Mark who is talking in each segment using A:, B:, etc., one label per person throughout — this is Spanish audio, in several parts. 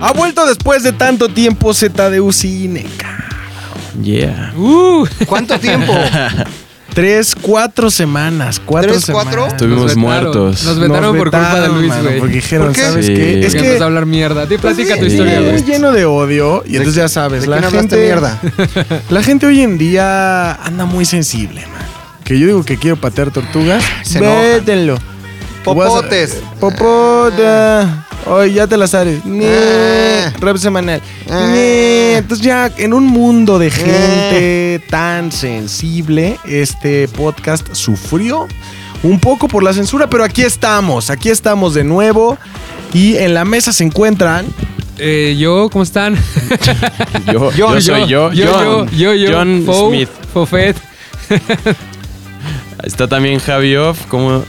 A: Ha vuelto después de tanto tiempo ZDU Cine. ca-
B: Yeah.
A: Uh,
C: ¿Cuánto tiempo?
A: tres, cuatro semanas. Cuatro
C: ¿Tres,
A: semanas.
C: cuatro?
B: Estuvimos
D: Nos vetaron,
B: muertos.
D: Nos vetaron
A: Nos
D: por culpa de
A: vetaron,
D: Luis,
A: mano,
D: güey.
A: Porque dijeron,
C: ¿Por qué?
A: ¿sabes
B: Sí.
A: qué?
B: Es
A: Es
D: Porque empezó a
A: que pues,
D: hablar mierda. Di, platica tu
B: sí,
D: historia,
B: güey.
D: güey.
A: es lleno de odio. Y entonces ya
C: ¿De
A: sabes,
C: quién
A: la
C: hablaste
A: gente.
C: mierda?
A: La gente hoy en día anda muy sensible, man. Que yo digo que quiero patear tortugas.
C: Se enojan.
A: Vétenlo.
C: Popotes.
A: Popota. Hoy ya te las sabes.
C: Ah.
A: Ne. Rap semanal.
C: Ah.
A: Ne. Entonces ya en un mundo de gente tan sensible, este podcast sufrió un poco por la censura, pero aquí estamos, aquí estamos de nuevo y en la mesa se encuentran
D: Eh, yo, ¿cómo están?
B: Yo, yo, soy yo.
D: Yo,
B: John,
D: yo, yo, yo.
B: John
D: Fou,
B: Smith.
D: Fofet.
B: Está también Javi Off. ¿Cómo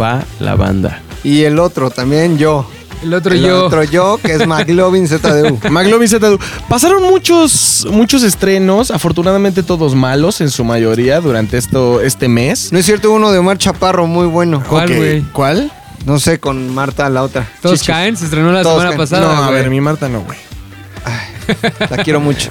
B: va la banda?
C: Y el otro también yo.
D: El otro
C: el
D: yo.
C: otro yo, que es McLovin ZDU.
A: McLovin ZDU. Pasaron muchos, muchos estrenos, afortunadamente todos malos en su mayoría durante esto, este mes.
C: No es cierto, hubo uno de Omar Chaparro, muy bueno.
D: ¿Cuál,
A: Ok,
D: güey?
A: ¿Cuál?
C: No sé, con Marta la otra.
D: Todos
C: Chichis.
D: caen. Se estrenó la
C: Todos
D: semana
C: caen.
D: pasada,
A: no, a
D: güey.
A: ver, mi Marta no, güey.
C: La quiero mucho.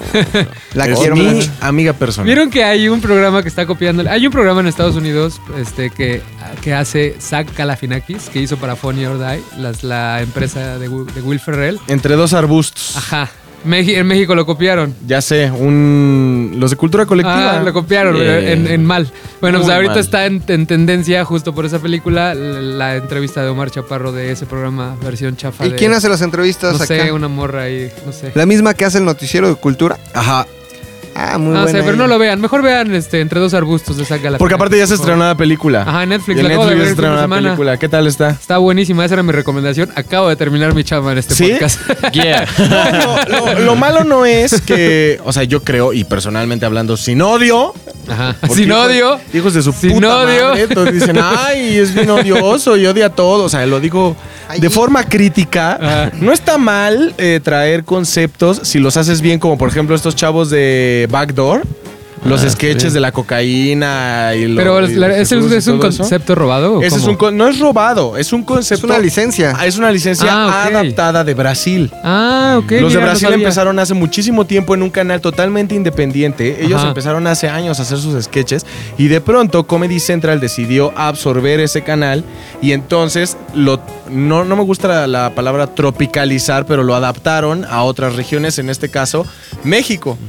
C: La
A: Es
C: quiero
A: mi
C: mucho.
A: amiga personal.
D: ¿Vieron que hay un programa que está copiando? Hay un programa en Estados Unidos este, que, que hace Zach Calafinakis, que hizo para Funny or Die, las- la empresa de, Wi- de Will Ferrell.
A: Entre dos arbustos.
D: Ajá. Meji- en México lo copiaron.
A: Ya sé, un los de cultura colectiva.
D: Ah, lo copiaron
B: Bien.
D: pero en, en mal. Bueno,
B: Muy
D: pues ahorita
B: mal.
D: está en, en tendencia, justo por esa película, la, la entrevista de Omar Chaparro de ese programa, versión chafa.
C: ¿Y
D: de-
C: quién hace las entrevistas
D: No
C: acá?
D: sé, una morra ahí, no sé.
C: La misma que hace el noticiero de cultura.
A: Ajá.
C: Ah, muy
D: No
C: buena.
D: sé, pero
C: ella.
D: no lo vean. Mejor vean este, entre dos arbustos de esa galaxia.
A: Porque aparte ya se estrenó la película.
D: Ajá, en
A: Y
D: Netflix.
A: en
D: la acabo de
A: Netflix ya se
D: ver el fin de
A: estrenó la
D: semana.
A: película. ¿Qué tal está?
D: Está buenísima, esa era mi recomendación. Acabo de terminar mi chamba en este
A: ¿Sí?
D: podcast.
B: Yeah.
A: Lo, lo malo no es que, o sea, yo creo, y personalmente hablando, sin odio,
D: Ajá.
A: Porque
D: Sin
A: hijos-
D: odio.
A: Hijos de su
D: Sin
A: puta
D: odio.
A: madre. Entonces dicen, ay, es bien odioso y odia a todos. O sea, lo digo de
C: Ay.
A: forma crítica.
D: Ajá.
A: No está mal eh, traer conceptos si los haces bien, como por ejemplo estos chavos de Backdoor. Los
B: Ah,
A: sketches
B: sí.
A: de la cocaína y lo-
D: Pero
A: y los
D: la- ese
A: seguros y
D: es un
A: todo eso.
D: concepto robado. ¿o
A: Ese es
D: cómo?
A: un con- no es robado, es un
C: Es
A: concepto.
C: una licencia.
A: Ah, es una licencia
D: Ah, ok.
A: adaptada de Brasil.
D: Ah, ok.
A: Los de
D: mira, no
A: Brasil
D: sabía.
A: empezaron hace muchísimo tiempo en un canal totalmente independiente. Ellos
D: Ajá.
A: empezaron hace años a hacer sus sketches y de pronto Comedy Central decidió absorber ese canal y entonces lo no, no me gusta la, la palabra tropicalizar, pero lo adaptaron a otras regiones, en este caso México.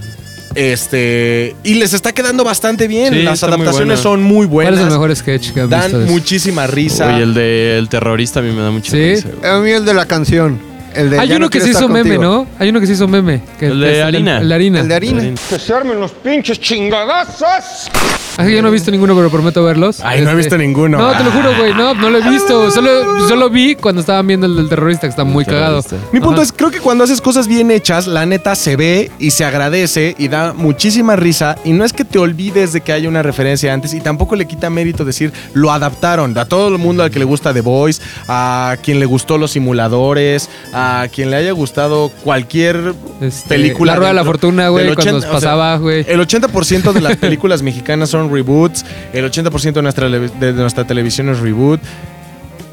A: Este y les está quedando bastante bien.
B: Sí,
A: Las
B: está muy
A: adaptaciones
B: buena.
A: son muy
D: ¿Cuál
A: buenas.
D: es el mejor sketch que han visto?
A: Dan
D: de-
A: muchísima risa.
B: Oye, el de el terrorista a mí me da mucha
D: Sí.
B: risa, güey.
C: A mí el de la canción. El de
D: Hay
C: Ya
D: uno
C: no
D: Ah, que
C: quiero
D: se
C: estar
D: hizo meme, ¿no?
C: contigo.
D: Hay uno que se hizo meme. que
B: El de
D: es
B: harina.
D: El de harina.
C: El de harina.
E: Que se armen los pinches chingadazos.
D: Ah, yo no he visto ninguno, pero prometo verlos. Este,
A: Ay, no he visto ninguno. Ah.
D: No, te lo juro, güey. No, no lo he visto. Solo, solo vi cuando estaban viendo el del terrorista, que está muy cagado.
B: terrorista.
A: Mi punto
D: Ajá.
A: es, creo que cuando haces cosas bien hechas, la neta se ve y se agradece y da muchísima risa. Y no es que te olvides de que hay una referencia antes y tampoco le quita mérito decir, lo adaptaron. A todo el mundo al que le gusta The Voice, a quien le gustó los simuladores, a quien le haya gustado cualquier
D: Este,
A: película.
D: La Rueda de la
A: dentro-
D: Fortuna, güey,
A: del
D: cuando
A: 80, o sea,
D: pasaba, güey.
A: el 80% de las películas mexicanas son reboots, el 80% de nuestra, le- de nuestra televisión es reboot.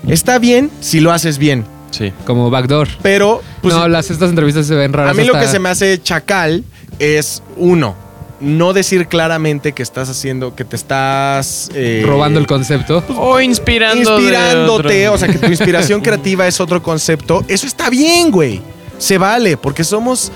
A: Está bien si lo haces bien,
B: Sí.
D: Como backdoor.
A: pero pues,
D: no, las, estas entrevistas se ven raras.
A: a mí lo
D: hasta-
A: que se me hace chacal es uno, no decir claramente que estás haciendo, que te estás eh,
D: Robando el concepto.
B: O inspirando de
A: inspirándote,
B: otro.
A: o sea que tu inspiración creativa es otro concepto. Eso está bien, güey. Se vale, porque somos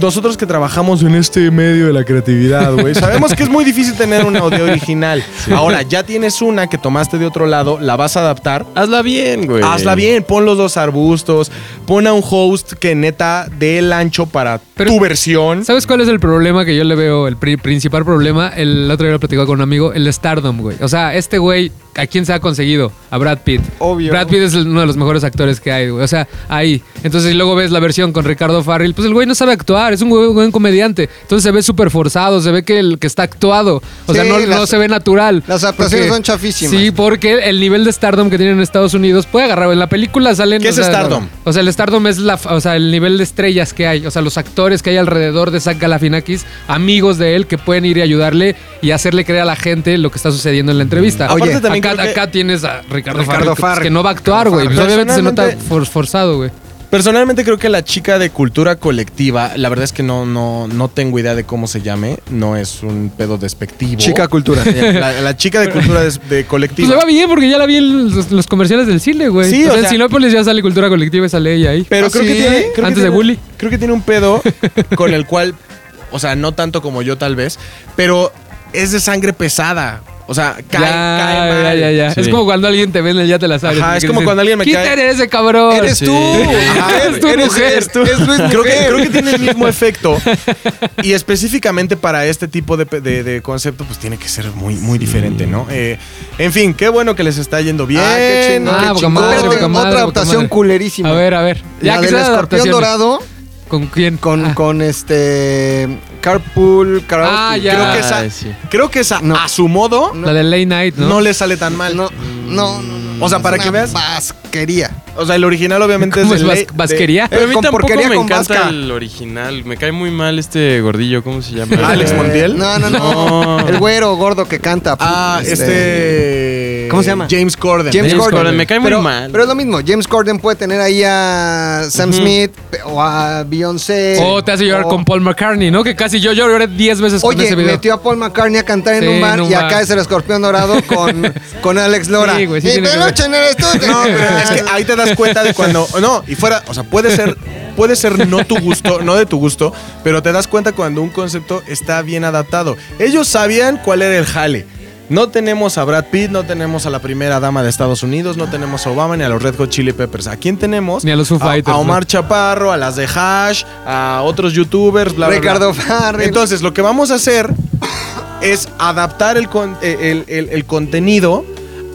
A: nosotros que trabajamos en este medio de la creatividad, güey. Sabemos que es muy difícil tener una audio original. Ahora ya tienes una que tomaste de otro lado, la vas a adaptar.
B: Hazla bien, güey.
A: Hazla bien, pon los dos arbustos, pon a un host que neta dé el ancho para
D: Pero-
A: tu versión.
D: ¿Sabes cuál es el problema que yo le veo? El pri- principal problema, el otro día lo platicaba con un amigo, el Stardom, güey. O sea, este güey, ¿a quién se ha conseguido? A Brad Pitt.
C: Obvio.
D: Brad Pitt es el- uno de los mejores actores que hay, güey. O sea, ahí. Entonces, y luego ves la versión con Ricardo Farrell. Pues el güey no sabe actuar, es un güey- buen comediante. Entonces se ve súper forzado, se ve que, el, que está actuado. O sea,
C: Sí,
D: no,
C: las-
D: no se ve natural.
C: las adaptaciones
D: Porque-
C: son chafísimas.
D: Sí, porque el nivel de Stardom que tienen en Estados Unidos puede agarrar. En la película salen.
A: ¿Qué
D: o
A: es
D: sea,
A: Stardom?
D: o sea, el Stardom es la, o sea, el nivel de estrellas que hay, o sea, los actores que hay alrededor de Zach Galafinakis, amigos de él que pueden ir y ayudarle y hacerle creer a la gente lo que está sucediendo en la entrevista.
A: Aparte
C: Oye,
A: también
D: acá,
A: creo que-
D: acá tienes a Ricardo,
C: Ricardo
D: Farrell, que, pues,
C: Farrell.
D: que no va a actuar,
C: Ricardo
D: güey. Pues,
A: Farrell.
D: obviamente se nota
A: Personalmente-
D: for- forzado, güey. Pues,
A: Personalmente creo que la chica de cultura colectiva, la verdad es que no, no, no tengo idea de cómo se llame, no es un pedo despectivo.
C: Chica cultura.
A: La, la chica de cultura de, de
D: Pues
A: colectiva.
D: le va bien porque ya la vi en los, los comerciales del cine, güey.
A: Sí,
D: o
A: o
D: sea, en
A: sea-
D: Sinópolis ya sale cultura colectiva y sale ella ahí.
A: Pero
C: ¿Ah,
A: creo que
C: sí?
A: tiene. creo que
D: Antes de
A: tiene-
D: Bully.
A: Creo que tiene un pedo con el cual. O sea, no tanto como yo, tal vez. Pero es de sangre pesada. O sea, cae,
D: ya,
A: cae mal.
D: ya, ya, ya.
B: Sí.
D: Es como cuando alguien te vende, ya te la sabes.
A: Ajá,
D: Te
A: es como
D: dicen,
A: cuando alguien me
D: "Quítale
A: cae-
D: ese cabrón.
C: Eres
B: Sí.
C: tú. Ah,
A: Ajá,
D: Es tu mujer. Ah,
C: eres tú. Es Luis
A: Creo que,
C: Mujer.
A: creo que tiene el mismo efecto. Y específicamente para este tipo de, pe- de- de concepto, pues tiene que ser muy, muy diferente, ¿no?
B: Mm.
A: Eh, en fin, qué bueno que les está yendo bien.
C: Ah, qué chingón.
D: Ah,
C: qué
D: poca
C: chingón.
D: madre,
C: Pero
D: poca
C: otra
D: madre, poca
C: adaptación
D: madre.
C: culerísima.
D: A ver, a ver. Ya
C: la
D: que
C: del
D: sea de
C: escorpión
D: adaptaciones.
C: dorado
D: ¿Con quién?
C: con,
D: Ah.
C: con este Carpool Karaoke.
D: Ah, ya.
A: Creo que esa,
B: Ay, sí.
A: creo que esa
C: No.
A: a su modo,
D: La de Late Night, ¿no?
A: no, le sale tan
B: Ah,
A: mal.
C: No, no, no, no,
A: O sea,
C: es
A: para
C: una
A: que veas-
C: Vasquería.
A: O sea, el original obviamente es
D: ¿Cómo
A: de
D: es vas-
A: ley- de-
D: vasquería?
A: Eh,
B: Pero a mí
C: Con
B: tampoco
C: porquería,
B: me
C: con
B: encanta
C: vasca.
B: el original. Me cae muy mal este gordillo, ¿cómo se llama?
A: Alex
B: Eh,
A: Montiel.
C: No, no, no.
B: No.
C: El güero gordo que canta.
A: Ah, este.
C: ¿Cómo se llama?
A: James Corden.
C: James,
B: James
C: Corden.
B: Corden, me cae muy
C: pero,
B: mal.
C: Pero es lo mismo. James Corden puede tener ahí a Sam
B: Ujú.
C: Smith pe- o a Beyoncé.
D: O Oh, te hace llorar
A: Oh.
C: o-
D: con Paul McCartney, ¿no? Que casi yo lloré 10 veces con
C: Oye,
D: ese video.
C: metió a Paul McCartney a cantar en
D: Sí,
C: un bar
D: en un
C: y
D: bar.
C: acá es el escorpión dorado con, con Alex Lora.
D: Sí, güey, sí
C: Mi
D: tiene que ver.
C: peluche en el estudio.
A: No, pero es que ah, ahí te das cuenta de cuando. No, y fuera. O sea, puede ser. Puede ser no tu gusto, no de tu gusto, pero te das cuenta cuando un concepto está bien adaptado. Ellos sabían cuál era el jale. No tenemos a Brad Pitt, no tenemos a la primera dama de Estados Unidos, no tenemos a Obama ni a los Red Hot Chili Peppers. ¿A quién tenemos?
D: Ni a los Foo
A: a,
D: Fighters,
A: a Omar
D: ¿no?
A: Chaparro, a las de Hash, a otros youtubers, bla, bla, bla.
C: Ricardo Farrell.
A: Entonces, lo que vamos a hacer es adaptar el, con- eh, el- el- el contenido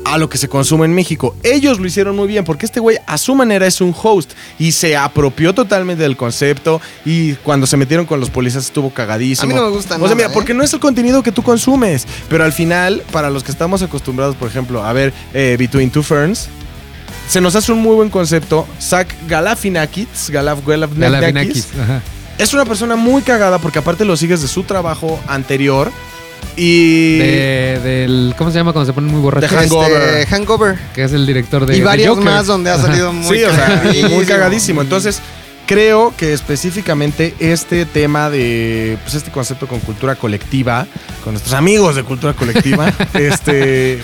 A: a lo que se consume en México. Ellos lo hicieron muy bien porque este güey a su manera es un host y se apropió totalmente del concepto y cuando se metieron con los policías estuvo cagadísimo.
C: A mí no me gusta
A: O
C: nada,
A: sea, mira,
C: ¿eh?
A: porque no es el contenido que tú consumes, pero al final, para los que estamos acostumbrados, por ejemplo, a ver eh, Between Two Ferns, se nos hace un muy buen concepto. Zach Galafinakis, Galaf, Galaf-
D: De la
A: Galafinakis,
D: Vinakis. Ajá.
A: es una persona muy cagada porque aparte lo sigues de su trabajo anterior y...
D: De, del, ¿Cómo se llama cuando se ponen muy borrachos?
A: De Hangover.
C: Este, hangover.
D: Que es el director de
C: y
D: de
C: varios
D: Joker.
C: más donde ha salido muy
A: sí, o sea, muy cagadísimo. Entonces, creo que específicamente este tema de, pues este concepto con cultura colectiva, con nuestros amigos de cultura colectiva, este...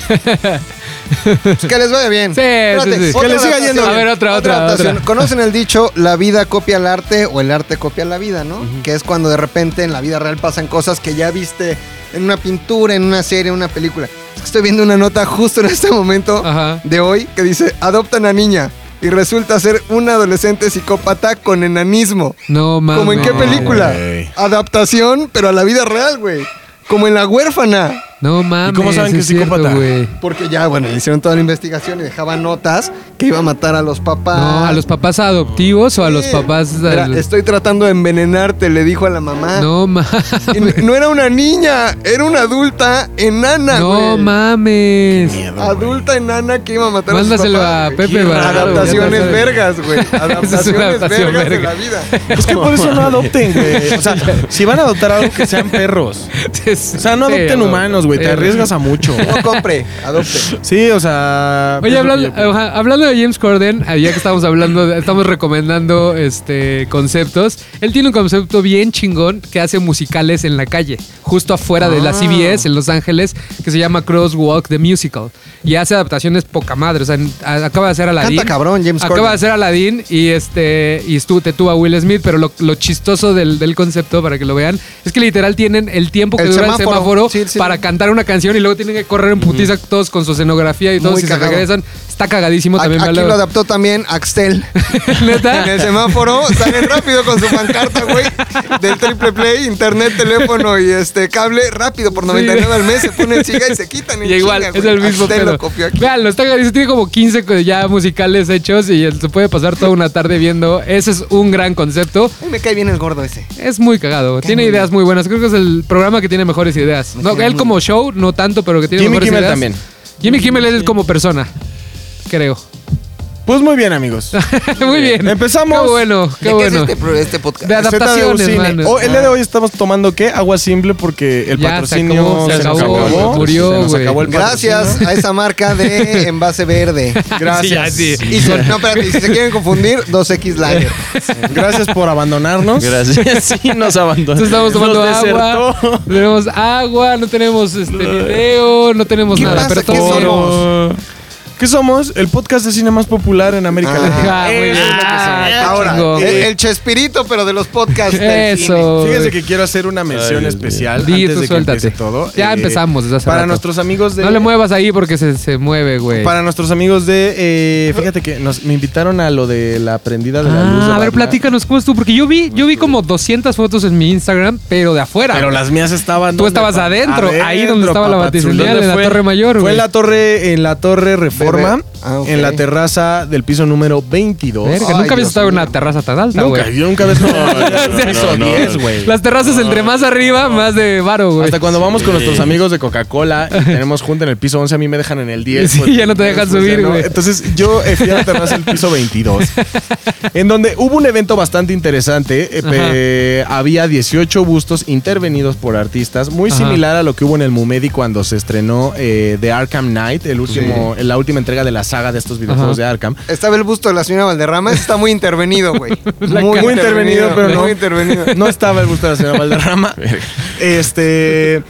C: Pues que les vaya bien.
D: Sí, sí, sí.
A: Que les siga
C: adaptación.
A: yendo bien.
D: A ver, otra, otra, otra.
C: adaptación. Conocen el dicho, la vida copia el arte o el arte copia la vida, ¿no? Que es cuando de repente en la vida real pasan cosas que ya viste en una pintura, en una serie, en una película. Es que estoy viendo una nota justo en este momento
D: Ajá.
C: de hoy que dice, adoptan a niña. Y resulta ser un adolescente psicópata con enanismo.
D: No mames.
C: ¿Como en qué película?
A: güey.
C: Adaptación, pero a la vida real, güey. Como en La Huérfana.
D: No mames.
A: ¿Y cómo saben que es
D: cierto,
A: psicópata?
D: güey.
C: Porque ya, bueno, hicieron toda la investigación y dejaban notas que iba a matar a los papás.
D: No, ¿a los papás adoptivos o a los
C: Sí.
D: papás...
C: Era,
D: al-
C: estoy tratando de envenenarte, le dijo a la mamá.
D: No mames.
C: Ah. Y no, no era una niña, era una adulta enana,
D: No
C: güey.
D: mames.
C: Adulta enana que iba a matar
D: Mándaselo
C: a
D: a
C: sus papás. güey.
D: Pepe Barrado.
C: Adaptaciones
D: ya sabes.
C: vergas, güey. Adaptaciones
D: adaptación
C: vergas de
D: verga.
C: la vida.
A: Es pues, que por eso no adopten, güey. O sea, si van a adoptar algo que sean perros.
D: Sí,
A: O sea, no
D: sí,
A: adopten
D: güey.
A: humanos, güey. Te
D: Sí,
A: arriesgas a mucho.
C: No compre, adopte.
A: Sí, o sea... es
D: Oye,
A: lo
D: hablando,
A: que yo-
D: ajá, hablando de James Corden, ah, ya que estamos hablando, de- estamos recomendando este conceptos. Él tiene un concepto bien chingón que hace musicales en la calle, justo afuera de
C: Ah.
D: la CBS en Los Ángeles, que se llama Crosswalk the Musical. Y hace adaptaciones poca madre. O sea, en- a- acaba de hacer Aladdin.
C: cabrón, James
D: Acaba
C: Corden.
D: de hacer Aladdin y este y estuvo te tuvo a Will Smith, pero lo, lo chistoso del, del concepto para que lo vean es que literal tienen el tiempo que
C: El
D: dura el semáforo
C: semáforo. Sí, sí.
D: para cantar una canción y luego tienen que correr en putiza todos con su escenografía y todos
C: Muy
D: si
C: cagado.
D: se regresan. Está cagadísimo
C: A-
D: también.
C: Aquí
D: véalo.
C: lo adaptó también Axtel.
D: ¿Neta?
C: En el semáforo salen rápido con su pancarta, güey, del triple play, internet, teléfono y este cable, rápido por 99 al mes, se ponen chica y se quitan. en
D: Y igual,
C: chinga,
D: es
C: güey.
D: el mismo
C: Axtel
D: pedo.
C: lo copió aquí.
D: Vean, lo está cagadísimo. Tiene como 15 co- ya musicales hechos y él se puede pasar toda una tarde viendo. Ese es un gran concepto.
C: Ay, me cae bien el gordo ese.
D: Es muy cagado. Tiene
C: muy
D: ideas muy buenas. Creo que es el programa que tiene mejores ideas.
C: Me
D: No,
C: cae
D: él
C: muy
D: como show, no tanto, pero que tiene
A: Jimmy
D: mejores
C: Mm,
A: Kimmel
D: ideas.
A: también.
D: Jimmy Kimmel es como persona, creo.
A: Pues muy bien, amigos.
D: Muy bien.
A: Empezamos.
D: Qué bueno, qué
F: ¿De qué es
D: bueno.
F: este, pro- este podcast?
D: De adaptaciones,
A: ZDU Cine.
D: mano.
A: O- Oh, el día de hoy estamos tomando qué? Agua simple porque el
D: Ah. Ya, se
A: patrocinio
D: acabó,
A: se,
D: se
A: nos
D: acabó,
A: acabó.
D: se murió,
A: se nos
D: güey.
A: acabó el
C: Gracias a esa marca de envase verde.
A: patrocinio. Gracias.
D: Sí, ya, sí.
C: Y con- no, espérate, si se quieren confundir, 2X Lager.
A: Gracias por abandonarnos.
B: Gracias. Sí, nos abandonó.
D: Entonces estamos tomando
A: Nos
D: agua.
A: desertó.
D: No tenemos agua, no tenemos este video, no tenemos
C: ¿Qué
D: nada.
C: pasa?
D: Pero
C: ¿Qué
D: todo bien.
C: somos?
A: ¿Qué somos? El podcast de cine más popular en América
C: Ah.
A: Latina. Eh,
D: Ah, muy bien.
A: Eso es lo que
D: Ah,
A: somos.
D: qué
C: Ahora, eh,
D: chingón.
C: el, el chespirito, pero de los podcasts. del cine.
D: Eso.
A: Fíjense que quiero hacer una mención
B: Dios mío.
A: especial
D: Di,
A: antes
D: tú
A: de que
D: suéltate.
A: empiece todo. Eh,
D: Ya empezamos desde hace
A: Para
D: rato.
A: nuestros amigos de
D: No le muevas ahí porque se, se mueve, güey.
A: Para nuestros amigos de eh, fíjate que nos me invitaron a lo de la prendida de la luz. de
D: Ah, a ver,
A: Batman.
D: platícanos cómo estuvo, porque yo vi, yo vi como 200 fotos en mi Instagram, pero de afuera.
A: Pero las mías estaban
D: Tú
A: ¿dónde,
D: estabas
A: pa-
D: adentro, ahí donde estaba la
A: papazul.
D: batiseñal,
A: ¿Dónde
D: en la
A: fue?
D: Torre Mayor,
A: Fue
D: güey.
A: en la torre, en la torre Reforma,
C: Bebe- ah, ok.
A: en la terraza del piso número 22.
D: Verga,
C: Ay,
D: nunca habías
C: Dios
D: estado en
C: mío.
D: una terraza tan alta,
A: nunca,
D: güey.
A: yo nunca había
D: O sea,
A: estado en el piso 10, güey.
D: Las terrazas entre más arriba, más de varo, güey.
A: Hasta cuando vamos con nuestros amigos de Coca-Cola y tenemos junta en el piso 11, a mí me dejan en el 10.
D: Sí,
A: porque-
D: ya no te dejan
A: pues, ya
D: subir,
A: no.
D: güey.
A: Entonces yo eh, fui a la terraza del piso 22, en donde hubo un evento bastante interesante. eh, eh, había 18 bustos intervenidos por artistas, muy
D: Ajá.
A: similar a lo que hubo en el Mumedi cuando se estrenó eh, The Arkham Knight, el último, la última entrega de la saga de estos videojuegos
D: Ajá.
A: de Arkham.
C: Estaba el busto de la señora Valderrama. Está muy intervenido, güey.
A: Muy, muy intervenido, pero no.
C: Muy intervenido.
A: No estaba el gusto de la señora Valderrama. este.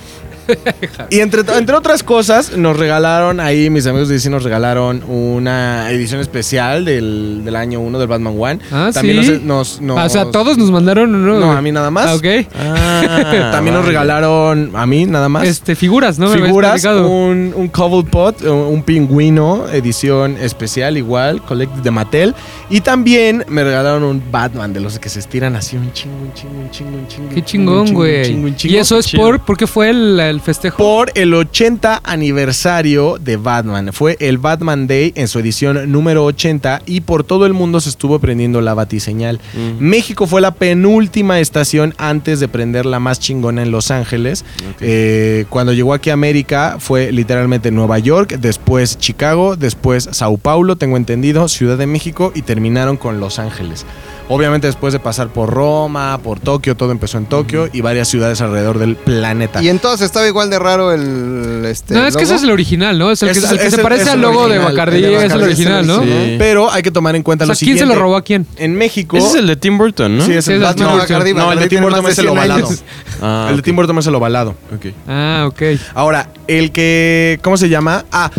A: Y entre, entre otras cosas, nos regalaron ahí, mis amigos de DC nos regalaron una edición especial del, del año 1 del Batman One.
D: Ah,
A: También
D: ¿sí?
A: nos, nos-
D: Ah, o sea, todos nos mandaron, ¿no?
A: No,
D: güey?
A: a mí nada más.
D: Ah, ok.
A: Ah, También
B: Ah,
A: nos regalaron a mí nada más.
D: Este, figuras, ¿no? Me habías
A: figuras,
D: platicado.
A: un, un Cobblepot, un, un pingüino, edición especial igual, Collective de Mattel. Y también me regalaron un Batman de los que se estiran así un chingo, un chingo, un chingo, un chingo.
D: Qué
A: un chingo, un
D: chingón,
A: chingo, un
D: güey.
A: chingo, un chingo.
D: Y eso es por, porque fue el, el festejo.
A: Por el 80 aniversario de Batman. Fue el Batman Day en su edición número 80 y por todo el mundo se estuvo prendiendo la batiseñal. México fue la penúltima estación antes de prender la más chingona en Los Ángeles. Eh, cuando llegó aquí a América fue literalmente Nueva York, después Chicago, después Sao Paulo, tengo entendido, Ciudad de México y terminaron con Los Ángeles. Obviamente después de pasar por Roma, por Tokio, todo empezó en Tokio y varias ciudades alrededor del planeta.
C: Y entonces estaba igual de raro el. Este,
D: no, es que ese es el original, ¿no? Es el que,
A: Ese-
D: al que
A: ese-
D: se parece
A: ese
D: al logo de
A: original,
D: Bacardí,
A: el de
D: es el
A: Bacardí,
D: original, ¿no?
B: original. Sí.
A: Pero hay que tomar en cuenta
D: O sea,
A: lo
D: ¿quién
A: siguiente.
D: se lo robó a quién?
A: En México.
B: Ese es el de Tim Burton, ¿no?
A: Sí, es
D: Sí,
A: el
D: es el
A: Batman.
D: Tim
A: original.
C: Burton.
A: no, el de
C: Bacardí
A: Tim
C: tiene
A: Burton
C: más
A: es
C: de
A: el
C: 100
A: ovalado.
C: años.
B: Ah,
A: El de Tim
B: ok.
A: Burton es el ovalado.
B: Ok.
D: Ah, ok.
A: Ahora, el que. ¿Cómo se llama? Ah.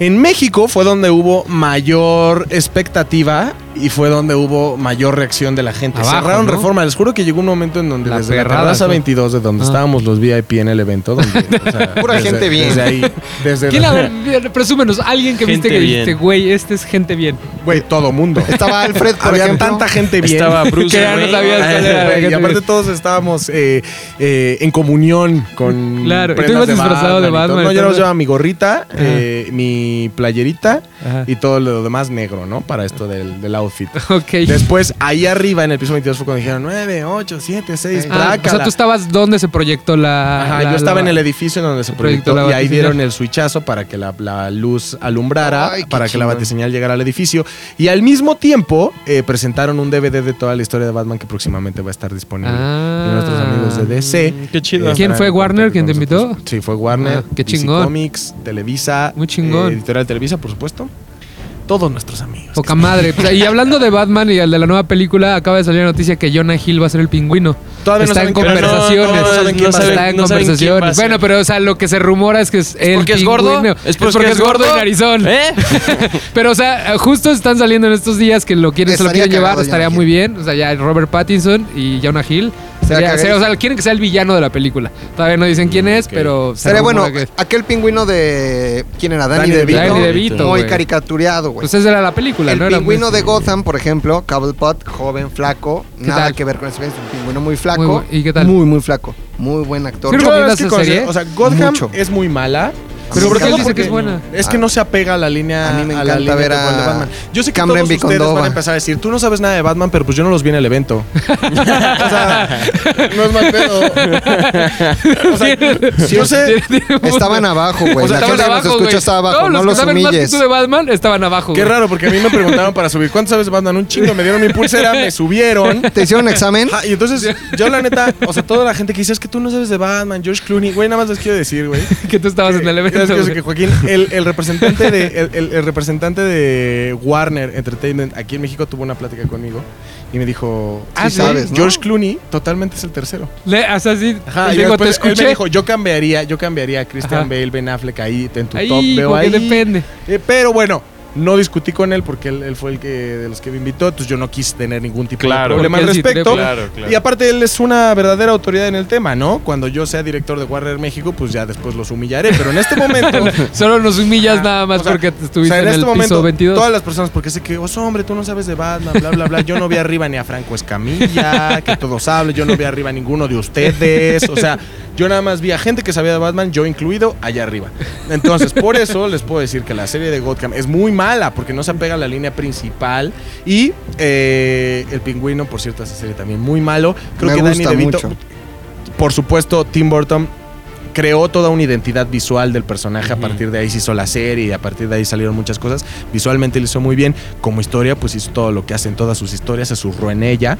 A: En México fue donde hubo mayor expectativa y fue donde hubo mayor reacción de la gente.
D: Abajo,
A: Cerraron
D: ¿no?
A: reforma. Les juro que llegó un momento en donde
D: La
A: desde
D: perrada,
A: la terraza
D: sí.
A: 22, de donde
D: Ah.
A: estábamos los VIP en el evento, donde, o sea,
C: Pura
A: desde-
C: gente bien.
A: Desde ahí, desde
D: ¿Quién, a ver, presúmenos, alguien que
B: Gente
D: viste que
B: bien.
D: dijiste, güey, este es gente bien.
A: Güey, todo mundo.
C: Estaba Alfred, por
A: Había
C: ejemplo.
A: tanta gente bien.
B: Estaba Bruce
D: Que ya no
B: Wayne.
D: sabías cuál era.
A: Güey,
D: gente
A: y aparte
D: bien.
A: todos estábamos eh, eh, en comunión con
D: Claro, y tú
A: prendas
D: ibas disfrazado de
A: y
D: Batman,
A: todo. No, yo no
D: entonces-
A: llevaba mi gorrita, eh, mi playerita
D: Ajá.
A: y todo lo demás negro, ¿no? Para esto del, del outfit.
D: Ok.
A: Después, ahí arriba en el piso 22 fue cuando dijeron 9, 8, 7, 6,
D: Ah, o sea, tú estabas donde se proyectó la.
A: Ajá,
D: la-
A: yo estaba
D: la-
A: en el edificio en donde se
D: proyectó
A: proyectó
D: la
A: y ahí
D: batiseñal.
A: dieron el switchazo para que la, la luz alumbrara,
C: Ay, qué
A: para que la
C: chingón.
A: batiseñal llegara al edificio. Y al mismo tiempo eh, presentaron un DVD de toda la historia de Batman que próximamente va a estar disponible.
D: Ah.
A: Y nuestros amigos de DC.
B: Qué chido.
A: eh,
D: ¿Quién fue
A: estarán en contacto
D: Warner quien te
A: con
D: invitó?
A: nosotros. Sí, fue Warner.
D: Ah, qué
A: DC
D: chingón.
A: Comics, Televisa.
D: Muy chingón.
A: eh, Editorial Televisa, por supuesto. Todos nuestros amigos.
D: Poca madre. Pues, Y hablando de Batman y el de la nueva película, acaba de salir la noticia que Jonah Hill va a ser el pingüino.
A: Todavía no
D: está
A: saben
D: en
A: quién-
D: conversaciones.
A: no, no, no saben quién va a ser.
D: está en
B: No saben quién va a
D: conversaciones.
B: ser.
D: Bueno, pero o sea, lo que se rumora es que es el
B: porque es gordo?
D: pingüino. Es porque, es gordo y narizón.
B: ¿Eh?
D: Pero, o sea, justo están saliendo en estos días que lo quieren, se lo
C: Estaría
D: quieren llevar,
C: cagado,
D: estaría
C: Jonah
D: muy
C: Hill.
D: bien. O sea, ya Robert Pattinson y Jonah Hill.
C: Estaría
D: Sería-
C: cagadísimo.
D: o sea, quieren que sea el villano de la película. Todavía no dicen quién es, pero. se
C: Mm, Sería
D: rumora
C: bueno, ah,
D: que-
C: aquel pingüino de. ¿Quién era? Danny,
A: Danny
C: DeVito.
D: Danny DeVito,
C: Muy
D: güey.
C: caricatureado, güey.
D: Pues esa era la película,
C: el
D: ¿no? Era muy- este-
C: pingüino de Gotham, por ejemplo, Cobblepot, joven, flaco.
D: ¿Qué
C: Nada
D: tal?
C: que ver con ese es un pingüino muy flaco.
D: Muy bu- ¿y qué tal?
C: Muy, muy flaco. Muy buen actor.
D: Sí,
A: Yo la verdad es
D: recomiendas
A: que
D: esa
A: conocí-
D: serie?
A: O sea, Gotham
C: Mucho.
A: es muy mala.
D: Pero
C: Sí,
D: porque él
C: claro,
D: dice que es buena.
A: Es que no se apega a la línea.
C: A mí me
A: la
C: encanta
A: línea
C: ver
A: tal cual de
C: a
A: Batman. Yo sé que
C: Cameron
A: todos ustedes
C: Vicondova.
A: van a empezar a decir, tú no sabes nada de Batman, pero pues yo no los vi en el evento. o sea, no es mal pedo. O sea, yo sé
C: Estaban abajo, güey.
D: O sea,
C: la
D: estaban
C: gente que nos
D: abajo,
C: escucha
D: güey.
C: estaba abajo.
D: Todos los
C: no
D: que
C: los
D: saben más que
C: humilles.
D: tú de Batman estaban abajo.
A: Qué
D: güey.
A: raro, porque a mí me preguntaron para subir, ¿cuánto sabes de Batman? Un chingo, me dieron mi pulsera, me subieron.
C: ¿Te hicieron examen?
A: Ah, y entonces, yo la neta, o sea, toda la gente que dice, es que tú no sabes de Batman, George Clooney, güey, nada más les quiero decir, güey.
D: Que tú estabas en el evento.
A: Es que, es
D: güey.
A: que, Joaquín, el, el representante de el, el- el representante de Warner Entertainment aquí en México tuvo una plática conmigo y me dijo,
D: Ah,
C: sí sabes, ¿no?
A: George Clooney totalmente es el tercero.
D: Le, o sea, sí,
A: Ajá, y
D: digo, te
A: después él me
D: escuché.
A: dijo, yo cambiaría, yo cambiaría a Christian
D: Ajá.
A: Bale, Ben Affleck ahí en tu
D: Ahí,
A: top, veo
D: porque
A: ahí.
D: depende.
A: Eh, pero bueno, no discutí con él porque él, él fue el que de los que me invitó, entonces yo no quise tener ningún tipo de
B: Claro.
A: problema al
D: Porque él sí
A: respecto.
D: creo,
B: Claro, claro.
A: Y aparte él es una verdadera autoridad en el tema, ¿no? Cuando yo sea director de Warner México, pues ya después los humillaré, pero en este momento
D: Solo nos humillas
A: Ah,
D: nada más
A: o sea,
D: porque
A: o
D: estuviste
A: sea, en,
D: en,
A: este
D: el piso
A: momento
D: 22.
A: todas las personas porque sé que, oh, hombre, tú no sabes de Batman, bla bla bla, yo no vi arriba ni a Franco Escamilla, que todos hablen, yo no vi arriba a ninguno de ustedes, o sea, yo nada más vi a gente que sabía de Batman, yo incluido, allá arriba. Entonces, por eso les puedo decir que la serie de Gotham es muy mala porque no se apega a la línea principal y eh, el pingüino, por cierto, esa serie también muy malo. Creo
C: Me
A: que Danny
C: gusta
A: DeVito,
C: mucho.
A: por supuesto, Tim Burton creó toda una identidad visual del personaje. A partir de ahí se hizo la serie y a partir de ahí salieron muchas cosas. Visualmente lo hizo muy bien. Como historia, pues hizo todo lo que hace en todas sus historias. Se zurró en ella.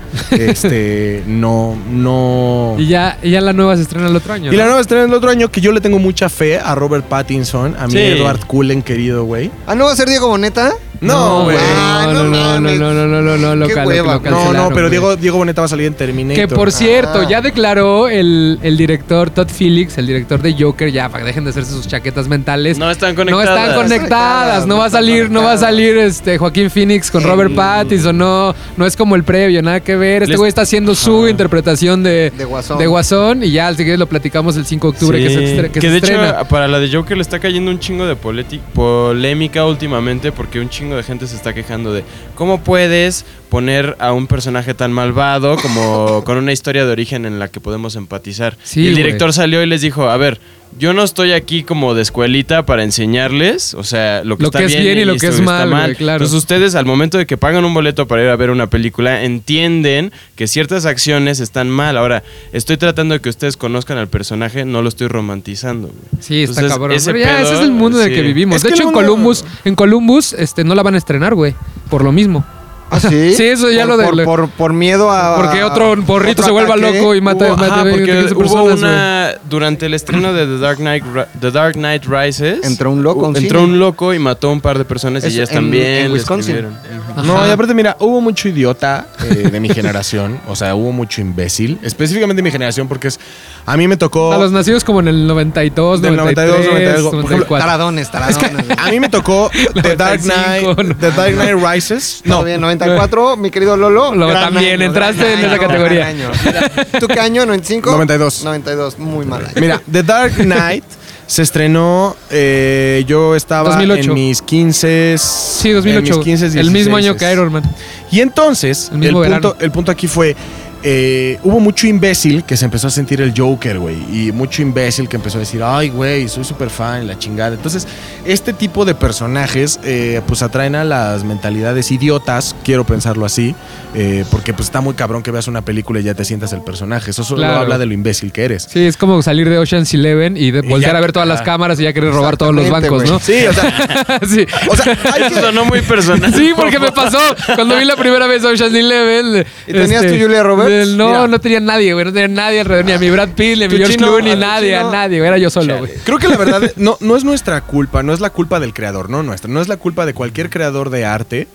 A: Este, no, no.
D: Y ya, y ya la nueva se estrena el otro año.
A: Y la
D: ¿no?
A: nueva estrella del otro año que yo le tengo mucha fe a Robert Pattinson, a mi
B: Sí.
A: Edward Cullen querido, güey.
C: ¿Ah, no va a ser Diego Boneta?
A: No, güey.
C: Ah,
D: No, no,
C: no
D: no, no, no,
C: mames.
D: no, no, no, no,
C: Qué
D: loca, lo- lo
C: hueva. No,
A: No,
D: cancelaron,
A: no, pero
D: güey.
A: Diego, Diego Boneta va a salir en Terminator.
D: Que por cierto,
C: Ah.
D: ya declaró el, el director Todd Phillips, el director de Joker, ya, para que dejen de hacerse sus chaquetas mentales.
B: No están
D: No
B: conectadas.
D: están conectadas, no va a salir, no va a salir este Joaquín Phoenix con Robert Pattinson, no, no es como el previo, nada que ver. Este
B: Les-
D: güey está haciendo su interpretación de,
C: De Guasón.
D: de Guasón y ya, así que lo platicamos el 5 de octubre que
B: Sí,
D: se, estre- que se
B: de
D: estrena.
B: hecho ah, para la de Joker le está cayendo un chingo de politi- polémica últimamente porque un chingo de gente se está quejando de cómo puedes poner a un personaje tan malvado como con una historia de origen en la que podemos empatizar.
D: Sí,
B: Y el
D: güey.
B: director salió y les dijo, a ver, yo no estoy aquí como de escuelita para enseñarles, o sea, lo que,
D: Lo
B: está
D: que es bien y lo que es
B: está
D: mal, güey, claro.
B: Entonces ustedes al momento de que pagan un boleto para ir a ver una película entienden que ciertas acciones están mal. Ahora, estoy tratando de que ustedes conozcan al personaje, no lo estoy romantizando. güey.
D: Sí, está
B: Entonces,
D: cabrón.
B: pues ese
D: Pero ya, ese
B: pedo,
D: es el mundo en el
B: sí.
D: que vivimos.
A: Es
D: de
A: que
D: hecho,
A: el
D: en
A: mundo-
D: Columbus, en Columbus, este, no la van a estrenar, güey. Por lo mismo.
C: ¿Ah, sí?
D: Sí, eso ya
C: Por-
D: lo de-
C: Por, por, por miedo a...
A: Ah,
D: Porque otro borrito
C: otro
D: se vuelva
C: ataque.
D: loco y mata,
B: Hubo-
D: mata
B: ajá, porque
D: 15
B: hubo
D: personas, güey.
B: una durante el estreno de The Dark Knight Ri- The Dark Knight Rises
C: Entró un loco a un
B: entró
C: cine.
B: un loco y mató a un par de personas
C: Es
B: y ellas
C: en-
B: también
C: en
B: le
C: Wisconsin.
B: escribieron.
A: No,
D: Ajá.
A: y aparte, mira, hubo mucho idiota eh, de mi generación. O sea, hubo mucho imbécil. Específicamente de mi generación, porque es. A mí me tocó.
D: A los nacidos como en el 92,
A: Del
D: 93,
A: 92,
D: 94.
A: 92, por ejemplo,
C: Taradones, taradones. güey.
A: A mí me tocó The Dark
D: 95,
A: Knight.
D: no.
A: The Dark Knight Rises. No.
C: Todo bien, 94, mi querido Lolo.
D: Lo-
C: gran
D: también
C: año,
D: entraste
C: gran
D: en esa
C: año,
D: categoría.
C: gran año. Mira, ¿Tú qué año? ¿95?
A: 92.
C: 92, muy mal año.
A: Mira, The Dark Knight se estrenó. eh, yo estaba
D: 2008.
A: en mis 15. Sí,
D: Sí, 2008. el mismo año que Iron Man.
A: Y entonces,
D: El
A: el,
D: mismo verano.
A: punto, el punto aquí fue. eh, hubo mucho imbécil que se empezó a sentir el Joker, güey. Y mucho imbécil que empezó a decir, ay, güey, soy súper fan, la chingada. Entonces, este tipo de personajes, eh, pues atraen a las mentalidades idiotas, quiero pensarlo así. eh, porque, pues, está muy cabrón que veas una película y ya te sientas el personaje. Eso solo
D: Claro.
A: habla de lo imbécil que eres.
D: Sí, es como salir de Ocean's Eleven y de
A: Y
D: voltear
A: ya-
D: a ver todas las
A: ah.
D: cámaras y ya querer robar todos los bancos, ¿no?
A: Sí, o sea,
D: sí.
A: o sea, hay
B: Eso
A: que-
B: sonó muy personal.
D: Sí, porque me pasó cuando vi la primera vez Ocean's Eleven. Este,
C: ¿Y tenías tu Julia Roberts?
D: del- No,
A: Mira.
D: no tenía nadie, güey. No tenía nadie alrededor, ni a mi Brad Pitt, ni a mi
B: Tu
D: George
B: chino,
D: Clooney,
B: a tu
D: nadie, a
B: chino.
D: nadie, güey. Era yo solo, güey.
A: Creo que la verdad no, no es nuestra culpa, no es la culpa del creador, no nuestra, no es la culpa de cualquier creador de arte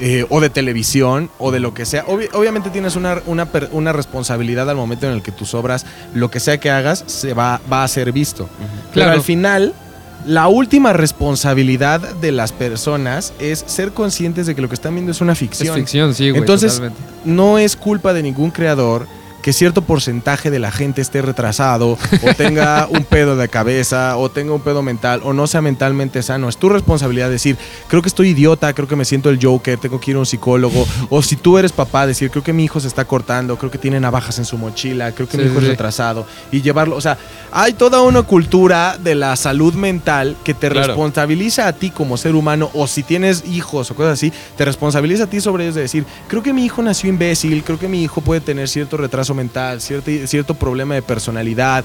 A: eh, o de televisión o de lo que sea. Obvi- obviamente tienes una, una, per- una responsabilidad al momento en el que tus obras, lo que sea que hagas, se va, va a ser visto. Pero
D: Claro.
A: al final, la última responsabilidad de las personas es ser conscientes de que lo que están viendo es una
D: Es
A: ficción.
D: ficción, sí, güey.
A: Entonces,
D: totalmente.
A: no es culpa de ningún creador que cierto porcentaje de la gente esté retrasado o tenga un pedo de la cabeza o tenga un pedo mental o no sea mentalmente sano. Es tu responsabilidad decir, creo que estoy idiota, creo que me siento el Joker, tengo que ir a un psicólogo. O si tú eres papá, decir, creo que mi hijo se está cortando, creo que tiene navajas en su mochila, creo que
D: Sí,
A: mi hijo
D: sí,
A: es
D: sí.
A: retrasado. Y llevarlo, o sea, hay toda una cultura de la salud mental que te
B: Claro.
A: responsabiliza a ti como ser humano o si tienes hijos o cosas así, te responsabiliza a ti sobre ellos de decir, creo que mi hijo nació imbécil, creo que mi hijo puede tener cierto retraso mental, cierto, cierto problema de personalidad,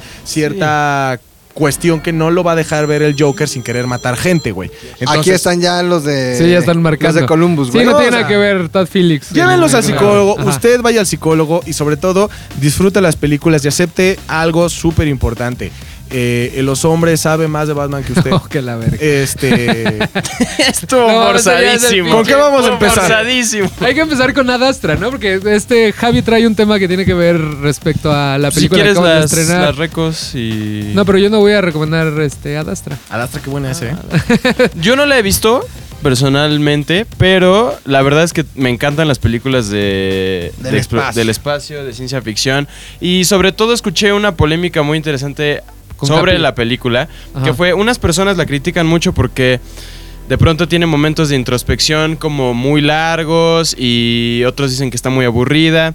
A: cierta cuestión que no lo va a dejar ver el Joker sin querer matar gente, güey.
C: Aquí
A: Entonces,
C: están ya los de.
D: Sí, ya están marcando.
C: eh, Los de Columbus, güey.
D: Sí, no tiene
A: O sea,
D: nada que ver Todd Phillips.
A: Llévenlos al psicólogo,
D: Ajá.
A: usted vaya al psicólogo y sobre todo disfrute las películas y acepte algo súper importante. Eh, los hombres saben más de Batman que usted.
D: Oh, que la verga.
A: este...
B: Estuvo
D: No, ese ya es el
B: forzadísimo.
D: pinche-
A: ¿Con qué vamos a
B: Estuvo
A: empezar?
B: Forzadísimo.
D: Hay que empezar con Adastra, ¿no? Porque este Javi trae un tema que tiene que ver respecto a la
B: Si
D: película que
B: quieres
D: acaban de
B: las,
D: estrenar.
B: las recos y...
D: No, pero yo no voy a recomendar este Adastra.
A: Adastra, qué buena es,
D: Ah,
A: ¿eh?
B: Yo no la he visto personalmente, pero la verdad es que me encantan las películas de,
C: Del
B: de explo-
C: espacio.
B: del espacio, de ciencia ficción. Y sobre todo escuché una polémica muy interesante
D: Con
B: sobre
D: Capi.
B: la película,
D: Ajá.
B: que fue, unas personas la critican mucho porque de pronto tiene momentos de introspección como muy largos y otros dicen que está muy aburrida.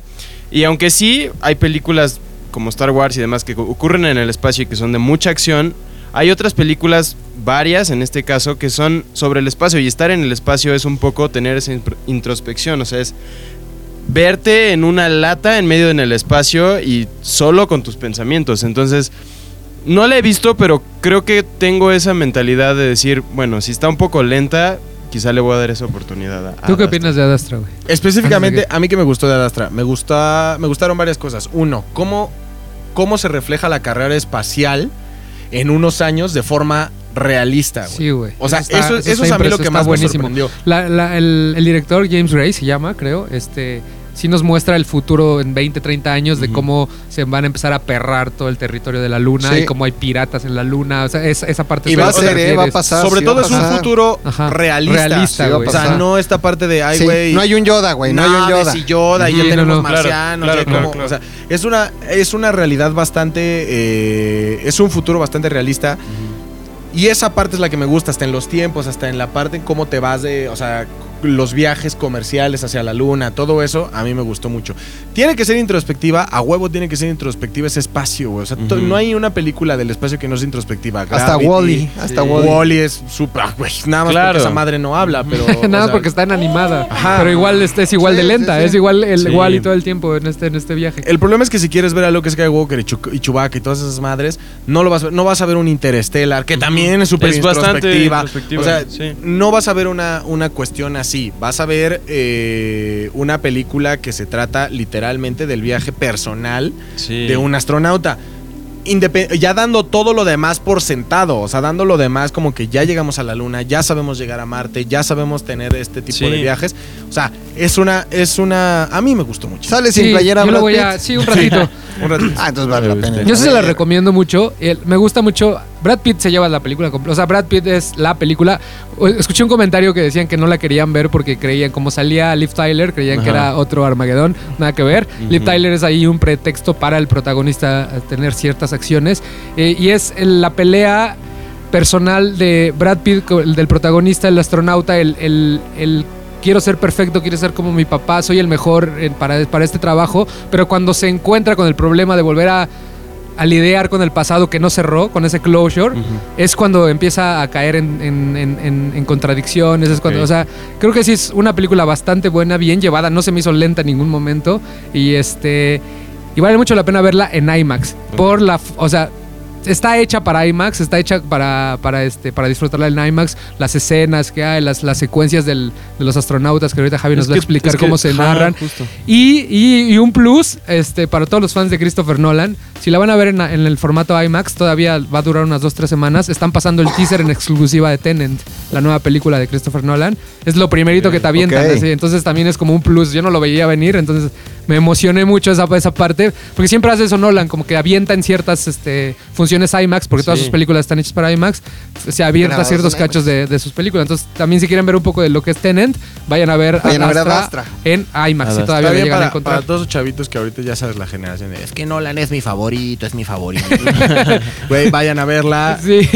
B: Y aunque sí, hay películas como Star Wars y demás que ocurren en el espacio y que son de mucha acción, hay otras películas, varias en este caso, que son sobre el espacio y estar en el espacio es un poco tener esa impr- introspección, o sea, es verte en una lata en medio en el espacio y solo con tus pensamientos. Entonces, no la he visto, pero creo que tengo esa mentalidad de decir, bueno, si está un poco lenta, quizá le voy a dar esa oportunidad. a-
D: ¿Tú qué
B: a-
D: opinas de Adastra, güey?
A: Específicamente, a mí que me gustó de Adastra, me, gusta, me gustaron varias cosas. Uno, cómo, cómo se refleja la carrera espacial en unos años de forma realista, güey.
D: Sí, güey.
A: O sea,
D: está-
A: eso, eso,
D: está
A: es a mí lo
D: impreso,
A: que
D: está
A: más me
D: buenísimo.
A: sorprendió.
D: La- la- el, el director James Ray se llama, creo, este sí nos muestra el futuro en 20, 30 años de cómo se van a empezar a perrar todo el territorio de la luna
C: Sí.
D: y cómo hay piratas en la luna. O sea, es- esa parte
A: Y
D: es
A: va
D: lo
A: a
D: que
A: ser,
D: te
C: eh, va a
D: refieres.
C: pasar.
A: Sobre
C: sí va
A: todo
C: a
A: es un
C: pasar.
A: futuro
D: Ajá.
A: realista.
D: Realista,
C: Sí va a
D: güey.
A: o sea,
C: pasar.
A: no esta parte de, ay,
C: Sí,
A: güey.
C: no hay un Yoda, güey. No, hay un Yoda.
A: y Yoda y
D: Ujú.
A: ya
D: Sí,
A: tenemos
D: no, no.
A: marcianos.
B: Claro,
A: ya
B: claro,
A: como-
B: claro.
A: o sea, es una, es una realidad bastante. eh, es un futuro bastante realista. Y esa parte es la que me gusta, hasta en los tiempos, hasta en la parte en cómo te vas de. O sea, los viajes comerciales hacia la luna, todo eso, a mí me gustó mucho. Tiene que ser introspectiva, a huevo tiene que ser introspectiva ese espacio, güey. O sea, to-
B: Ujú.
A: no hay una película del espacio que no sea introspectiva.
C: Hasta
A: Gravity,
C: Wally. Hasta Wally.
A: Wally es súper. ah, güey, Nada más
B: Claro.
A: porque esa madre no habla, pero.
D: Nada
A: o sea,
D: porque está en animada.
A: Ajá.
D: Pero igual este es igual
C: Sí,
D: de
C: sí,
D: lenta,
C: sí. Eh,
D: es igual el
B: Sí.
D: igual y todo el tiempo en este en este viaje.
A: El problema es que si quieres ver a Luke Skywalker y, Chu- y Chewbacca y todas esas madres, no lo vas a ver, no vas a ver un Interstellar, que también es súper
B: Es bastante
A: introspectiva.
B: introspectiva,
A: O sea,
B: sí.
A: no vas a ver una, una cuestión así. Vas a ver eh, una película que se trata literalmente del viaje personal
B: Sí.
A: de un astronauta. Indepe- ya dando todo lo demás por sentado, o sea, dando lo demás como que ya llegamos a la luna, ya sabemos llegar a Marte, ya sabemos tener este tipo
B: Sí.
A: de viajes. O sea, es una, es una. A mí me gustó mucho.
C: Sale sin
D: Sí,
C: playera
D: yo lo
C: Brad
D: voy a,
C: Pitt.
D: sí, un ratito.
A: Un ratito.
C: Ah, entonces vale la
B: Este,
C: pena.
D: Yo sí se la recomiendo mucho. El- me gusta mucho. Brad Pitt se lleva la película. compl- O sea, Brad Pitt es la película. O- Escuché un comentario que decían que no la querían ver porque creían, como salía Liv Tyler, creían que
B: Ajá.
D: era otro Armagedón. Nada que ver.
B: Ujú.
D: Liv Tyler es ahí un pretexto para el protagonista a tener ciertas acciones. Eh, y es el- la pelea personal de Brad Pitt, co- el del protagonista, el astronauta, el, el- el quiero ser perfecto, quiero ser como mi papá, soy el mejor eh, para, para este trabajo, pero cuando se encuentra con el problema de volver a, a lidiar con el pasado que no cerró, con ese closure,
B: Ujú.
D: es cuando empieza a caer en, en- en- en- en contradicciones, es cuando,
B: Ok.
D: o sea, creo que sí es una película bastante buena, bien llevada, no se me hizo lenta en ningún momento y este y vale mucho la pena verla en IMAX
B: Ok.
D: por la, f- o sea, está hecha para IMAX, está hecha para, para, este, para disfrutarla en IMAX, las escenas que hay, las, las secuencias del- de los astronautas que ahorita Javi nos
B: Es
D: va a
B: que-
D: explicar
B: es que-
D: cómo se
B: ajá,
D: narran.
B: justo.
D: Y, y- y un plus este, para todos los fans de Christopher Nolan, Si la van a ver en, en el formato IMAX, todavía va a durar unas 2-3 semanas. Están pasando el teaser en exclusiva de Tenant, la nueva película de Christopher Nolan. Es lo primerito que te avientan.
C: ok.
D: así, Entonces también es como un plus. Yo no lo veía venir, entonces me emocioné mucho esa, esa parte. Porque siempre hace eso Nolan, como que avienta en ciertas este, funciones IMAX, porque todas
B: Sí.
D: sus películas están hechas para IMAX. Se avienta
C: Grabados
D: ciertos
C: en IMAX.
D: cachos de, de sus películas. Entonces también si quieren ver un poco de lo que es Tenant, vayan a ver
C: Vayan a ver
D: Ad
C: Ad Astra.
D: en IMAX. Si
B: Ad
A: Está
D: todavía lo
A: bien
D: llegan a
A: para,
D: encontrar.
A: para todos los chavitos que ahorita ya sabes la generación. de, Es que
F: Nolan es mi favorito, es mi favorito.
A: güey, vayan a verla
D: Sí,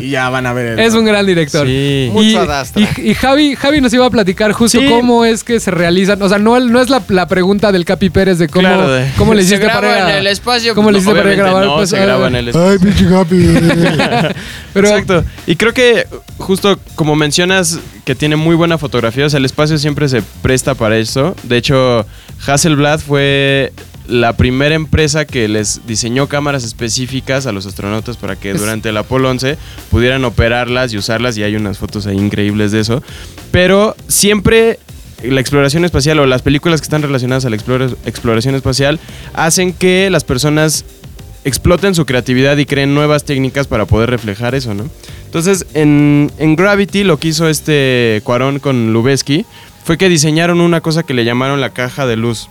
A: y ya van a ver. el-
D: es un gran director.
B: Sí.
C: Mucho
D: Y,
C: Ad Astra.
D: y- y Javi, Javi nos iba a platicar justo
B: Sí.
D: cómo es que se realizan. O sea, no, no es la, la pregunta del Capi Pérez de cómo,
B: Claro, de-
D: cómo le
B: se
D: hiciste
B: graba
D: para. ir a-
B: en el espacio.
D: cómo le hiciste para ir a
B: Obviamente
D: grabar,
B: No,
D: pues,
B: se
D: ah,
B: graba en el espacio.
C: Ay, pinche Capi.
D: pero-
B: Exacto. Y creo que justo como mencionas que tiene muy buena fotografía, o sea, el espacio siempre se presta para eso. De hecho, Hasselblad fue la primera empresa que les diseñó cámaras específicas a los astronautas para que
D: Es-
B: durante el Apolo 11 pudieran operarlas y usarlas y hay unas fotos ahí increíbles de eso. Pero siempre la exploración espacial o las películas que están relacionadas a la explora- exploración espacial hacen que las personas exploten su creatividad y creen nuevas técnicas para poder reflejar eso, ¿no? Entonces, en, en Gravity lo que hizo este Cuarón con Lubeski fue que diseñaron una cosa que le llamaron la caja de luz.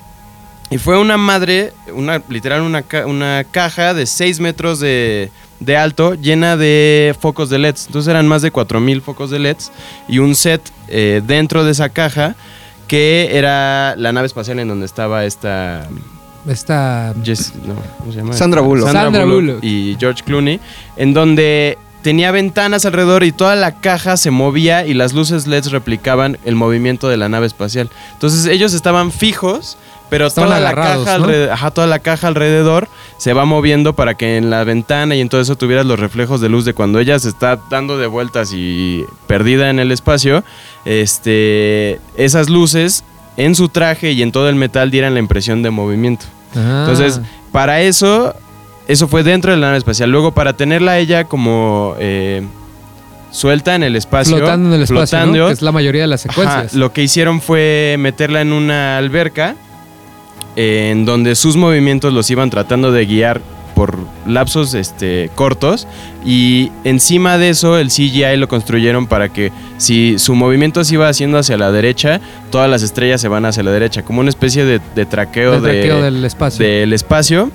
B: Y fue una madre, una, literal una, ca- una caja de 6 metros de, de alto llena de focos de LEDs. Entonces eran más de 4.000 focos de LEDs y un set eh, dentro de esa caja que era la nave espacial en donde estaba esta...
D: Esta.
B: Jess- no, ¿cómo se llama?
C: Sandra Bullock.
D: Sandra Bullock.
B: Y George Clooney, en donde tenía ventanas alrededor y toda la caja se movía y las luces LEDs replicaban el movimiento de la nave espacial. Entonces ellos estaban fijos, pero
D: Estaban
B: toda la,
D: agarrados,
B: caja
D: ¿no?
B: alre- ajá, toda la caja alrededor se va moviendo para que en la ventana y en todo eso tuvieras los reflejos de luz de cuando ella se está dando de vueltas y perdida en el espacio, este, esas luces en su traje y en todo el metal dieran la impresión de movimiento.
D: Ah.
B: Entonces, para eso, eso fue dentro de la nave espacial. Luego, para tenerla a ella como eh, suelta en el espacio.
D: flotando en el espacio, ¿no?
B: flotando,
D: que es la mayoría de las secuencias.
B: ajá, lo que hicieron fue meterla en una alberca eh, en donde sus movimientos los iban tratando de guiar por lapsos este, cortos y encima de eso el CGI lo construyeron para que si su movimiento se iba haciendo hacia la derecha, todas las estrellas se van hacia la derecha, como una especie de, de traqueo,
D: del
B: de,
D: traqueo del espacio.
B: del espacio.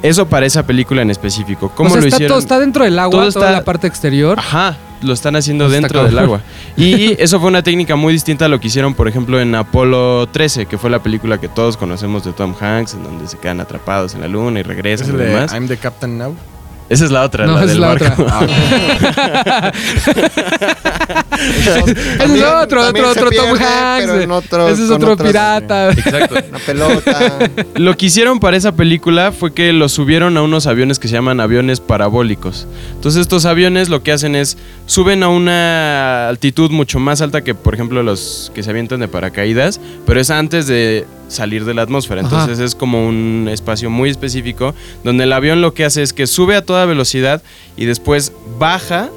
B: Eso para esa película en específico. ¿Cómo
D: O sea,
B: lo
D: está
B: hicieron?
D: todo- está dentro del agua,
B: Todo
D: toda
B: está-
D: la parte exterior.
B: Ajá, lo están haciendo
D: Pues Está
B: dentro
D: cabrón.
B: del agua. Y eso fue una técnica muy distinta a lo que hicieron, por ejemplo, en Apolo 13, que fue la película que todos conocemos de Tom Hanks, en donde se quedan atrapados en la luna y
A: Es
B: regresan y
A: el de
B: demás.
A: I'm the Captain Now. Ah,
B: Esa es la otra,
D: No,
B: la
D: es
B: del
D: la
B: barco.
D: otra.
F: Ah,
D: Ese es otro,
C: También
D: otro,
C: se
D: otro Tom
C: pierde,
D: Hanks. eh.
C: pero en otro-
D: Ese es
C: con eh.
D: otro
C: otras-
D: pirata.
B: Exacto.
C: Una pelota.
D: Pues
B: Lo que hicieron para esa película fue que los subieron a unos aviones que se llaman aviones parabólicos. Entonces estos aviones lo que hacen es suben a una altitud mucho más alta que por ejemplo los que se avientan de paracaídas, pero es antes de salir de la atmósfera.
D: Ajá.
B: Entonces es como un espacio muy específico donde el avión lo que hace es que sube a toda velocidad y después baja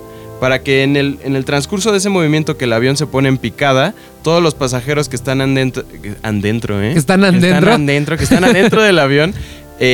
B: para que en el, en el transcurso de ese movimiento que el avión se pone en picada, todos los pasajeros que están andentro, andentro ¿eh?
D: Que están andentro.
B: Están andentro, que están adentro del avión,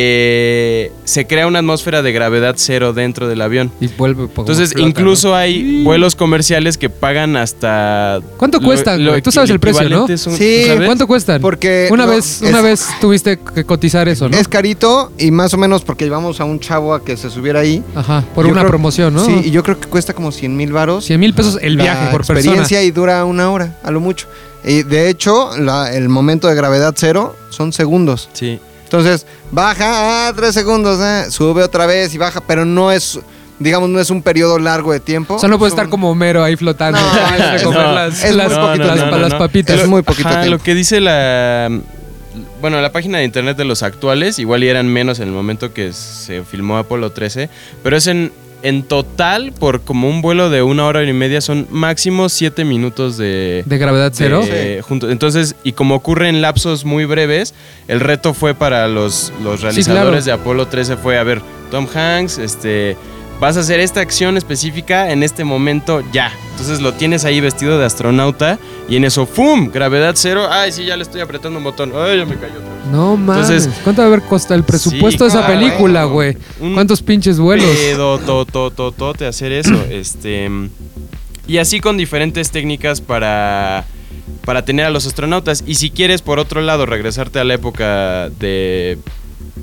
B: eh, se crea una atmósfera de gravedad cero dentro del avión.
D: Y vuelve como
B: Entonces,
D: flota, ¿no?
B: incluso hay vuelos comerciales que pagan hasta...
D: ¿Cuánto
B: lo-
D: cuestan,
B: lo
D: güey? Tú sabes el precio, ¿no?
B: equivalente son-
C: Sí,
B: ¿sabes?
D: ¿Cuánto cuestan?
C: Porque
D: una
C: no,
D: vez,
C: es-
D: una vez tuviste que cotizar eso, ¿no?
C: Es carito y más o menos porque llevamos a un chavo a que se subiera ahí.
D: Ajá, por
C: Yo
D: una
C: creo-
D: promoción, ¿no?
C: Sí, y yo creo que cuesta como 100 mil varos.
D: 100 mil pesos el
C: la
D: viaje por
C: experiencia
D: persona.
C: y dura una hora, a lo mucho. Y de hecho, la- el momento de gravedad cero son segundos.
B: Sí.
C: Entonces, baja, ah, tres segundos, ah, sube otra vez y baja, pero no es, digamos, no es un periodo largo de tiempo.
D: O sea, no puede
C: Es
D: estar
C: un-
D: como Homero ahí flotando.
C: No,
D: ¿sabes?
C: es-
D: Recoger
B: no,
D: las,
C: es muy
D: las-
C: poquito
D: las-
C: tiempo.
D: las papitas.
C: Es
B: Lo-
C: muy poquito
B: ajá,
C: tiempo.
B: lo que dice la... Bueno, la página de internet de los actuales, igual y eran menos en el momento que se filmó Apolo 13, pero es en, en total, por como un vuelo de una hora y media, son máximo 7 minutos de,
D: de gravedad cero.
B: de- junto- Entonces, y como ocurre en lapsos muy breves, el reto fue para los, los realizadores de Apolo 13 fue, a ver, Tom Hanks, este, vas a hacer esta acción específica en este momento ya. Entonces lo tienes ahí vestido de astronauta y en eso, ¡fum! Gravedad cero. Ay, sí, ya le estoy apretando un botón. Ay, ya me cayó otra vez.
D: No mames.
B: Entonces-
D: ¿Cuánto va a haber costado el presupuesto de
B: Sí,
D: esa
B: claro.
D: película, güey?
B: Un
D: ¿Cuántos pinches vuelos?
B: Pedo, to, to, to, tote hacer eso. este Y así con diferentes técnicas para, para tener a los astronautas. Y si quieres, por otro lado, regresarte a la época de.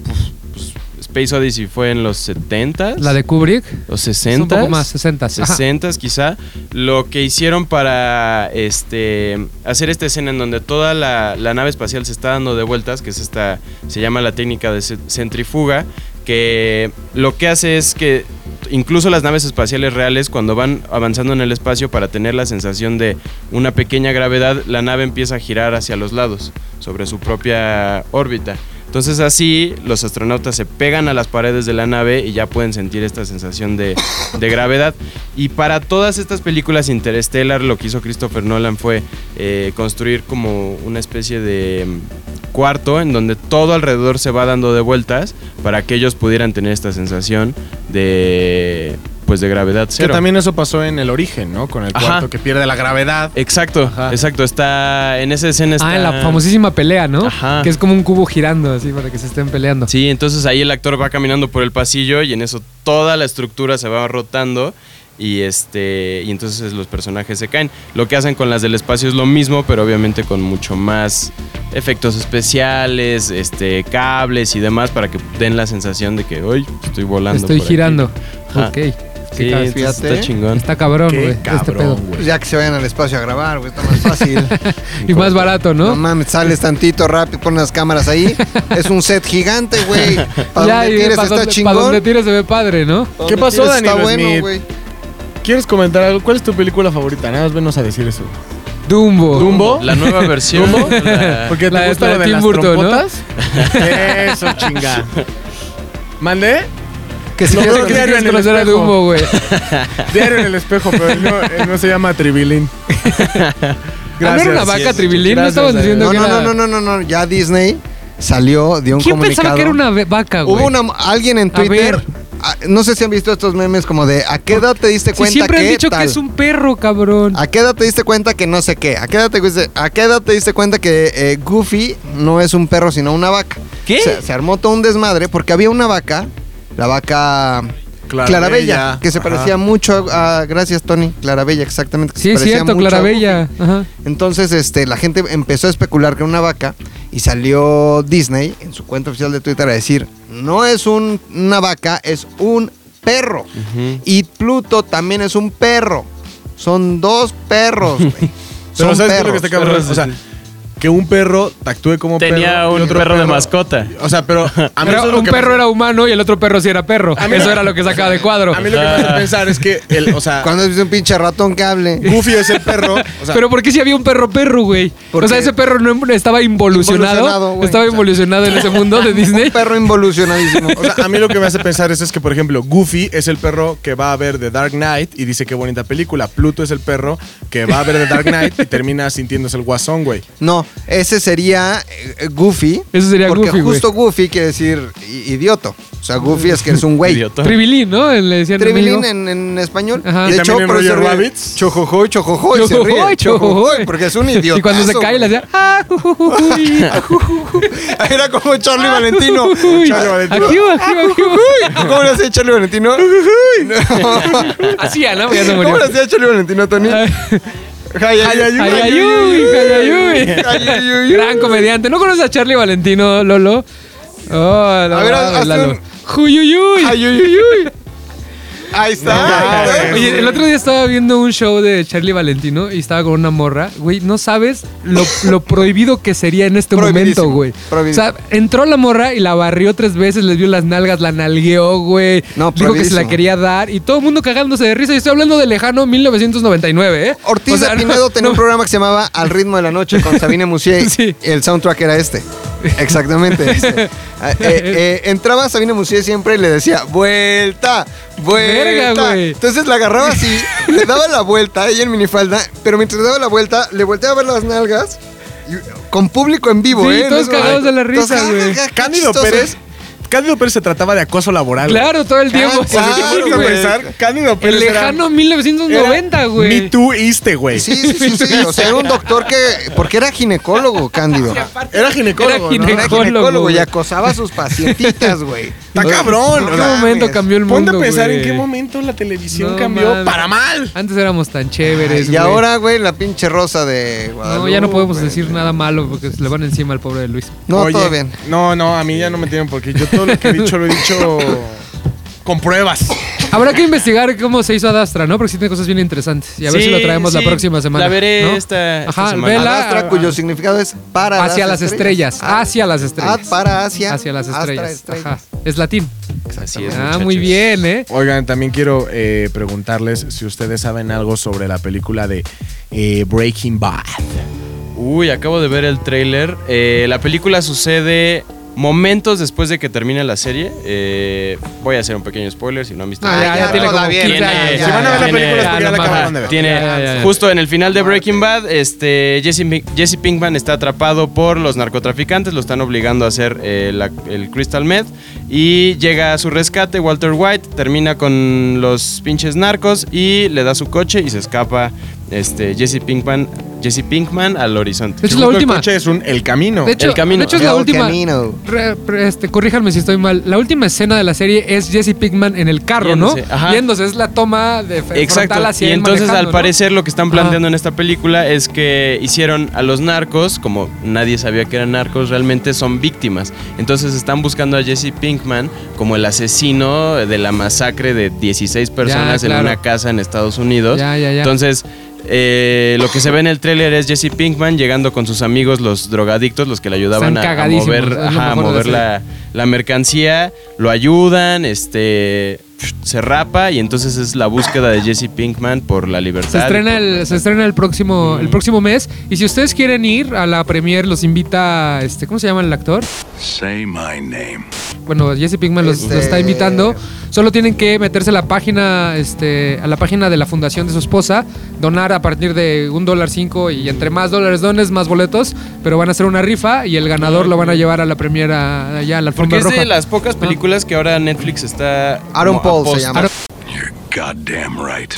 B: pues, pues, Space Odyssey fue en los 70s.
D: La de Kubrick.
B: Los
D: Es
B: 60s.
D: Un poco más, 60.
B: 60 quizá, lo que hicieron para este hacer esta escena en donde toda la, la nave espacial se está dando de vueltas, que es esta, se llama la técnica de ce- centrifuga, que lo que hace es que incluso las naves espaciales reales, cuando van avanzando en el espacio para tener la sensación de una pequeña gravedad, la nave empieza a girar hacia los lados, sobre su propia órbita. Entonces así los astronautas se pegan a las paredes de la nave y ya pueden sentir esta sensación de, de gravedad. Y para todas estas películas interstellar lo que hizo Christopher Nolan fue eh, construir como una especie de mm, cuarto en donde todo alrededor se va dando de vueltas para que ellos pudieran tener esta sensación de pues de gravedad
A: Que
B: cero.
A: también eso pasó en el origen, ¿no? Con el
B: Ajá.
A: cuarto que pierde la gravedad.
B: Exacto,
A: Ajá.
B: exacto, está en esa escena está
D: Ah, en la famosísima pelea, ¿no?
B: Ajá.
D: Que es como un cubo girando así para que se estén peleando.
B: Sí, entonces ahí el actor va caminando por el pasillo y en eso toda la estructura se va rotando y este y entonces los personajes se caen. Lo que hacen con las del espacio es lo mismo, pero obviamente con mucho más efectos especiales, este cables y demás para que den la sensación de que hoy estoy volando.
D: Estoy
B: por aquí".
D: girando.
B: Ajá.
D: Ok. Qué
B: Sí,
D: cabrón.
B: entonces
C: Fíjate.
B: está chingón.
D: Está cabrón,
A: Ah. Qué
D: güey. Este
A: cabrón,
D: pedo.
A: güey.
C: Pues ya que se vayan al espacio a grabar, güey, está más fácil.
D: Y más barato,
C: ¿No?
D: ¿no?
C: mames, sales tantito rápido, pones las cámaras ahí. es un set gigante, güey. Para
D: Ya,
C: donde
D: y
C: tires
D: pa'
C: está
D: donde-
C: chingón.
D: pa' donde tires se ve padre, ¿no?
C: Pa' donde
A: ¿Qué pasó,
C: tires Está
A: Danilo
C: bueno,
A: Smith?
C: güey.
A: ¿Quieres comentar algo? ¿Cuál es tu película favorita? Nada más venos a decir eso.
D: Dumbo.
A: ¿Dumbo?
B: La nueva versión.
A: ¿Dumbo?
B: la-
A: Porque
D: La-
A: te gusta
D: la
A: lo
D: de
A: de
D: Tim
A: las
D: Burton, ¿no?
A: trompotas. Eso, chinga. ¿Mandé?
D: Que si
A: No,
D: quieres,
A: no,
D: que si
A: diario
D: quieres
A: en el
D: conocer a
A: espejo.
D: Dumbo, güey.
A: Diario en el espejo, pero él no, él no se llama Tribilín.
D: ¿Ah, no era una
A: sí,
D: vaca
A: es-
D: tribilín? ¿No
A: gracias,
D: estaban
A: Daniel.
D: diciendo
C: No,
D: que
C: no,
D: era...?
C: no, no, no, no, no. Ya Disney salió, dio un
D: ¿Quién
C: comunicado.
D: pensaba que era una ve- vaca, güey?
C: Hubo una, alguien en
D: A
C: Twitter.
D: ver.
C: ah, No sé si han visto estos memes como de ¿a qué edad te diste
D: Si
C: cuenta
D: siempre han
C: que
D: dicho que
C: tal?
D: es un perro, cabrón.
A: Ah,
C: ¿A qué edad te diste cuenta que no sé qué? ¿A qué edad te, diste- a qué edad te diste cuenta que eh, Goofy no es un perro sino una vaca?
B: ¿Qué?
C: Se, se armó todo un desmadre porque había una vaca, la vaca
A: Clarabella.
C: Clarabella, que se
A: Ajá.
C: parecía mucho a, a- Gracias, Tony. Clarabella, exactamente. que se
D: Sí, es
C: parecía
D: cierto,
C: mucho a
D: Clarabella. Ajá.
C: Goofy. Entonces, este, la gente empezó a especular que era una vaca y salió Disney en su cuenta oficial de Twitter a decir: No es un- una vaca, es un perro.
B: Ujú.
C: Y Pluto también es un perro. Son dos perros, güey.
A: Pero
C: Son
A: ¿sabes qué es
C: perros.
A: lo que está cabrón?
B: Perros,
A: O sea,
B: sí,
A: que un perro actúe como
B: Tenía
A: perro. y
B: un
A: otro
B: perro, de mascota.
A: O sea, pero a mí
D: Era-
A: eso es lo
D: un
A: que
D: perro
A: me-
D: era humano y el otro perro sí era perro.
A: A mí
D: Eso
A: no-
D: era lo que sacaba de cuadro.
A: A mí lo que me hace pensar es que, el, o sea,
C: Cuando has visto un pinche ratón que hable.
A: Goofy es el perro. O sea,
D: Pero ¿por qué si había un perro perro, güey?
C: Porque-
D: O sea, ese perro no estaba involucionado.
C: Involucionado, güey.
D: estaba
C: O sea-
D: involucionado en ese mundo de Disney.
C: Un perro involucionadísimo.
A: O sea, a mí lo que me hace pensar eso es que, por ejemplo, Goofy es el perro que va a ver The Dark Knight y dice qué bonita película. Pluto es el perro que va a ver The Dark Knight y termina sintiéndose el guasón, güey.
C: No, ese sería eh, eh, Goofy.
D: Eso sería
C: porque
D: Goofy, güey.
C: justo Goofy quiere decir i- idioto. O sea, Goofy es que eres un güey.
B: Idiota.
D: Tribilín, ¿no? Le decían en
C: Tribilín
D: México.
C: en, en español.
D: Ajá.
A: Y también en
C: por eso
A: Roger
C: ríe.
A: Rabbit.
C: Chojojoy, chojojoy, se
D: Chojojoy, chojojoy.
C: ríe. Chojojoy, porque es un Ah, idiota.
D: Y cuando se cae le hacía... "Ah, ujujuy, ujujuy".
C: Era como Charlie Valentino.
D: Uy,
C: Charlie Valentino. Ah,
D: ajiu, ajiu, ajiu.
C: ¿Cómo le hacía Charlie Valentino?
D: Así, ¿no? Ya se murió.
C: ¿Cómo le hacía Charlie Valentino, Tony?
D: Ay,
C: Ay,
D: ay, ay, uy, ay, ay, uy.
C: Ay, ay, ay,
D: Gran comediante. ¿No conoces a Charlie Valentino, Lolo? Oh, no,
C: A ver,
D: mames,
C: haz- haz
D: Lalo.
C: un-
D: Juyuyuy.
C: Ay, uy,
D: Juyuyuy.
C: Ahí
A: No,
C: está.
A: mames.
D: Oye, el otro día estaba viendo un show de Charlie Valentino y estaba con una morra. Güey, no sabes lo, lo prohibido que sería en este momento,
C: Prohibidísimo,
D: güey. O
C: prohibidísimo.
D: sea, entró la morra y la barrió tres veces, le dio las nalgas, la nalgueó, güey.
C: No,
D: Dijo que se la
C: prohibidísimo.
D: quería dar y todo el mundo cagándose de risa. Yo estoy hablando de lejano 1999, ¿eh?
C: Ortiz
D: O sea,
C: de
D: no-
C: Pinedo tenía un programa que se llamaba Al ritmo de la noche con Sabine Musier.
D: Sí.
C: El soundtrack era este. Exactamente. este. Ah, eh, eh, entraba Sabine Musier siempre y le decía, vuelta,
D: Verga,
C: vuelta.
D: güey.
C: Entonces la agarraba así, le daba la vuelta, ella en minifalda, pero mientras le daba la vuelta, le volteaba a ver las nalgas. y- con público en vivo,
D: Sí,
C: ¿eh? En
D: todos
C: ese
D: cagados
C: momento.
D: de la risa,
C: Todos, ja,
D: güey.
C: ja, ja, qué
A: Cándido
C: chistoso.
A: Pérez. Cándido Pérez se trataba de acoso laboral. güey.
D: Claro,
C: Ah,
D: todo el tiempo.
A: O sea, si te pones a
D: güey.
A: pensar, Cándido Pérez
D: El
A: era-
D: lejano
A: era
D: 1990, güey.
A: Me Too este, güey.
C: Sí, sí, sí, sí, O sea, era un doctor que. Porque era ginecólogo, Cándido.
A: Era ginecólogo,
D: Era
A: ¿no?
C: Era
D: Ginecólogo,
C: ginecólogo y
D: güey.
C: acosaba a sus pacientitas, güey.
A: Está cabrón.
C: No
A: o
D: ¿En qué
A: sea,
C: mames.
D: momento cambió el mundo?
A: Ponte a pensar en
D: güey?
A: qué momento la televisión
D: No
A: cambió
D: mames.
A: para mal.
D: Antes éramos tan chéveres,
C: Y
D: güey.
C: ahora, güey, la pinche rosa de
D: No,
C: Guadalupe.
D: ya no podemos decir nada malo porque se le van encima al pobre de Luis.
C: No,
A: Oye,
C: todo bien.
A: No, no, a mí ya no me tienen porque yo todo lo que he dicho lo he dicho con pruebas.
D: Habrá que investigar cómo se hizo Adastra, ¿no? Porque sí tiene cosas bien interesantes. Y a ver
B: Sí,
D: si lo traemos la
B: sí,
D: próxima semana.
B: La veré
D: ¿no?
B: esta, esta
D: Ajá,
B: semana.
D: vela.
C: Adastra, cuyo significado es para
D: Hacia las estrellas. Hacia las estrellas.
C: Ad para hacia.
D: Hacia las
C: astra
D: estrellas. Ajá. Es latín.
B: Así es,
D: ah,
B: muchachos.
D: muy bien, ¿eh?
A: Oigan, también quiero eh, preguntarles si ustedes saben algo sobre la película de eh, Breaking Bad.
B: Uy, acabo de ver el tráiler. Eh, la película sucede momentos después de que termine la serie. Eh, voy a hacer un pequeño spoiler si no han visto.
C: Ah,
B: nada.
C: ya, todavía,
D: quince
C: ya,
D: años.
C: ya, Si van a ver la
A: película es porque ya la
D: no
A: acabaron
D: mames.
A: de ver.
B: Tiene,
D: Ya, ya, ya.
B: justo en el final de Breaking Bad, este, Jesse, Mi- Jesse Pinkman está atrapado por los narcotraficantes, lo están obligando a hacer eh, la- el Crystal Meth y llega a su rescate Walter White, termina con los pinches narcos y le da su coche y se escapa este, Jesse Pinkman, Jesse Pinkman al horizonte.
D: Es la última.
A: El coche es un El Camino.
D: De hecho,
B: El camino.
D: de hecho es la
C: El
D: última.
C: camino.
D: Re- re- este, corríjanme si estoy mal. La última escena de la serie es Jesse Pinkman en el carro,
B: Yéndose,
D: ¿no?
B: ajá.
D: Yéndose, es la toma de f-
B: Exacto.
D: frontal hacia
B: Y
D: él
B: entonces
D: manejando,
B: al
D: ¿no?
B: parecer lo que están
D: Ajá.
B: planteando en esta película es que hicieron a los narcos, como nadie sabía que eran narcos, realmente son víctimas. Entonces están buscando a Jesse Pinkman como el asesino de la masacre de 16 personas
D: claro.
B: en una casa en Estados Unidos.
D: Ya, ya, ya.
B: Entonces, eh, lo que se ve en el tráiler es Jesse Pinkman llegando con sus amigos, los drogadictos, los que le ayudaban
D: Están
B: a, a
D: cagadísimos, es
B: mover,
D: lo
B: ajá, a
D: mejor de la
B: mover la, la mercancía, lo ayudan, este se rapa y entonces es la búsqueda de Jesse Pinkman por la libertad.
D: Se estrena, el, se estrena el próximo el próximo mes. Y si ustedes quieren ir a la premier, los invita. este ¿Cómo se llama el actor?
G: Say my name.
D: Bueno, Jesse Pinkman los, los
C: Este-
D: está invitando. Solo tienen que meterse a la página, este, a la página de la fundación de su esposa, donar a partir de un dólar cinco y entre más dólares dones, más boletos. Pero van a hacer una rifa y el ganador lo van a llevar a la premiera allá a la
B: Porque
D: alfombra
B: es
D: roja.
B: de las pocas películas que ahora Netflix está.
C: Aaron
B: como
C: Paul se
B: apost-
C: llama.
D: Aaron-
G: You're goddamn right.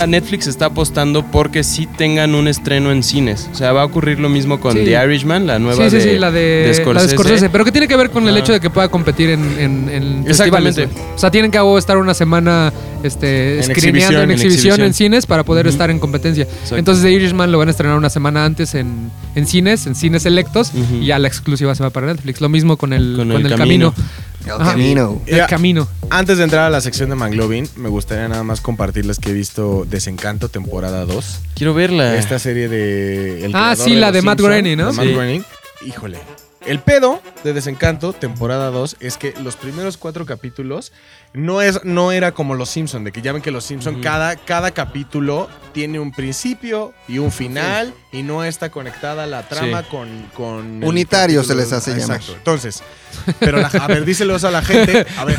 B: a Netflix está apostando porque sí tengan un estreno en cines. O sea, va a ocurrir lo mismo con
D: Sí.
B: The Irishman, la nueva
D: sí, sí,
B: de,
D: sí, la de,
B: de Scorsese.
D: la de Scorsese. Pero que tiene que ver con el
B: Ah.
D: hecho de que pueda competir en, en, en
B: Exactamente.
D: festivales, güey. O sea, tienen que a huevo estar una semana este,
A: En
D: screeneando
A: exhibición,
D: en
A: en
D: exhibición en
A: exhibición.
D: cines para poder estar en competencia. Entonces, The Irishman lo van a estrenar una semana antes en, en cines, en cines selectos,
B: Ujú.
D: y ya la exclusiva se va para Netflix. Lo mismo con el, con
B: Con
D: el,
B: El
D: camino.
B: Camino.
C: El
D: Ajá.
C: camino.
D: El
A: Ya.
D: camino.
A: Antes de entrar a la sección de Manglovin, me gustaría nada más compartirles que he visto Desencanto temporada 2.
B: Quiero verla.
A: Esta serie de... el
D: Ah,
A: creador
D: sí, la
A: Los
D: de Matt
A: Simpson,
D: Groening, ¿no?
A: de Matt
B: Sí.
A: Groening. Híjole. El pedo de Desencanto, temporada 2, es que los primeros cuatro capítulos no, es, no era como Los Simpson, de que ya ven que Los Simpson cada, cada capítulo tiene un principio y un final y no está conectada la trama
B: Sí.
A: con, con... el
C: Unitario se
A: capítulo.
C: les hace llamar.
A: Exacto. Entonces, pero la- a ver, díselos a la gente. A ver,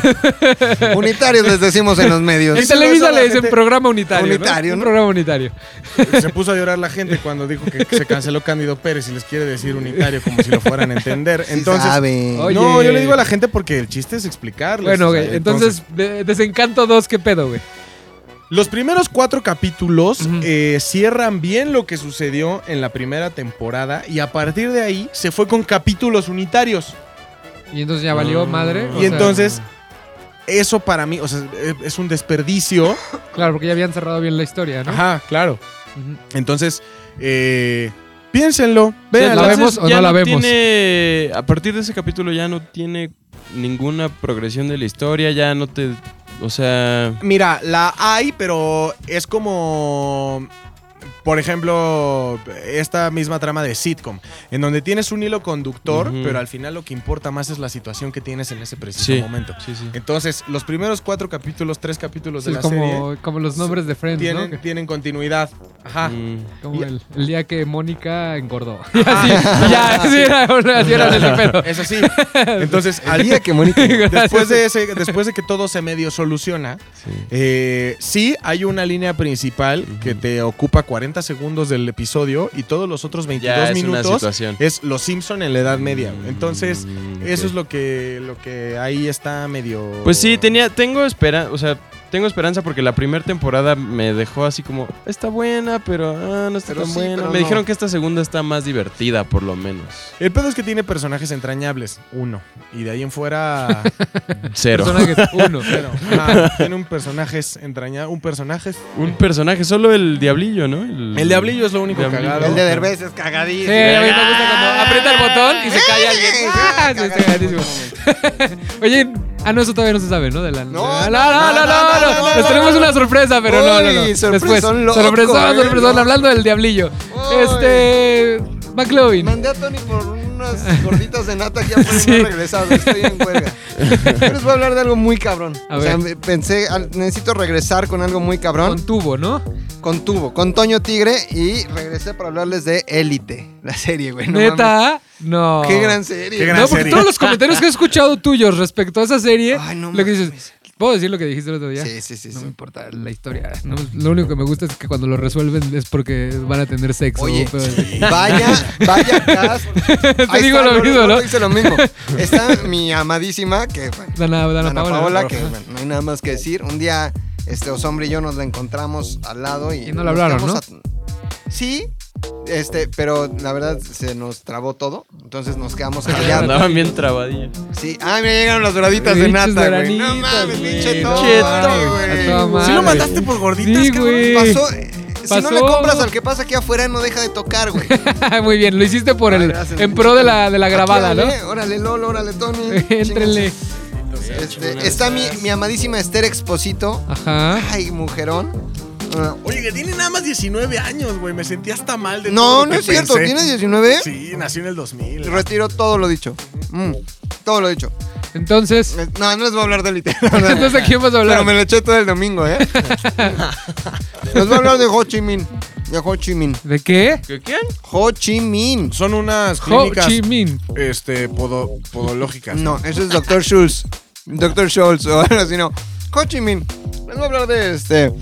C: Unitarios les decimos en los medios.
D: En
A: Eso lo
D: Televisa
A: hace
D: le
A: la
D: dicen
A: gente-
D: programa unitario. ¿no?
C: Unitario,
D: Un
C: ¿no?
D: programa unitario.
A: Pues, se puso a llorar la gente cuando dijo que se canceló Cándido Pérez y les quiere decir unitario como si lo fueran a entender.
C: Sí
A: Entonces,
C: saben.
D: Oye.
A: no, yo le digo a la gente porque el chiste es explicarles.
D: Bueno,
A: o
D: güey,
A: sea,
D: entonces, de- Desencanto 2, ¿qué pedo, güey?
A: los primeros cuatro capítulos
D: Ujú.
A: eh, cierran bien lo que sucedió en la primera temporada y a partir de ahí se fue con capítulos unitarios.
D: Y entonces ya valió madre. o
A: Y
D: sea,
A: entonces, eso para mí, o sea, eh, es un desperdicio.
D: Claro, porque ya habían cerrado bien la historia, ¿no?
A: Ajá, claro.
D: Ujú.
A: Entonces, eh, piénsenlo. véanlo.
D: ¿La vemos o
B: ya
D: no la vemos?
B: tiene- a partir de ese capítulo ya no tiene ninguna progresión de la historia, ya no te. O sea.
A: Mira, la hay, pero es como. Por ejemplo, esta misma trama de sitcom, en donde tienes un hilo conductor,
B: Ujú.
A: pero al final lo que importa más es la situación que tienes en ese preciso
B: Sí.
A: momento.
B: Sí, sí.
A: Entonces, los primeros cuatro capítulos, tres capítulos
C: Pues
D: Sí,
A: de
D: es
A: la
D: como,
A: serie
D: como los nombres de Friends,
A: tienen,
D: ¿no? Que-
A: tienen continuidad. Ajá.
B: Mm.
D: Como el, el día que Mónica engordó. Y así, y
C: Ah,
D: ya, así era, así era ese pedo.
A: Es así. Entonces, al
C: Al día que Mónica.
A: después de ese, después de que todo se medio soluciona, eh, sí hay una línea principal que te ocupa 40 40 segundos del episodio y todos los otros 22
B: Ya es una
A: minutos
B: situación.
A: es Los Simpson en la Edad Media. Entonces,
B: Mm,
A: eso
B: ok.
A: es lo que, lo que ahí está medio...
B: Pues sí, tenía, tengo esperanza, o sea, tengo esperanza porque la primera temporada me dejó así como, está buena, pero ah, no está
C: Pero
B: tan
C: sí,
B: buena.
C: pero
B: Me
C: no.
B: dijeron que esta segunda está más divertida, por lo menos.
A: El pedo es que tiene personajes entrañables, uno. Y de ahí en fuera...
B: Cero.
D: Personajes, uno.
A: Pero, ajá, tiene un personaje entrañable, un personaje...
B: Un personaje, solo el diablillo, ¿no? El,
A: El diablillo es lo único
B: Diablillo.
A: cagado.
C: El de Derbez es
D: Sí,
C: cagadísimo.
D: a mí me gusta
C: ¡Eh!
D: cuando aprieta el botón y se cae alguien. Ah, sí, está
C: Cagadísimo.
D: cagadísimo. Oye, ah, no, eso todavía no se sabe, ¿no? De la,
C: No,
D: de- no, no,
C: no,
D: no,
C: no,
D: no,
C: no, no,
D: Les
C: no,
D: tenemos
C: no.
D: una sorpresa, pero no, no, no.
C: Uy,
D: Después,
C: sorpresón loco,
D: sorpresón,
C: eh,
D: sorpresón,
C: no.
D: hablando del diablillo.
C: Uy.
D: Este. McLovin.
C: Mandé a Tony por unas gorditas de nata que ya por ahí no
D: Sí.
C: he regresado. Estoy en huelga. Yo les voy a hablar de algo muy cabrón.
D: A
C: o sea,
D: ver.
C: pensé, al- necesito regresar con algo muy cabrón.
D: Con tubo, ¿no?
C: con tubo, con Toño Tigre y regresé para hablarles de Élite, la serie, güey. no mames.
D: Neta. No.
C: Qué gran serie.
A: Qué gran
D: No, porque
A: serie.
D: todos los comentarios que he escuchado tuyos respecto a esa serie,
C: Ay, no
D: lo que dices,
C: mames.
D: ¿puedo decir lo que dijiste el otro día?
C: Sí, sí, sí.
D: No
C: sí.
D: me importa la historia. no, lo único que me gusta es que cuando lo resuelven es porque van a tener sexo.
C: Oye,
D: pero-
C: Vaya, vaya cast. Ahí
D: digo
C: está,
D: lo mismo, ¿no?
C: te Dice lo mismo. Está mi amadísima, que bueno,
D: Dana, Dana
C: Ana
D: Paola.
C: Paola, que
D: Ajá.
C: bueno, no hay nada más que decir. Un día, este Osombre y yo nos la encontramos al lado y.
D: Y no la
C: nos
D: hablaron,
C: quedamos a- Sí, este, pero la verdad se nos trabó todo. Entonces nos quedamos callados.
B: Andaban bien trabadillos.
C: Sí, ay, me llegaron las doraditas de
D: Pinches
C: nata, güey. No
D: doraditas,
C: mames,
D: güey.
C: pinche
D: No,
C: Tony,
D: a toda
C: güey.
D: madre.
A: Si lo mandaste por gorditas,
D: Sí,
A: cabrón.
D: güey.
C: Pasó. eh, Si no le
D: Pasó.
C: compras al que pasa aquí afuera, no deja de tocar, güey.
D: Muy bien, lo hiciste por
C: Ay,
D: el.
C: gracias,
D: En pro de la, de la
C: Aquí,
D: grabada, ¿no?
C: órale, Órale, Lolo, órale, Tony.
D: Éntrenle.
C: Este, está mi, mi amadísima Esther Exposito.
D: Ajá.
C: Ay, mujerón. Ah,
A: Oye, que tiene nada más 19 años, güey. Me sentí hasta mal de todo
C: No,
A: lo
C: no
A: que
C: es cierto.
A: pensé.
C: ¿Tienes 19?
A: Sí, nació en el 2000.
C: Retiro todo lo dicho. Mm, todo lo dicho.
D: Entonces.
C: Me- No, no les voy a hablar de literal.
D: Entonces, ¿a quién vas a
C: Pero
D: hablar?
C: me lo eché todo el domingo, ¿eh? les voy a hablar de Ho Chi Minh. De Ho Chi Minh.
D: ¿De qué?
B: ¿Qué, ¿Quién?
C: Ho Chi Minh.
A: Son unas
D: Ho
A: clínicas
D: Chi Minh.
A: este, podo- podológicas.
C: No, eso es Dr. Schultz. Dr. Schultz, o algo así, no. Ho Chi Minh. Les voy a hablar de este.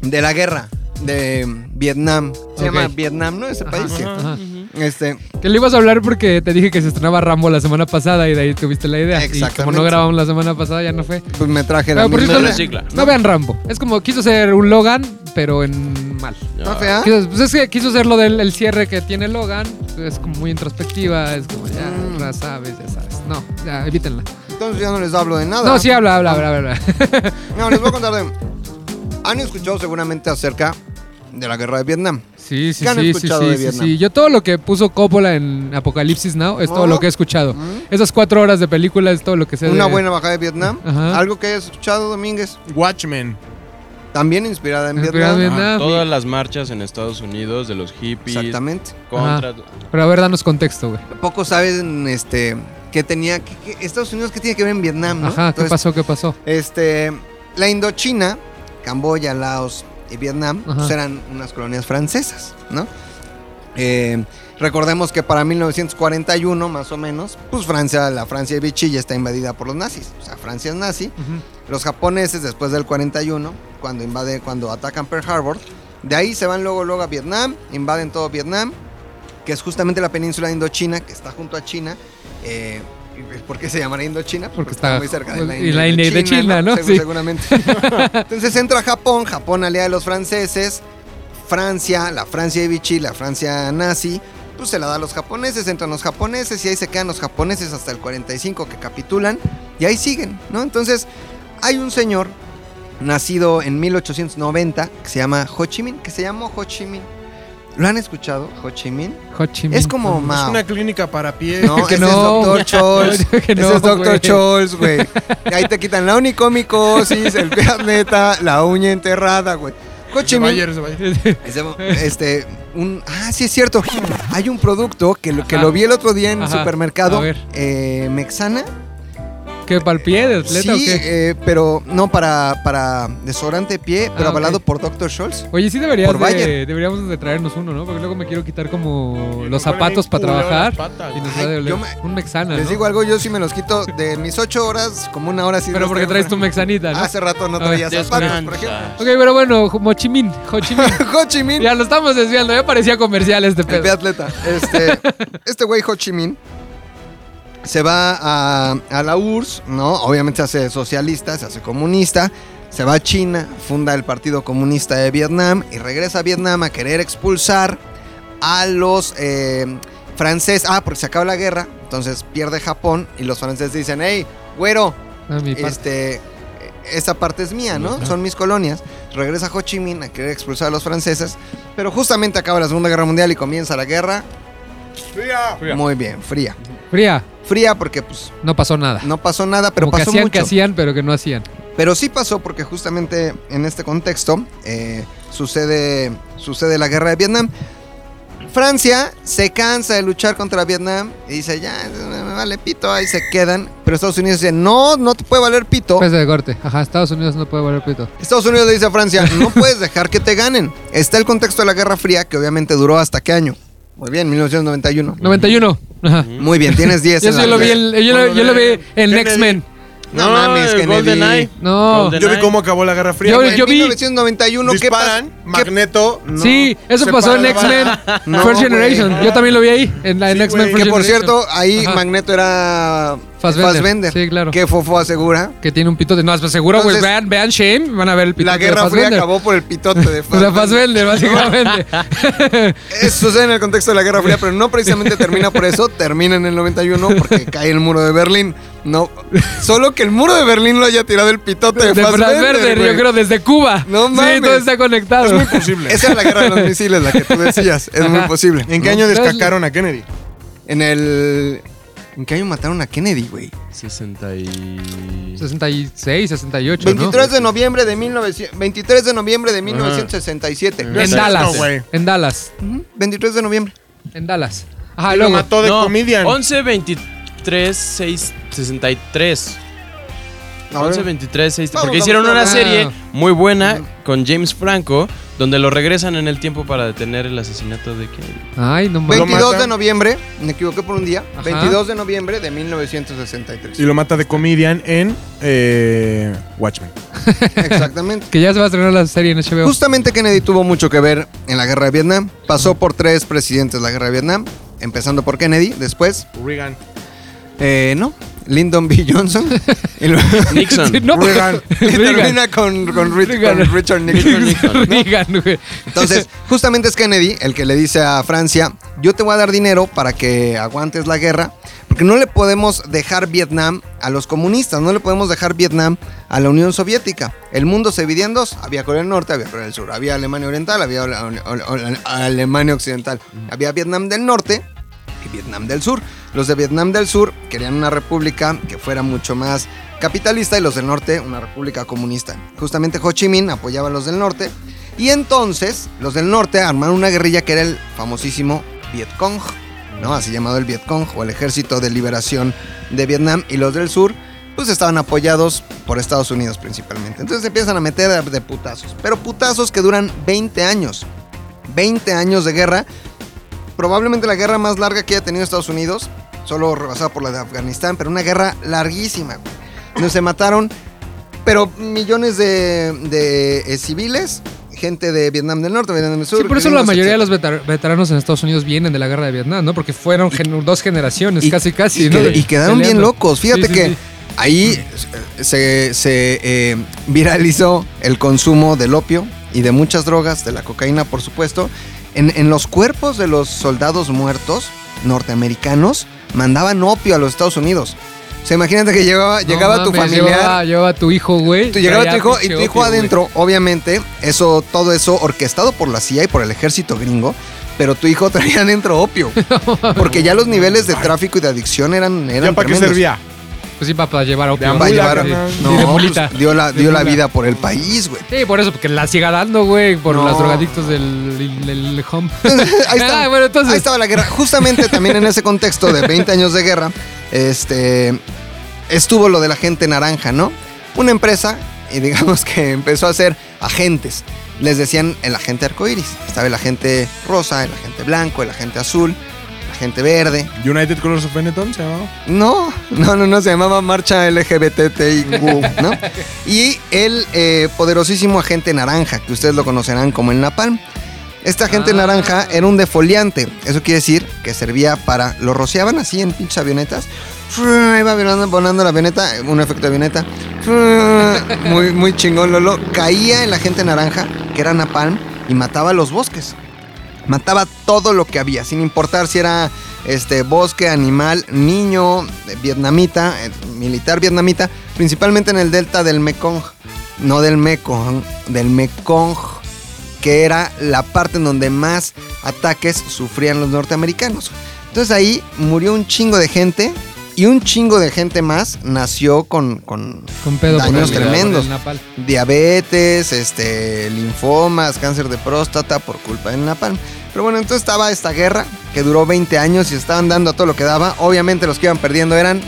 C: De la guerra de Vietnam. Se
D: Ok.
C: llama Vietnam, ¿no? Ese país. sí.
D: Ajá.
C: Este.
D: Que le ibas a hablar porque te dije que se estrenaba Rambo la semana pasada y de ahí tuviste la idea. Y como
C: Exactamente.
D: no grabamos la semana pasada, ya no fue.
C: Pues me traje la
D: Pero por
C: misma.
D: cierto,
B: la
D: no-
B: sigla.
D: no vean Rambo. Es como quiso ser un Logan, pero en mal.
C: ¿Está fea?
D: Quiso- pues es que quiso ser lo del el cierre que tiene Logan. Es como muy introspectiva. Es como ya,
C: Mm.
D: ya sabes, ya sabes. No, ya, evítenla.
C: Entonces ya no les hablo de nada.
D: No, sí, habla,
C: Ah.
D: habla, habla, habla.
C: No, les voy a contar de. Han escuchado seguramente acerca de la guerra de Vietnam.
D: sí, sí,
C: ¿Qué han
D: sí, sí,
C: escuchado
D: sí,
C: de
D: sí,
C: Vietnam?
D: sí. Yo todo lo que puso Coppola en Apocalipsis Now es todo
C: ¿No?
D: lo que he escuchado.
C: ¿Mm?
D: Esas cuatro horas de película es todo lo que sé
C: Una
D: de-
C: buena bajada de Vietnam.
D: Ajá.
C: Algo que hayas escuchado, Domínguez.
A: Watchmen.
C: También inspirada en
D: Inspirada en
C: Vietnam. Ah,
D: Vietnam.
B: Todas las marchas en Estados Unidos de los hippies.
C: Exactamente.
B: Contra.
D: Pero a ver, danos contexto, güey.
C: Poco saben este, qué tenía. qué- qué- Estados Unidos, ¿qué tiene que ver en Vietnam? ¿no?
D: Ajá, ¿qué
C: Entonces,
D: pasó? ¿Qué pasó?
C: Este, la Indochina, Camboya, Laos y Vietnam
D: Ajá.
C: pues, eran unas colonias francesas, ¿no? Eh, recordemos que para 1941, más o menos, pues Francia, la Francia de Vichy ya está invadida por los nazis. O sea, Francia es nazi. Los japoneses, después del 41, cuando invade, cuando atacan Pearl Harbor, de ahí se van luego, luego a Vietnam, invaden todo Vietnam, que es justamente la península de Indochina, que está junto a China. Eh, ¿y ¿Por qué se llamará Indochina?
D: Porque está
C: muy cerca de
D: ju-
C: la
D: y la India y de China, ¿no?
C: Segu-
D: Sí.
C: Seguramente. Entonces entra Japón, Japón aliada de los franceses, Francia, la Francia de Vichy, la Francia nazi, pues se la da a los japoneses, entran los japoneses y ahí se quedan los japoneses hasta el 45 que capitulan y ahí siguen, ¿no? Entonces hay un señor nacido en 1890 que se llama Ho Chi Minh, que se llamó Ho Chi Minh. ¿Lo han escuchado, Ho Chi Minh?
D: Ho Chi
C: Es
D: Minh.
C: como
A: Es
C: Mao.
A: una clínica para pies.
C: No,
D: Que
C: ese
D: no.
C: es Dr. Chols.
D: Que no,
C: ese es
D: güey.
C: Dr. Chols, güey. Ahí te quitan la onicomicosis, el pie atleta, la uña enterrada, güey.
A: Ese
C: Cochimín.
A: Bayer, ese Bayer.
C: Ese- Este, un, ah, sí es cierto. Hay un producto que lo, que
D: Ah. Ajá.
C: lo vi el otro día en el
D: Ajá. A
C: supermercado.
D: ver.
C: eh, Mexana.
D: ¿Qué, para el pie de atleta
C: sí,
D: o qué?
C: eh, pero no para, para desodorante de pie, pero
D: Ah,
C: avalado
D: ok.
C: por Dr. Scholz.
D: Oye, sí deberías
C: Por
D: de,
C: Bayer.
D: deberíamos de traernos uno, ¿no? Porque luego me quiero quitar como
B: Y
D: los
B: no huele
D: zapatos
B: bien
D: para
B: culero
D: trabajar
B: las patas.
D: y nos va a
C: Ay,
D: doler
C: yo me-
D: un mexana,
C: Les
D: ¿no?
C: digo algo, yo sí me los quito de mis ocho horas, como una hora sí.
D: Pero
C: los
D: porque
C: tengo
D: traes tu
C: fuera.
D: mexanita, ¿no?
C: Hace rato no
D: A ver,
C: traía zapatos, por ejemplo.
B: Descansa.
D: Ok, pero bueno, Ho Chi Minh, Ho Chi Minh.
C: Ho Chi Minh,
D: ya lo estamos desviando, ya parecía comercial este
C: el
D: pedo.
C: peatleta. Este, este güey Ho Chi Minh se va a, a la URSS, ¿no? Obviamente se hace socialista, se hace comunista. Se va a China, funda el Partido Comunista de Vietnam y regresa a Vietnam a querer expulsar a los eh, franceses. Ah, porque se acaba la guerra, entonces pierde Japón y los franceses dicen, hey, güero,
D: A Ah, mi parte.
C: este, esta parte es mía, ¿no? Son mis colonias. Regresa Ho Chi Minh a querer expulsar a los franceses, pero justamente acaba la Segunda Guerra Mundial y comienza la guerra.
B: Fría.
C: Muy bien, fría.
D: Fría,
C: Fría porque pues
D: no pasó nada.
C: no pasó nada, pero
D: Como que
C: pasó
D: hacían que
C: mucho.
D: hacían, pero que no hacían.
C: Pero sí pasó porque justamente en este contexto eh, sucede, sucede la guerra de Vietnam. Francia se cansa de luchar contra Vietnam y dice, ya, me vale pito, ahí se quedan. Pero Estados Unidos dice, no, no te puede valer pito.
D: Peso de corte. Ajá, Estados Unidos no puede volver pito.
C: Estados Unidos le dice a Francia, no puedes dejar que te ganen. Está el contexto de la Guerra Fría, que obviamente duró hasta qué año. Muy bien, 1991.
D: 91. Ajá.
C: Muy bien, tienes 10.
D: Yo
C: en la
D: sí lo vi,
C: lista.
D: el- yo, lo- yo lo vi en
B: Kennedy.
D: Next Men.
C: No mames,
B: el
C: Kennedy.
B: GoldenEye.
D: No.
B: Golden-
A: Yo vi cómo acabó la Guerra Fría.
D: Pues Yo-
A: güey.
D: vi-
C: En 1991, ¿qué
A: Disparan,
C: pasa?
A: Magneto.
D: sí, eso
A: se
D: pasó
A: para
D: en
A: la
D: Next Men
A: bala.
C: No,
D: First
C: güey.
D: Generation. Yo también lo vi ahí, en, la, en
A: Sí,
D: Next Men
A: güey.
D: First
C: Que por
D: Generation.
C: cierto, ahí
D: Ajá.
C: Magneto era
D: Fassbender.
C: Fassbender,
D: Sí, claro.
C: Que Fofo asegura.
D: Que tiene un pitote. No, pues seguro, güey.
C: Entonces-
D: Vean, vean Shame, van a ver el pitote.
C: La Guerra
D: de
C: Fría
D: Fassbender.
C: acabó por el pitote de
D: O sea, Fassbender,
C: Fassbender.
D: básicamente.
C: Eso sucede en el contexto de la Guerra Fría, pero no precisamente termina por eso, termina en el 91 porque cae el muro de Berlín. No, solo que el muro de Berlín lo haya tirado el pitote de,
D: de
C: Fassbender,
D: Fassbender,
C: güey.
D: yo creo, desde Cuba.
C: No
D: Sí,
C: mames.
D: todo está conectado.
A: Es muy posible.
C: Esa es la guerra de los misiles, la que tú decías. Es muy
D: Ajá.
C: posible.
A: ¿En qué año descacaron a Kennedy?
C: En el. ¿En qué año mataron a Kennedy, güey?
B: 60 y...
D: 66, 68, ¿no?
C: 23 de noviembre de 19... 23 de noviembre de 1967.
D: En
A: Exacto,
D: Dallas.
A: güey.
D: En Dallas.
C: Ujú, 23 ¿eh? de noviembre.
D: En Dallas. Ajá, y
A: Y lo
D: Ah, luego.
A: mató de comedian.
B: 11, 23, 6, 63.
C: A ver.
B: 11, 23, 6,
C: Vamos,
B: porque
C: vamos,
B: hicieron una
C: vamos.
B: serie
D: Ah.
B: muy buena con James Franco, donde lo regresan en el tiempo para detener el asesinato de Kennedy.
D: Ay, no mames.
C: 22 de
A: matan.
C: noviembre, me equivoqué por un día.
D: Ajá.
C: 22 de noviembre de
A: Y
C: 1963.
A: lo mata de comedian en eh, Watchmen.
C: Exactamente.
D: Que ya se va a estrenar la serie en HBO.
C: Justamente Kennedy tuvo mucho que ver en la guerra de Vietnam. Pasó por tres presidentes la guerra de Vietnam, empezando por Kennedy, después,
A: Reagan.
C: eh, no, Lyndon B. Johnson. y luego-
B: Nixon.
D: Sí, no,
A: Reagan.
C: Y
D: Reagan.
C: termina con, con Rich-
D: Reagan.
C: con Richard Nixon.
D: Reagan, güey.
C: Entonces, justamente es Kennedy el que le dice a Francia, yo te voy a dar dinero para que aguantes la guerra, porque no le podemos dejar Vietnam a los comunistas, no le podemos dejar Vietnam a la Unión Soviética. El mundo se dividía en dos, había Corea del Norte, había Corea del Sur, había Alemania Oriental, había Ole- Ole- Ole- Ole- Alemania Occidental, había Vietnam del Norte y Vietnam del Sur. Los de Vietnam del Sur querían una república que fuera mucho más capitalista y los del norte una república comunista. Justamente Ho Chi Minh apoyaba a los del norte y entonces los del norte armaron una guerrilla que era el famosísimo Vietcong, ¿no? Así llamado el Vietcong o el Ejército de Liberación de Vietnam y los del sur pues estaban apoyados por Estados Unidos principalmente. Entonces se empiezan a meter de- de putazos, pero putazos que duran 20 años. 20 años de guerra probablemente la guerra más larga que haya tenido Estados Unidos, solo rebasada por la de Afganistán, pero una guerra larguísima, güey. Donde se mataron, pero millones de, de, eh, civiles, gente de Vietnam del Norte, Vietnam del Sur.
D: Sí, por eso la
C: gringos,
D: mayoría de los
C: etcétera.
D: veter- veteranos en Estados Unidos vienen de la guerra de Vietnam, ¿no? Porque fueron gen- dos generaciones,
C: y-
D: casi, casi,
C: y,
D: ¿no?
C: que- y quedaron bien
D: Peleando.
C: locos. Fíjate
D: Sí, sí,
C: que
D: sí.
C: ahí se, se, eh, viralizó el consumo del opio y de muchas drogas, de la cocaína, por supuesto. En, en los cuerpos de los soldados muertos norteamericanos mandaban opio a los Estados Unidos. O sea, imagínate que llegaba,
D: No
C: llegaba tu
D: mames,
C: familiar.
D: Llevaba, llevaba tu hijo, güey.
C: Tú llegaba tu
D: traía
C: hijo y
D: pinche
C: tu hijo
D: opio, güey.
C: adentro, obviamente, eso, todo eso orquestado por la CIA y por el ejército gringo, pero tu hijo traía adentro opio. Porque ya los niveles de tráfico y de adicción eran, eran
A: ¿Ya para qué
C: tremendos.
A: servía?
D: Pues sí, para, para llevar opio.
C: Va a
D: güey.
C: llevar-
D: Sí.
C: no,
D: Sí, de
C: pues,
D: mulita.
C: dio la,
D: De
C: dio la
D: mula.
C: vida por el país, güey.
D: Sí, por eso, porque la siga dando, güey, por
C: No.
D: los drogadictos del, del, del home.
C: Ahí estaba,
D: Ah, bueno, entonces.
C: ahí estaba la guerra. Justamente también en ese contexto de 20 años de guerra, este estuvo lo de la gente naranja, ¿no? Una empresa, y digamos que empezó a hacer agentes. Les decían el agente arcoíris. Estaba el agente rosa, el agente blanco, el agente azul, el agente verde.
A: United Colors of Benetton se llamaba.
C: No, no, no, no, se llamaba Marcha LGBTIQ, ¿no? Y el eh, poderosísimo agente naranja, que ustedes lo conocerán como el Napalm. Este agente
D: Ah.
C: naranja era un defoliante, eso quiere decir que servía para... Lo rociaban así en pinches avionetas. Ahí va volando, volando la avioneta, un efecto de avioneta. Muy, muy chingón, Lolo. Caía el agente naranja, que era Napalm, y mataba los bosques. Mataba todo lo que había, sin importar si era este bosque, animal, niño, eh, vietnamita, eh, militar vietnamita, principalmente en el delta del Mekong, no del Mekong, del Mekong, que era la parte en donde más ataques sufrían los norteamericanos. Entonces ahí murió un chingo de gente y un chingo de gente más nació con, con
D: Con pedo por
C: Daños
D: el- por
C: tremendos.
D: el napal.
C: diabetes, este, linfomas, cáncer de próstata por culpa del napalm. Pero bueno, entonces estaba esta guerra que duró 20 años y estaban dando a todo lo que daba. Obviamente los que iban perdiendo eran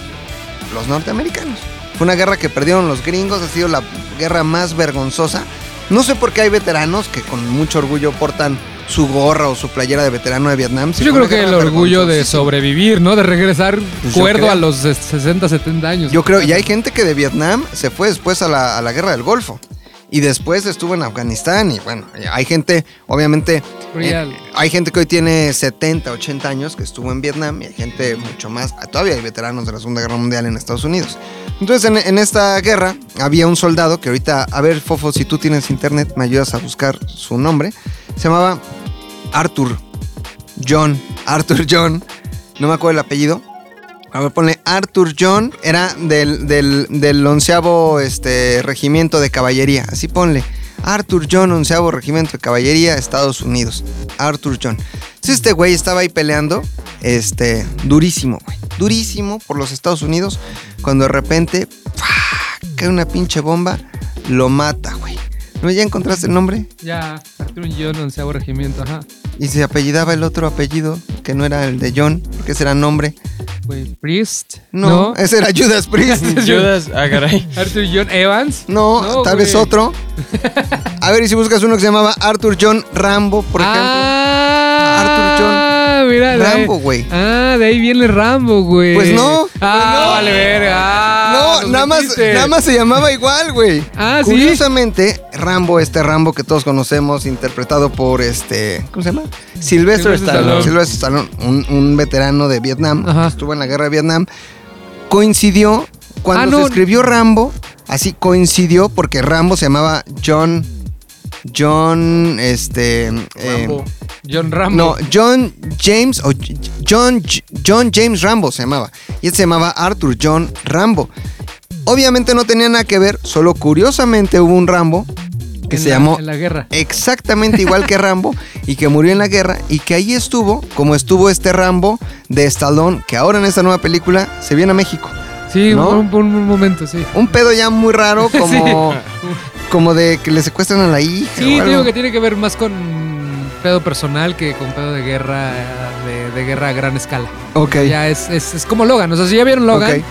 C: los norteamericanos. Fue una guerra que perdieron los gringos, ha sido la guerra más vergonzosa. No sé por qué hay veteranos que con mucho orgullo portan su gorra o su playera de veterano de Vietnam. Si
D: Yo
C: fue
D: creo
C: una
D: que el
C: guerra
D: orgullo de
C: vergonzosísima.
D: sobrevivir, ¿no? De regresar
C: Pues yo
D: cuerdo
C: creo.
D: a los de 60, 70 años.
C: Yo creo, y hay gente que de Vietnam se fue después a la, a la guerra del Golfo. Y después estuvo en Afganistán y bueno, hay gente, obviamente,
D: Real.
C: eh, hay gente que hoy tiene 70, 80 años que estuvo en Vietnam y hay gente mucho más, todavía hay veteranos de la Segunda Guerra Mundial en Estados Unidos. Entonces en, en esta guerra había un soldado que ahorita, a ver Fofo, si tú tienes internet, me ayudas a buscar su nombre. Se llamaba Arthur John, Arthur John, no me acuerdo el apellido. A ver, ponle Arthur John, era del, del, del onceavo este, regimiento de caballería. Así ponle. Arthur John, onceavo regimiento de caballería, Estados Unidos. Arthur John. Entonces este güey estaba ahí peleando, este, durísimo, güey. Durísimo por los Estados Unidos, cuando de repente ¡fua! cae una pinche bomba, lo mata, güey. ¿No ya encontraste el nombre?
D: Ya, Arturo John, onceavo regimiento, ajá.
C: Y se apellidaba el otro apellido, que no era el de John, porque ese era nombre.
D: Güey, Pues, Priest.
C: No, eh, ese era Judas Priest.
B: Judas, ah, caray.
D: Arthur John Evans.
C: No,
D: No,
C: tal vez
D: güey.
C: otro. A ver, y si buscas uno que se llamaba Arthur John Rambo, por
D: Ah, mira, de ahí-
C: Rambo, güey.
D: Ah, de ahí viene Rambo, güey.
C: Pues no,
D: Ah,
C: pues no.
D: vale, verga. Ah,
C: ejemplo. No,
D: nos
C: nada más,
D: metiste.
C: nada más se llamaba igual, güey.
D: Ah, sí.
C: Curiosamente, Rambo, este Rambo que todos conocemos, interpretado por este. ¿Cómo se llama? Silvestre
D: Sylvester
C: Stallone.
D: Stallone.
C: Silvestre Stallone, un, un veterano de Vietnam,
D: Ajá.
C: que estuvo en la guerra de Vietnam. Coincidió cuando
D: Ah,
C: se
D: no.
C: escribió Rambo, así coincidió porque Rambo se llamaba John. John, este. eh,
D: John Rambo.
C: no, John James o J- John, J- John James Rambo se llamaba. Y este se llamaba Arthur John Rambo. Obviamente no tenía nada que ver, solo curiosamente hubo un Rambo que
D: En
C: se
D: la-
C: llamó
D: En la guerra.
C: exactamente igual que Rambo y que murió en la guerra y que ahí estuvo como estuvo este Rambo de Stallone que ahora en esta nueva película se viene a México.
D: Sí,
C: ¿no?
D: un, un- un momento, sí.
C: Un pedo ya muy raro como, como de que le secuestran a la hija. o
D: Sí,
C: algo.
D: digo que tiene que ver más con pedo personal que con pedo de guerra, de, de guerra a gran escala.
C: Ok.
D: Ya es, es, es como Logan. O sea, si ya vieron Logan,
C: Ok.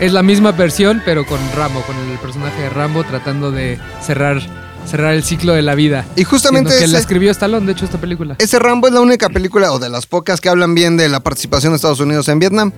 D: es la misma versión, pero con Rambo, con el personaje de Rambo tratando de cerrar, cerrar el ciclo de la vida.
C: Y justamente
D: Siendo que la
C: ese-
D: escribió Stallone, de hecho, esta película.
C: Ese Rambo es la única película o de las pocas que hablan bien de la participación de Estados Unidos en Vietnam,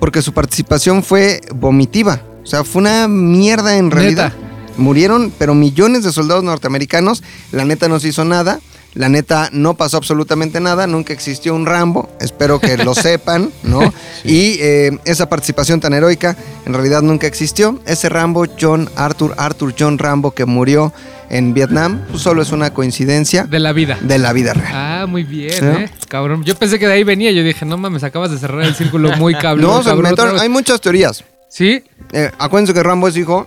C: porque su participación fue vomitiva. O sea, fue una mierda en realidad. Murieron, pero millones de soldados norteamericanos. La neta no se hizo nada. La neta no pasó absolutamente nada. Nunca existió un Rambo. Espero que lo sepan, ¿no? Y eh, esa participación tan heroica en realidad nunca existió. Ese Rambo, John Arthur, Arthur John Rambo que murió en Vietnam, pues solo es una coincidencia
D: De la vida.
C: de la vida real.
D: Ah, muy bien,
C: Sí.
D: eh. Cabrón. Yo pensé que de ahí venía. Yo dije, no mames, acabas de cerrar el círculo muy cabrón.
C: No, se
D: cabrón,
C: inventaron-
D: otra
C: Hay
D: vez.
C: muchas teorías.
D: Sí,
C: Eh, acuérdense que Rambo es hijo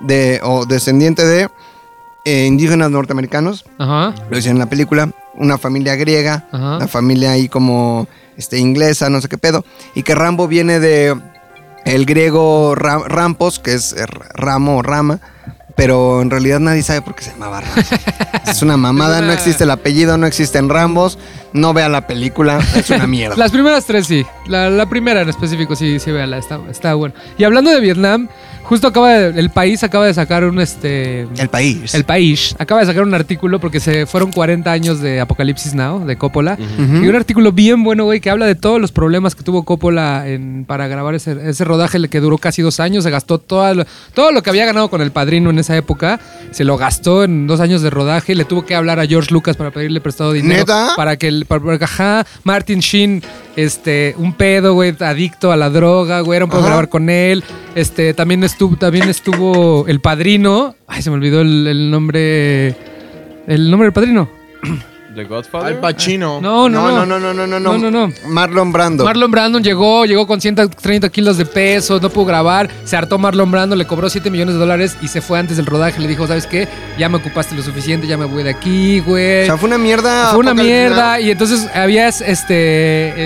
C: de o descendiente de eh, indígenas norteamericanos.
D: ajá.
C: Lo dicen en la película. Una familia griega,
D: Ajá.
C: una familia ahí como este, inglesa, no sé qué pedo. Y que Rambo viene de el griego Ra- rampos, que es eh, ramo o rama, pero en realidad nadie sabe por qué se llamaba Ramos. es una mamada, no existe el apellido, no existen Rambos, no vea la película, es una mierda.
D: Las primeras tres sí. La, la primera en específico sí, sí, véala, está, está bueno. Y hablando de Vietnam, justo acaba de- el país acaba de sacar un este.
C: El país.
D: El país acaba de sacar un artículo porque se fueron 40 años de Apocalipsis Now, de Coppola.
C: Ujú.
D: Y un artículo bien bueno, güey, que habla de todos los problemas que tuvo Coppola en- para grabar ese, ese rodaje que duró casi dos años. Se gastó toda lo- todo lo que había ganado con El Padrino en esa época. Se lo gastó en dos años de rodaje. Le tuvo que hablar a George Lucas para pedirle prestado dinero.
C: ¿Neta?
D: Para que el. Para, para- ajá, Martin Sheen, este, un pedo, güey, adicto a la droga, güey. Era un poco
C: Ajá.
D: grabar con él. Este, también estuvo, también estuvo El Padrino. Ay, se me olvidó el, el nombre. El nombre del padrino.
B: ¿The
A: Eh,
B: Godfather?
A: Pacino.
D: No, no,
C: no, no, no, no, no,
D: No,
C: no.
D: no, no.
C: Marlon Brando.
D: Marlon Brando llegó, llegó con 130 kilos de peso, no pudo grabar, se hartó Marlon Brando, le cobró 7 millones de dólares y se fue antes del rodaje. Le dijo, ¿sabes qué? Ya me ocupaste lo suficiente, ya me voy de aquí,
C: o
D: güey.
C: sea, fue una mierda.
D: Fue una
C: apocalipsis,
D: mierda y entonces había es- este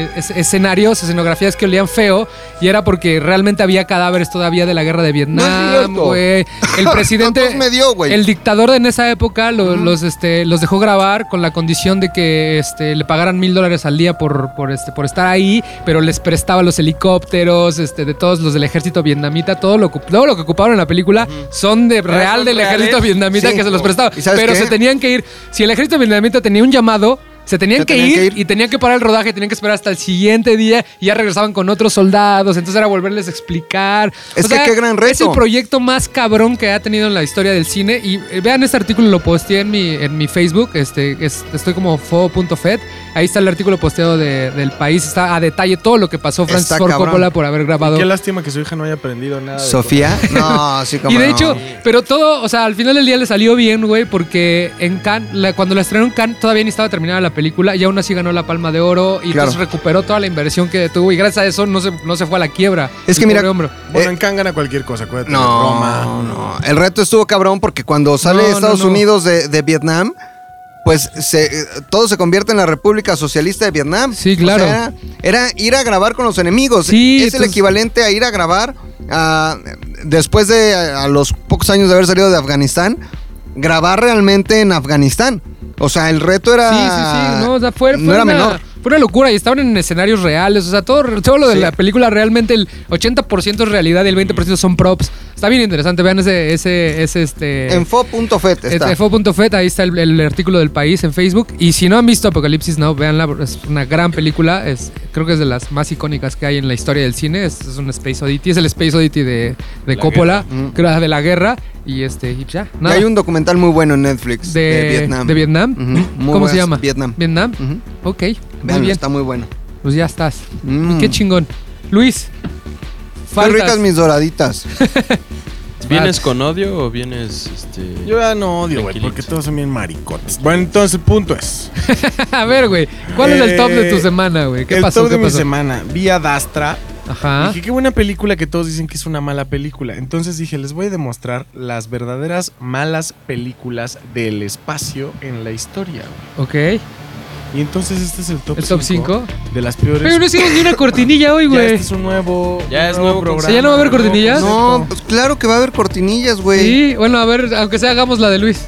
D: eh, es- escenarios, escenografías que olían feo y era porque realmente había cadáveres todavía de la guerra de Vietnam,
C: cierto.
D: güey. El presidente
C: Tantos pues me dio, güey.
D: el dictador en esa época lo- los este los dejó grabar con la condición de que este le pagaran mil dólares al día por por este por estar ahí, pero les prestaba los helicópteros, este de todos los del ejército vietnamita, todo lo ocu- todo lo que ocuparon en la película son de real
B: son
D: del
B: reales.
D: ejército vietnamita
C: Sí.
D: que se los prestaba,
C: ¿Y sabes
D: pero
C: qué?
D: se tenían que ir. Si el ejército vietnamita tenía un llamado, se tenían,
C: Se
D: que,
C: tenían
D: ir
C: que ir.
D: y tenían que parar el rodaje, tenían que esperar hasta el siguiente día y ya regresaban con otros soldados. Entonces era volverles a explicar.
C: Es que qué gran reto.
D: Es el proyecto más cabrón que ha tenido en la historia del cine. Y eh, vean este artículo, lo posteé en mi, en mi Facebook. Este, es- estoy como fo.fed. Ahí está el artículo posteado de- del país. Está a detalle todo lo que pasó Francis
C: Está
D: Ford
C: cabrón.
D: Coppola por haber grabado
A: Qué lástima que su hija no haya aprendido nada. de
C: ¿Sofía? No, sí, como
D: y de hecho, pero todo, o sea, al final del día le salió bien, güey, porque en Cannes, la- cuando la estrenó en Cannes todavía ni estaba terminada la película y aún así ganó la Palma de Oro y
C: Claro.
D: entonces recuperó toda la inversión que tuvo y gracias a eso no se, no se fue a la quiebra.
C: Es que
D: el
C: mira,
D: pobre hombre.
A: Bueno, en Cannes gana cualquier cosa, acuérdate.
C: No, no. El reto estuvo cabrón porque cuando sale
D: No,
C: de
D: no,
C: Estados
D: no.
C: Unidos de, de Vietnam, pues se, eh, todo se convierte en la República Socialista de Vietnam.
D: Sí,
C: O sea,
D: claro.
C: era, era ir a grabar con los enemigos.
D: Sí,
C: es el
D: entonces-
C: equivalente a ir a grabar ah, después de a, a los pocos años de haber salido de Afganistán, grabar realmente en Afganistán. O sea, el reto era.
D: Sí, sí, sí, no, o sea, fue, fue
C: Ah, no era
D: una,
C: menor.
D: fue una locura y estaban en escenarios reales, o sea, todo, todo lo de
C: Sí.
D: la película realmente el 80% es realidad y el 20% son props. Está bien interesante, vean ese, ese, ese, este...
C: En fo.fet e está.
D: Este, Fo.fet, ahí está el, el artículo del país en Facebook. Y si no han visto Apocalipsis Now, véanla, es una gran película. Es, creo que es de las más icónicas que hay en la historia del cine. Es, es un Space Oddity, es el Space Oddity de, de
B: La
D: Coppola,
C: guerra.
D: que era de la guerra. Y este, y ya,
C: Mm. Y
D: nada.
C: hay un documental muy bueno en Netflix de,
D: de,
C: Vietnam.
D: de Vietnam.
C: Ujú, muy
D: ¿Cómo
C: buenas,
D: se llama?
C: Vietnam.
D: Vietnam.
C: Ujú.
D: Ok, muy
C: Véanlo,
D: bien.
C: está muy bueno.
D: Pues ya estás.
C: Mm.
D: Qué chingón. Luis,
C: Qué
D: faltas.
C: ricas mis doraditas.
B: ¿Vienes con odio o vienes este,
A: Yo ya no odio, güey,
B: Tranquilito.
A: porque todos son bien maricotes. Bueno, entonces el punto es.
D: A ver, güey, ¿cuál es el top de tu
A: Eh,
D: semana, güey? ¿Qué
A: el
D: pasó?
A: top de
D: ¿Qué
A: mi
D: pasó?
A: semana, vi a Dastra.
D: Ajá.
A: Dije, qué buena película que todos dicen que es una mala película. Entonces dije, les voy a demostrar las verdaderas malas películas del espacio en la historia. güey".
D: Ok.
A: Y entonces este es el top
D: ¿El top
A: 5
D: 5?
A: de las peores.
D: Pero no hicimos ni una cortinilla hoy,
A: ya
D: güey.
A: este es un nuevo.
B: Ya
A: un
B: es nuevo
A: programa.
B: concepto.
D: ¿Ya no va a haber
A: nuevo
D: cortinillas?
C: No,
A: concepto.
C: pues claro que va a haber cortinillas, güey.
D: Sí, bueno, a ver, aunque sea hagamos la de Luis.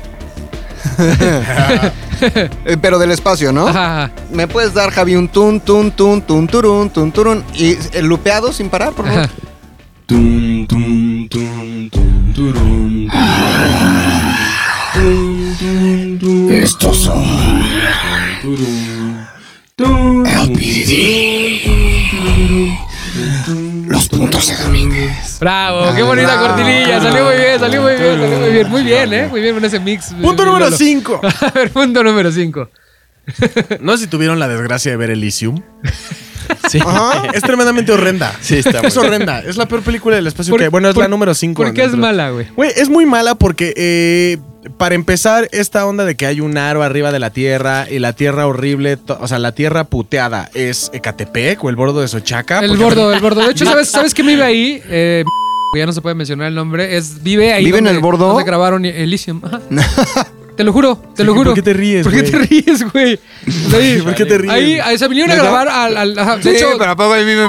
C: Eh, pero del espacio,
A: ¿Ah?
C: ¿no?
D: Ajá, ajá.
C: Me puedes dar, Javi, un tun, tun, tun, tun, turun, tun, turun. Y el lupeado sin parar, por favor.
D: ajá.
G: Dum, dum, dum, dum, durum, dum. Dum, dum, dum,
F: Estos son
G: durum, dum.
F: los puntos de Ah, domingo.
D: Bravo, qué bonita
C: Bravo.
D: cortinilla. Salió muy bien, salió muy bien, salió muy bien. Muy bien, ¿eh? Muy bien con ese mix.
A: Punto número
D: Lolo.
A: 5.
D: A ver, punto número 5.
A: No sé si tuvieron la desgracia de ver Elysium.
B: Sí.
A: Ajá, es tremendamente horrenda.
B: Sí, está
A: Es
B: muy-
A: horrenda. Es la peor película del espacio
D: ¿Por-
A: que. Bueno, es la
D: por-
A: número 5.
D: ¿Por qué es mala, güey?
A: Güey, es muy mala porque, eh, para empezar, esta onda de que hay un aro arriba de la tierra y la tierra horrible, to- o sea, la tierra puteada es Ecatepec o el bordo de Sochaca.
C: Ah,
D: El
C: pues,
A: porque-
D: bordo, el bordo. De hecho, ¿sabes, ¿sabes quién vive ahí? Eh, ya no se puede mencionar el nombre. Es, vive ahí.
C: ¿Vive en
D: donde-
C: el bordo?
D: Donde grabaron E- Elysium. Ajá. Te lo juro, te lo
A: ¿por
D: juro.
A: qué te ríes,
D: ¿Por qué
A: güey?
D: te ríes, güey? Ahí-
A: ¿Por qué te ríes?
D: Ahí, ahí se vinieron a
A: ¿Neta?
D: grabar al. al- ajá. de hecho,
C: papá ahí vive.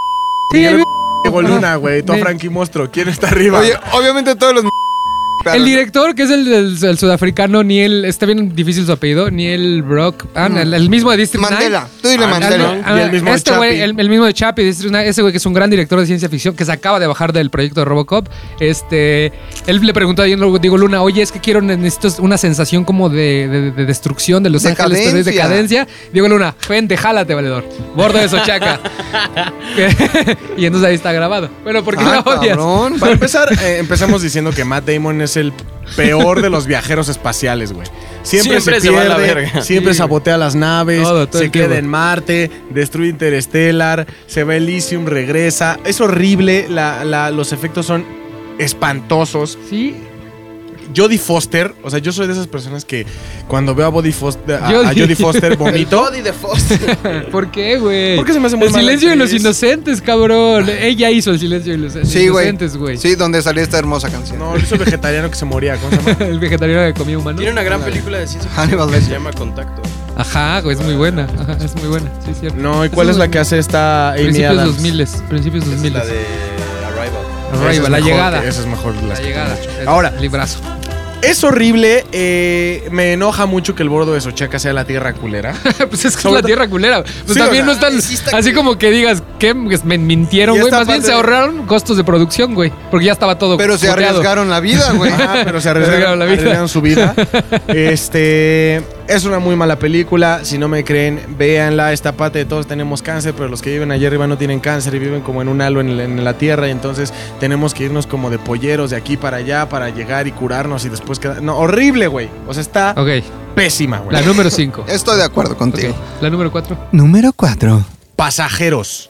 D: sí, ahí vive-
A: Diego Luna, güey, tú a
D: Ven.
A: Frankie Monstruo, ¿quién está arriba?
C: Oye, obviamente todos los Pero-
D: El director, que es el, el- el sudafricano, Niel, está bien difícil su apellido, Niel Brock, ah, no, el, el mismo de District Nine.
C: Mandela, tú dile
B: Ah,
C: Mandela.
B: no.
D: Ah,
B: Y el mismo de
D: este
B: Chapi.
D: güey, el, el mismo de Chapi, District Nine, ese güey que es un gran director de ciencia ficción que se acaba de bajar del proyecto de Robocop. Este, él le preguntó a Diego Diego Luna, oye, es que quiero, necesito una sensación como de, de- de destrucción de Los Ángeles, pero es
C: Decadencia.
D: decadencia. Diego Luna, vente, jálate, valedor. Bordo de Sochaca. y entonces ahí está grabado. Bueno, ¿por qué la
C: Ah,
D: odias?
C: cabrón.
A: Para empezar, eh, empezamos diciendo que Matt Damon es el peor de los viajeros espaciales, güey. Siempre,
B: Siempre
A: se,
B: se va a
A: pierde,
B: la verga.
A: siempre
D: Sí, güey.
A: sabotea las naves,
D: Todo, todo
A: se
D: el tiempo.
A: queda en Marte, destruye Interstellar, se va a Elysium, regresa. Es horrible, la- la- los efectos son espantosos.
D: Sí.
A: Jodie Foster, o sea, yo soy de esas personas que cuando veo a Body Foster, a, a
D: Jodie.
A: Jodie Foster vomito.
C: Body de Foster.
D: ¿Por qué, güey?
A: ¿Por qué se me hace muy
D: El
A: mala
D: silencio de los
A: actriz?
D: inocentes, cabrón. Ella hizo el silencio de los
C: Sí, güey.
D: inocentes, güey.
C: Sí, donde salió esta hermosa canción.
A: No, yo soy vegetariano que se moría. ¿cómo se llama?
D: El vegetariano que comía humanos.
B: Tiene una gran película de ciencia ficción
C: Hannibal
B: que se
C: Lecter.
B: llama Contacto.
D: Ajá, güey, es muy buena. Ajá, es muy buena, sí, es cierto.
A: No, ¿y cuál es la que hace esta Amy
D: Principios
A: Adams?
D: 2000, principios 2000.
B: La de Arrival.
A: Esa
D: Arriba,
A: es
D: la
A: mejor,
D: llegada.
A: Esa es mejor. las
D: La
A: que
D: llegada.
A: tengo.
D: El
A: Ahora,
D: Librazo.
A: es horrible. eh, me enoja mucho que el bordo de Sochaca sea la tierra culera.
D: pues es que es
A: Sobre
D: la
A: todo-
D: tierra culera. Pues
A: Sí,
D: también
A: o
D: no
A: sea,
D: están así como que digas que me mintieron,
A: Y
D: güey.
A: esta
D: Más bien
A: parte
D: se
A: de-
D: ahorraron costos de producción, güey. Porque ya estaba todo.
C: Pero se
D: coteado.
C: arriesgaron la vida, güey. Ah,
A: Ajá, pero se arriesgaron,
D: Arriesgaron la vida.
A: arriesgaron su vida. Este es una muy mala película. Si no me creen, véanla. Esta parte de todos tenemos cáncer, pero los que viven allá arriba no tienen cáncer y viven como en un halo en la, en la tierra. Y entonces tenemos que irnos como de polleros de aquí para allá para llegar y curarnos y después quedar. No, horrible, güey. O sea, está
D: Ok,
A: pésima, güey.
D: la número 5.
C: Estoy de acuerdo contigo.
D: Ok, la número 4.
C: Número 4.
A: Pasajeros.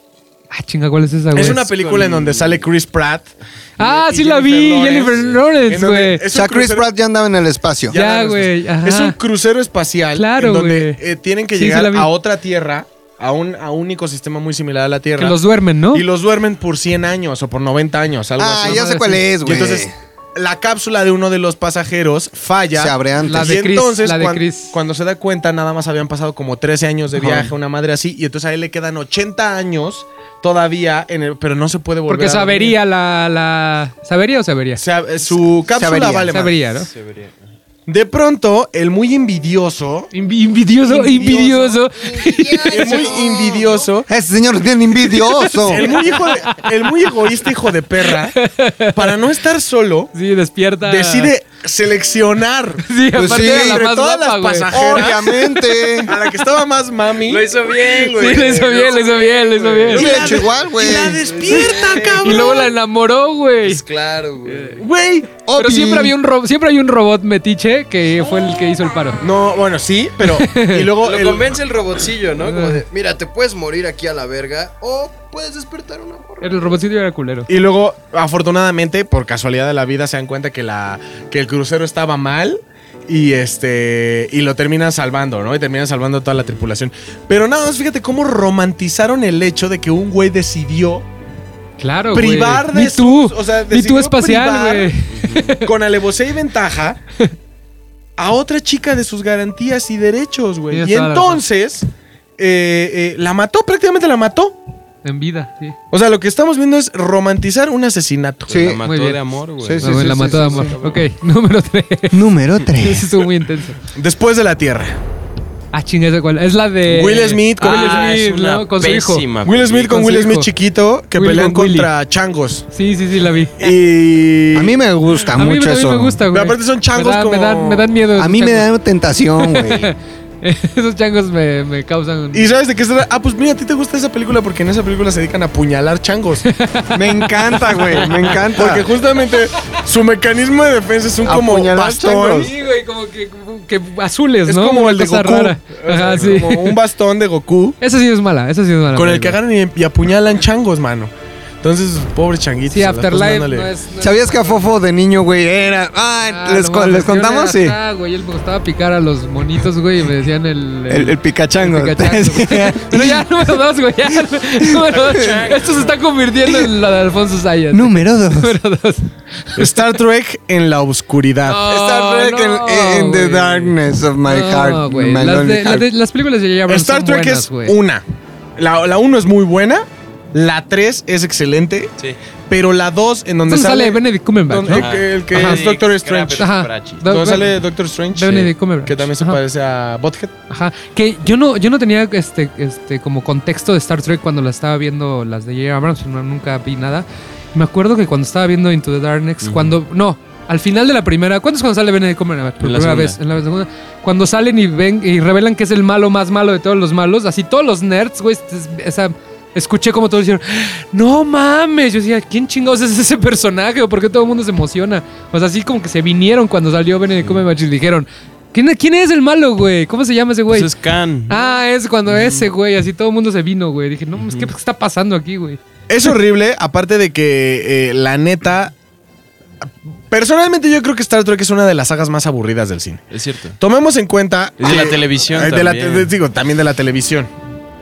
D: Ah, chinga, ¿cuál es esa, güey?
A: Es una película en donde sale Chris Pratt.
D: Ah,
A: y
D: sí la vi, Jennifer Lawrence,
A: En donde-
D: güey.
A: es un
C: O sea, Chris
A: crucero-
C: Pratt ya andaba en el espacio.
D: Ya,
A: no, no,
D: güey,
A: no, no.
D: ajá.
A: Es un crucero espacial.
D: Claro,
A: en donde
D: güey.
A: eh, tienen que
D: Sí, sí
A: llegar
D: la vi.
A: a otra tierra, a un, a un ecosistema muy similar a la
D: Que
A: Tierra.
D: los duermen, ¿no?
A: Y los duermen por 100 años o por 90 años, algo
C: Ah,
A: así.
C: ya sé cuál es,
A: Y
C: güey.
A: entonces, la cápsula de uno de los pasajeros falla.
C: Se abre antes.
D: La
A: y
D: de Chris,
A: entonces,
D: la de
A: cuan-
D: Chris.
A: cuando se da cuenta, nada más habían pasado como 13 años de
D: Ajá.
A: viaje, una madre así. Y entonces a él le quedan 80 años todavía, en el- pero no se puede volver
D: Porque
A: a dormir.
D: sabería la, la. ¿Sabería o sabería?
A: O sea, eh, su cápsula
C: avería,
A: vale más.
D: Sabería, ¿no?
A: De pronto, el muy envidioso.
D: Invi- Invidioso,
A: Invidioso.
D: invidioso.
A: El muy envidioso.
C: Ese señor es bien envidioso.
A: El muy, hijo de- el muy egoísta hijo de perra, para no estar solo,
D: Sí, despierta.
A: decide seleccionar
D: Sí,
C: Pues
D: aparte
C: sí,
D: era la
A: entre
D: más
A: todas
D: guapa,
A: las
D: güey.
A: pasajeras
C: Obviamente.
A: a la que estaba más mami.
B: Lo hizo bien, güey.
D: Sí, lo hizo bien, lo hizo bien, lo hizo
C: Yo
D: bien.
C: hubiera hecho igual, güey.
A: Y la despierta,
D: Y luego la
A: cabrón.
D: enamoró, güey.
C: Claro, güey.
A: Güey.
D: Pero
C: Obi.
D: siempre había un ro- siempre hay un robot metiche que fue el que hizo el paro.
A: No, bueno, sí, pero. Y luego.
B: Lo
A: el-
B: convence el robotcillo, ¿no? Como de,
F: Mira, te puedes morir aquí a la verga o puedes despertar una morra.
D: El robotcito era culero.
A: y luego, afortunadamente, por casualidad de la vida, se dan cuenta que, la, que el crucero estaba mal. Y este. Y lo terminan salvando, ¿no? Y terminan salvando a toda la tripulación. Pero nada más, fíjate cómo romantizaron el hecho de que un güey decidió
D: Claro, güey.
A: privar de
D: Ni tú.
A: sus- o sea,
D: Ni tú
A: decidió
D: espacial,
A: privar
D: güey.
A: con alevosía y ventaja a otra chica de sus garantías y derechos, güey.
D: Tienes
A: Y
D: toda la razón.
A: entonces eh, eh, la mató, prácticamente la mató.
D: En vida, sí.
A: O sea, lo que estamos viendo es romantizar un asesinato.
C: Sí.
B: La mató
D: Muy bien.
B: de amor, güey.
C: Sí, sí.
D: No, Ah, güey, la mató de amor. ok, número 3.
C: Número 3.
D: Eso estuvo muy intenso.
A: Después de la Tierra.
D: Ah, chinga, ¿esa cuál? Es la de.
A: Will Smith con-
D: con Will
B: Ah, es
D: Smith,
B: una
D: ¿no? Con su hijo.
B: pésima
A: Will Smith con Will
D: Consejo.
A: Smith chiquito que
D: Will
A: pelean
D: con Willy.
A: contra changos.
D: Sí, sí, sí, la vi.
A: Y.
C: A mí me gusta
D: A mí,
C: mucho
D: a mí
C: eso.
D: me gusta, güey.
A: Pero aparte son changos
D: me dan,
A: como-
D: me dan, me dan miedo.
C: A mí me
D: esos
C: da tentación, güey.
D: changos. Esos changos me, me causan.
A: ¿Y sabes de qué se trata? Ah, pues mira, a ti te gusta esa película porque en esa película se dedican a apuñalar changos.
C: Me encanta, güey. Me encanta.
A: Porque justamente su mecanismo de defensa es un como
C: Apuñalar
A: bastón.
C: changos.
D: Sí, güey, como que, como que azules,
A: Es
D: ¿no?
A: como
D: Una
A: el de
D: cosa
A: Goku.
D: rara.
A: O sea,
D: Ajá, sí.
A: Como un bastón de Goku
D: Esa sí es mala, esa sí es mala.
A: con el que
D: película.
A: agarran y, y apuñalan changos, mano. Entonces, pobre changuito.
D: Sí, Afterlife no es. no
C: ¿Sabías que a Fofo de niño, güey, era. Ah,
D: Ah,
C: ¿les,
D: no
C: co-
D: mames,
C: les
D: yo
C: contamos?
D: era-
C: Sí.
D: Ah, güey, él me gustaba picar a los monitos, güey, y me decían el.
C: El, el picachango.
D: el picachango. Pero ya, número dos, güey. Ya, número dos. Esto se está convirtiendo en la de Alfonso Sayas.
C: Número 2.
D: Número dos.
A: Star Trek en la oscuridad.
C: Star Trek en-
D: no,
C: in, the
D: güey.
C: darkness of my
D: No,
C: heart.
D: güey.
C: my
D: Las,
C: lonely
D: de- las
C: heart.
D: de- las películas de J.J. Abrams
A: Star
D: son
A: Trek
D: buenas,
A: es
D: güey.
A: una. La, la uno es muy buena. La 3 es excelente,
B: Sí.
A: pero la 2 en donde
D: Entonces
A: sale,
D: sale Benedict Cumberbatch,
A: donde-
D: ¿no?
A: el que, el que
B: Ajá.
A: es Doctor Strange.
B: Crabbit.
D: Ajá.
B: Brachi.
D: Do-
A: Donde
D: Be-
A: sale Doctor Strange, eh,
D: Benedict Cumberbatch.
A: que también se
D: Ajá.
A: parece a Bothead.
D: Ajá, que yo no, yo no tenía este, este como contexto de Star Trek cuando la estaba viendo las de J.J. Abrams, no- nunca vi nada. Me acuerdo que cuando estaba viendo Into the Darkness, cuando no, al final de la primera, ¿cuándo es cuando sale Benedict Cumberbatch? Por
B: En la segunda.
D: primera vez, en la segunda, cuando salen y ven y revelan que es el malo más malo de todos los malos, así todos los nerds, güey, es- esa Escuché como todos dijeron, no mames. Yo decía, ¿quién chingados es ese personaje? ¿O por qué todo el mundo se emociona? O sea, así como que se vinieron cuando salió Benedict Cumberbatch y dijeron, ¿quién, quién es el malo, güey? ¿Cómo se llama ese güey?
B: Ese Pues es Khan.
D: Ah, es cuando ese, güey, así todo el mundo se vino, güey. Dije, no, mames, ¿qué está pasando aquí, güey?
A: Es horrible, aparte de que eh, la neta. Personalmente, yo creo que Star Trek es una de las sagas más aburridas del cine.
B: Es cierto.
A: Tomemos en cuenta.
B: Es de la
A: que-
B: televisión
A: eh, de la te-
B: también.
A: digo, también de la televisión.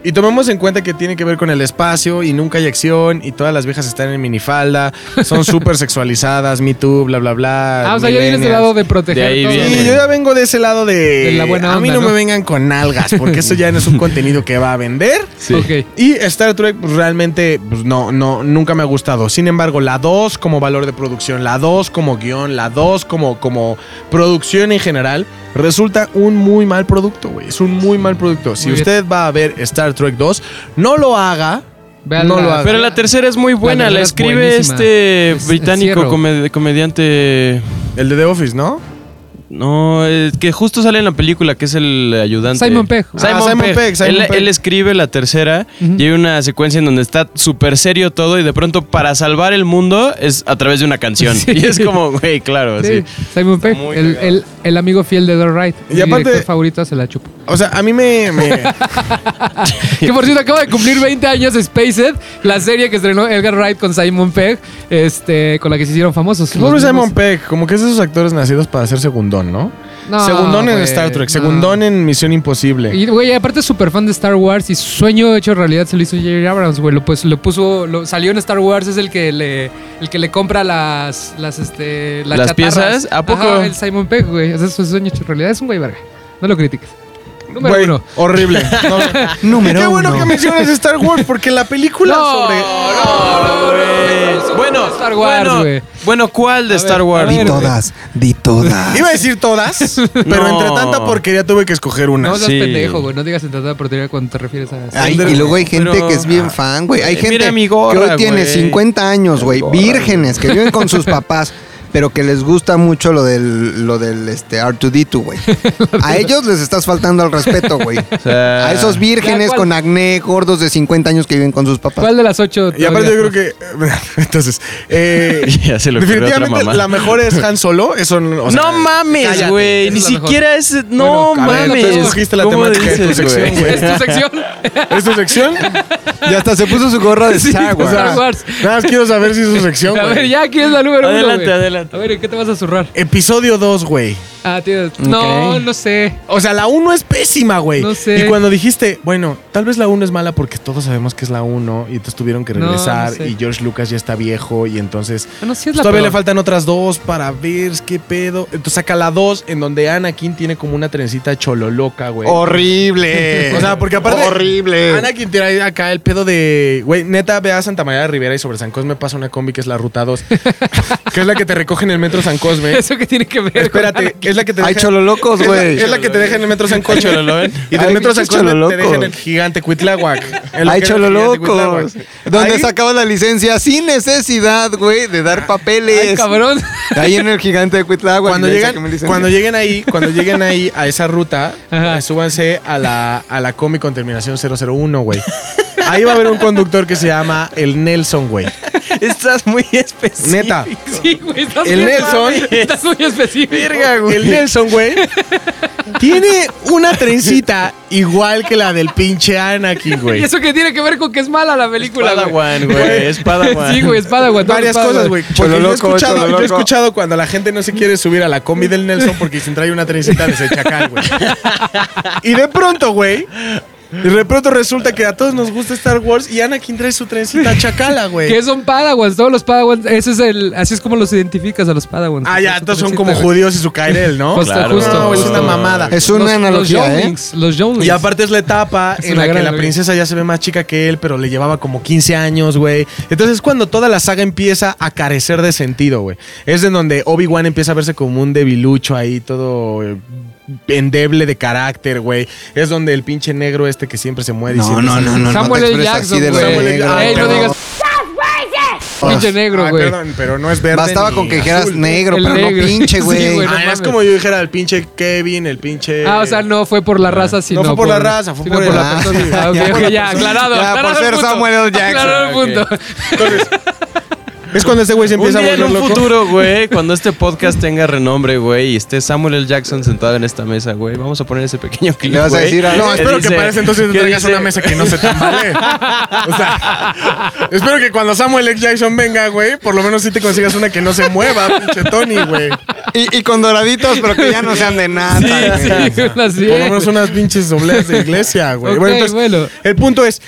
A: Y tomemos en cuenta que tiene que ver con el espacio y nunca hay acción y todas las viejas están en minifalda, son súper sexualizadas, Me Too, bla, bla, bla.
D: Ah, o sea, ya vienes del lado de proteger.
B: De ahí
D: todo.
B: viene.
A: Y yo ya vengo de ese lado de.
D: De la buena
A: a mí
D: onda,
A: no,
D: ¿no?
A: me vengan con nalgas, porque eso ya no es un contenido que va a vender.
B: Sí.
D: Ok.
A: Y Star Trek pues, realmente pues, no, no, nunca me ha gustado. Sin embargo, la 2 como valor de producción, la 2 como guión, la 2 como, como producción en general, resulta un muy mal producto, güey. Es un muy mal producto. Si
D: Muy bien.
A: usted va a ver Star Trek 2, no lo haga.
D: Vean
A: No
D: la-
A: lo haga.
B: Pero la tercera es muy buena,
D: La
B: la,
D: tercera es
B: escribe
D: buenísima.
B: este
D: Es- es
B: británico
D: Cierro.
B: come- comediante.
A: El de The Office, ¿no?
B: No, eh, que justo sale en la película, que es el ayudante.
D: Simon Pegg.
B: Simon,
A: Ah, Simon
B: Pegg.
A: Pegg, Simon
B: él,
A: Pegg.
B: él escribe la tercera
D: Ujú.
B: y hay una secuencia en donde está súper serio todo y de pronto para salvar el mundo es a través de una canción.
D: Sí.
B: Y es como, güey, claro,
D: Sí,
B: sí.
D: Simon Pegg,
B: muy
D: el,
B: cagado.
D: el- el amigo fiel de The Wright.
A: Y
D: Mi
A: aparte-
D: director favorito se la chupa.
A: O sea, a mí me. me-
D: Que por cierto, acaba de cumplir 20 años Spaced, la serie que estrenó Edgar Wright con Simon Pegg, este, con la que se hicieron famosos.
A: Pobre
D: Los mismos-
A: Simon Pegg, como que es de esos actores nacidos para ser segundón, ¿no?
D: No,
A: segundón en
D: güey,
A: Star Trek,
D: no.
A: segundón en Misión Imposible.
D: Y, güey, aparte es súper fan de Star Wars y su sueño hecho realidad se lo hizo J.J. Abrams, güey. Lo, pues, lo puso, lo, salió en Star Wars, es el que le, el que le compra las, las, este, las,
B: ¿Las
D: chatarras.
B: piezas? ¿A poco?
D: Ajá, el Simon Pegg, güey. Ese es su sueño hecho realidad. Es un güey verga. No lo critiques. Número
A: Güey,
D: uno.
A: Horrible. No, Qué bueno que mencionas Star Wars, porque la película sobre.
B: Güey. Bueno,
D: Star Wars, güey.
B: bueno, bueno, ¿cuál de
D: A
B: Star
D: ver,
B: Wars?
D: a ver, güey.
C: Todas, di todas.
A: Iba a decir todas, pero
B: No.
A: entre tanta porquería tuve que escoger una.
D: No seas
B: Sí.
D: pendejo, güey. No digas en tratada de portería cuando te refieres a...
C: Ay,
A: Pero-
C: y luego hay gente
B: pero-
C: que es bien fan, güey. Hay
B: Eh, mira
C: gente
B: mi gorra,
C: que hoy tiene
B: güey.
C: 50 años, güey,
B: Gorra,
C: vírgenes, que viven con sus papás, pero que les gusta mucho lo del, lo del este, R2D2, güey. A ellos les estás faltando al respeto, güey.
B: sea,
C: A esos vírgenes
D: ¿cuál?
C: con acné, gordos de 50 años que viven con sus papás.
D: ¿Cuál de las ocho?
A: Y aparte yo creo
D: todavía?
A: que... Entonces, eh,
B: Ya se le ocurrió otra
A: definitivamente
B: mamá.
A: la mejor es Han Solo. Eso, no- o sea,
B: no mames,
A: cállate.
B: güey.
D: esa
B: Ni
D: es la mejor.
B: siquiera es. No
D: Bueno, a ver,
B: mames.
D: entonces
A: escogiste la
B: ¿Cómo
A: temática de tu
B: dices,
A: sección,
B: güey?
A: güey.
D: ¿Es tu sección?
A: ¿Es tu sección?
C: Y hasta se puso su gorra de Star
D: Wars.
A: Star
D: Star Wars.
A: Nada más quiero saber si es su sección,
D: A ver,
A: güey.
D: ya aquí es la número
B: Adelante,
D: uno, güey.
B: adelante.
D: A ver, ¿en qué te vas a zurrar?
A: Episodio 2, güey.
D: Ah, tío. No, no sé.
A: O sea, la 1 es pésima, güey.
D: No sé.
A: Y cuando dijiste, bueno, tal vez la 1 es mala porque todos sabemos que es la 1 y entonces tuvieron que
D: No, no
A: regresar
D: sé.
A: y George Lucas ya está viejo y entonces
D: No sé, es
A: Pues
D: la
A: todavía le
D: peor.
A: faltan otras dos para ver qué pedo. Entonces saca la dos, en donde Anakin tiene como una trencita chololoca, güey.
C: Horrible.
A: O sea, porque aparte-
C: Horrible.
A: Anakin tiene acá el pedo de. Güey, neta, ve a Santa María de Rivera y sobre San Cosme pasa una combi que es la ruta 2, que es la que te recoge en el metro San Cosme.
D: ¿Eso qué tiene que ver? con
A: Espérate, es la que te
C: Hay
A: deja.
C: chololocos,
A: es, la,
C: güey.
A: es la que te deja en el metro San Cosme.
B: Chololoen.
A: Y del
C: Ay,
A: metro San
C: pinches
A: Cosme te deja en
C: chololocos.
A: el gigante Cuitláhuac. En lo
C: Hay
A: que era el gigante
C: chololocos.
A: Cuitláhuac.
C: Donde
A: Ahí-
C: sacaba la licencia sin necesidad, güey, de dar papeles.
D: Ay, cabrón.
C: Ahí en el gigante de Cuitlagua.
A: cuando llegan, cuando lleguen ahí, cuando lleguen ahí a esa ruta,
D: Ajá.
A: eh, súbanse a la, a la combi con terminación 001, güey. Ahí va a haber un conductor que se llama el Nelson, güey.
B: Estás muy específico.
A: Neta.
D: Sí, güey. estás
A: El
D: muy-
A: Nelson.
D: Estás muy específico.
A: El Nelson, güey. Tiene una trencita igual que la del pinche Anakin,
D: ¿Y
A: güey.
D: eso qué tiene que ver con que es mala la película, güey?
B: Padawan, güey. Es Padawan.
D: Sí, güey, es Padawan. todo
A: Varias
D: es Padawan.
A: cosas, güey. Porque yo, he
C: Chololoco,
A: escuchado, yo
C: chololoco.
A: he escuchado cuando la gente no se quiere subir a la combi del Nelson porque dicen trae una trencita de ese chacal, güey. Y de pronto, güey, Y de pronto resulta que a todos nos gusta Star Wars y Anakin trae su trencita chacala, güey.
D: Que son padawans, todos los padawans. Ese es el, así es como los identificas a los padawans.
A: Ah, ya,
D: Su
A: entonces son
D: trencita,
A: como
D: güey.
A: judíos y su Kairel, ¿no?
D: Justo,
B: Claro.
D: justo.
A: No, es
D: justo.
A: una mamada.
C: Es una
D: Los-
C: analogía,
D: los
C: ¿eh?
D: younglings, Los younglings.
A: Y aparte es la etapa
D: Pues, Es
A: en
D: una
A: la que
D: gran
A: la
D: alegría.
A: princesa ya se ve más chica que él, pero le llevaba como 15 años, güey. Entonces es cuando toda la saga empieza a carecer de sentido, güey. Es en donde Obi-Wan empieza a verse como un debilucho ahí, todo eh, endeble de carácter, güey. Es donde el pinche negro este que siempre se muere. y
C: No,
A: siempre
C: no,
A: se-
C: no, no.
D: Samuel
C: no te
D: L.
C: expresas
D: Jackson,
C: así del
A: Samuel
D: güey.
A: L.
C: negro,
D: Ey, no
C: perdón.
D: digas pinche negro,
A: Ay,
D: güey.
A: Ah, perdón, pero no es verde.
C: Bastaba
A: ni
C: con que dijeras
A: azul.
C: negro,
D: El
C: pero
D: negro.
C: no pinche,
D: Sí,
C: güey.
D: güey.
A: Ah,
D: no
A: es
D: mames.
A: como yo dijera el pinche Kevin, el pinche.
D: Ah, o sea, no fue por la raza, sino
A: eh, fue por la raza, fue
D: sino
A: por
D: por
A: el-
D: la persona. Ah, ok, ok, ya, aclarado.
C: Ya, por
D: aclarado el
C: ser
D: punto.
C: Samuel L. Jackson.
D: Aclarado el punto.
A: Es cuando este güey se
B: Un
A: empieza
B: día
A: a
B: en
A: volver
B: un
A: loco.
B: futuro, güey, cuando este podcast tenga renombre, güey, y esté Samuel L. Jackson sentado en esta mesa, güey, vamos a poner ese pequeño clip,
C: vas a
B: güey.
C: decir algo?
A: No,
C: ¿Qué
A: espero que
B: dice-
A: para ese entonces
B: qué
A: tengas
B: dice-
A: una mesa que no se tambalee. O sea, espero que cuando Samuel X. Jackson venga, güey, por lo menos sí te consigas una que no se mueva, pinche Tony, güey.
C: Y, y con doraditos, pero que ya no sean de nada. güey.
D: Sí, una sí.
A: Por lo menos unas pinches dobleas de iglesia, güey.
D: Ok, bueno.
A: el punto es...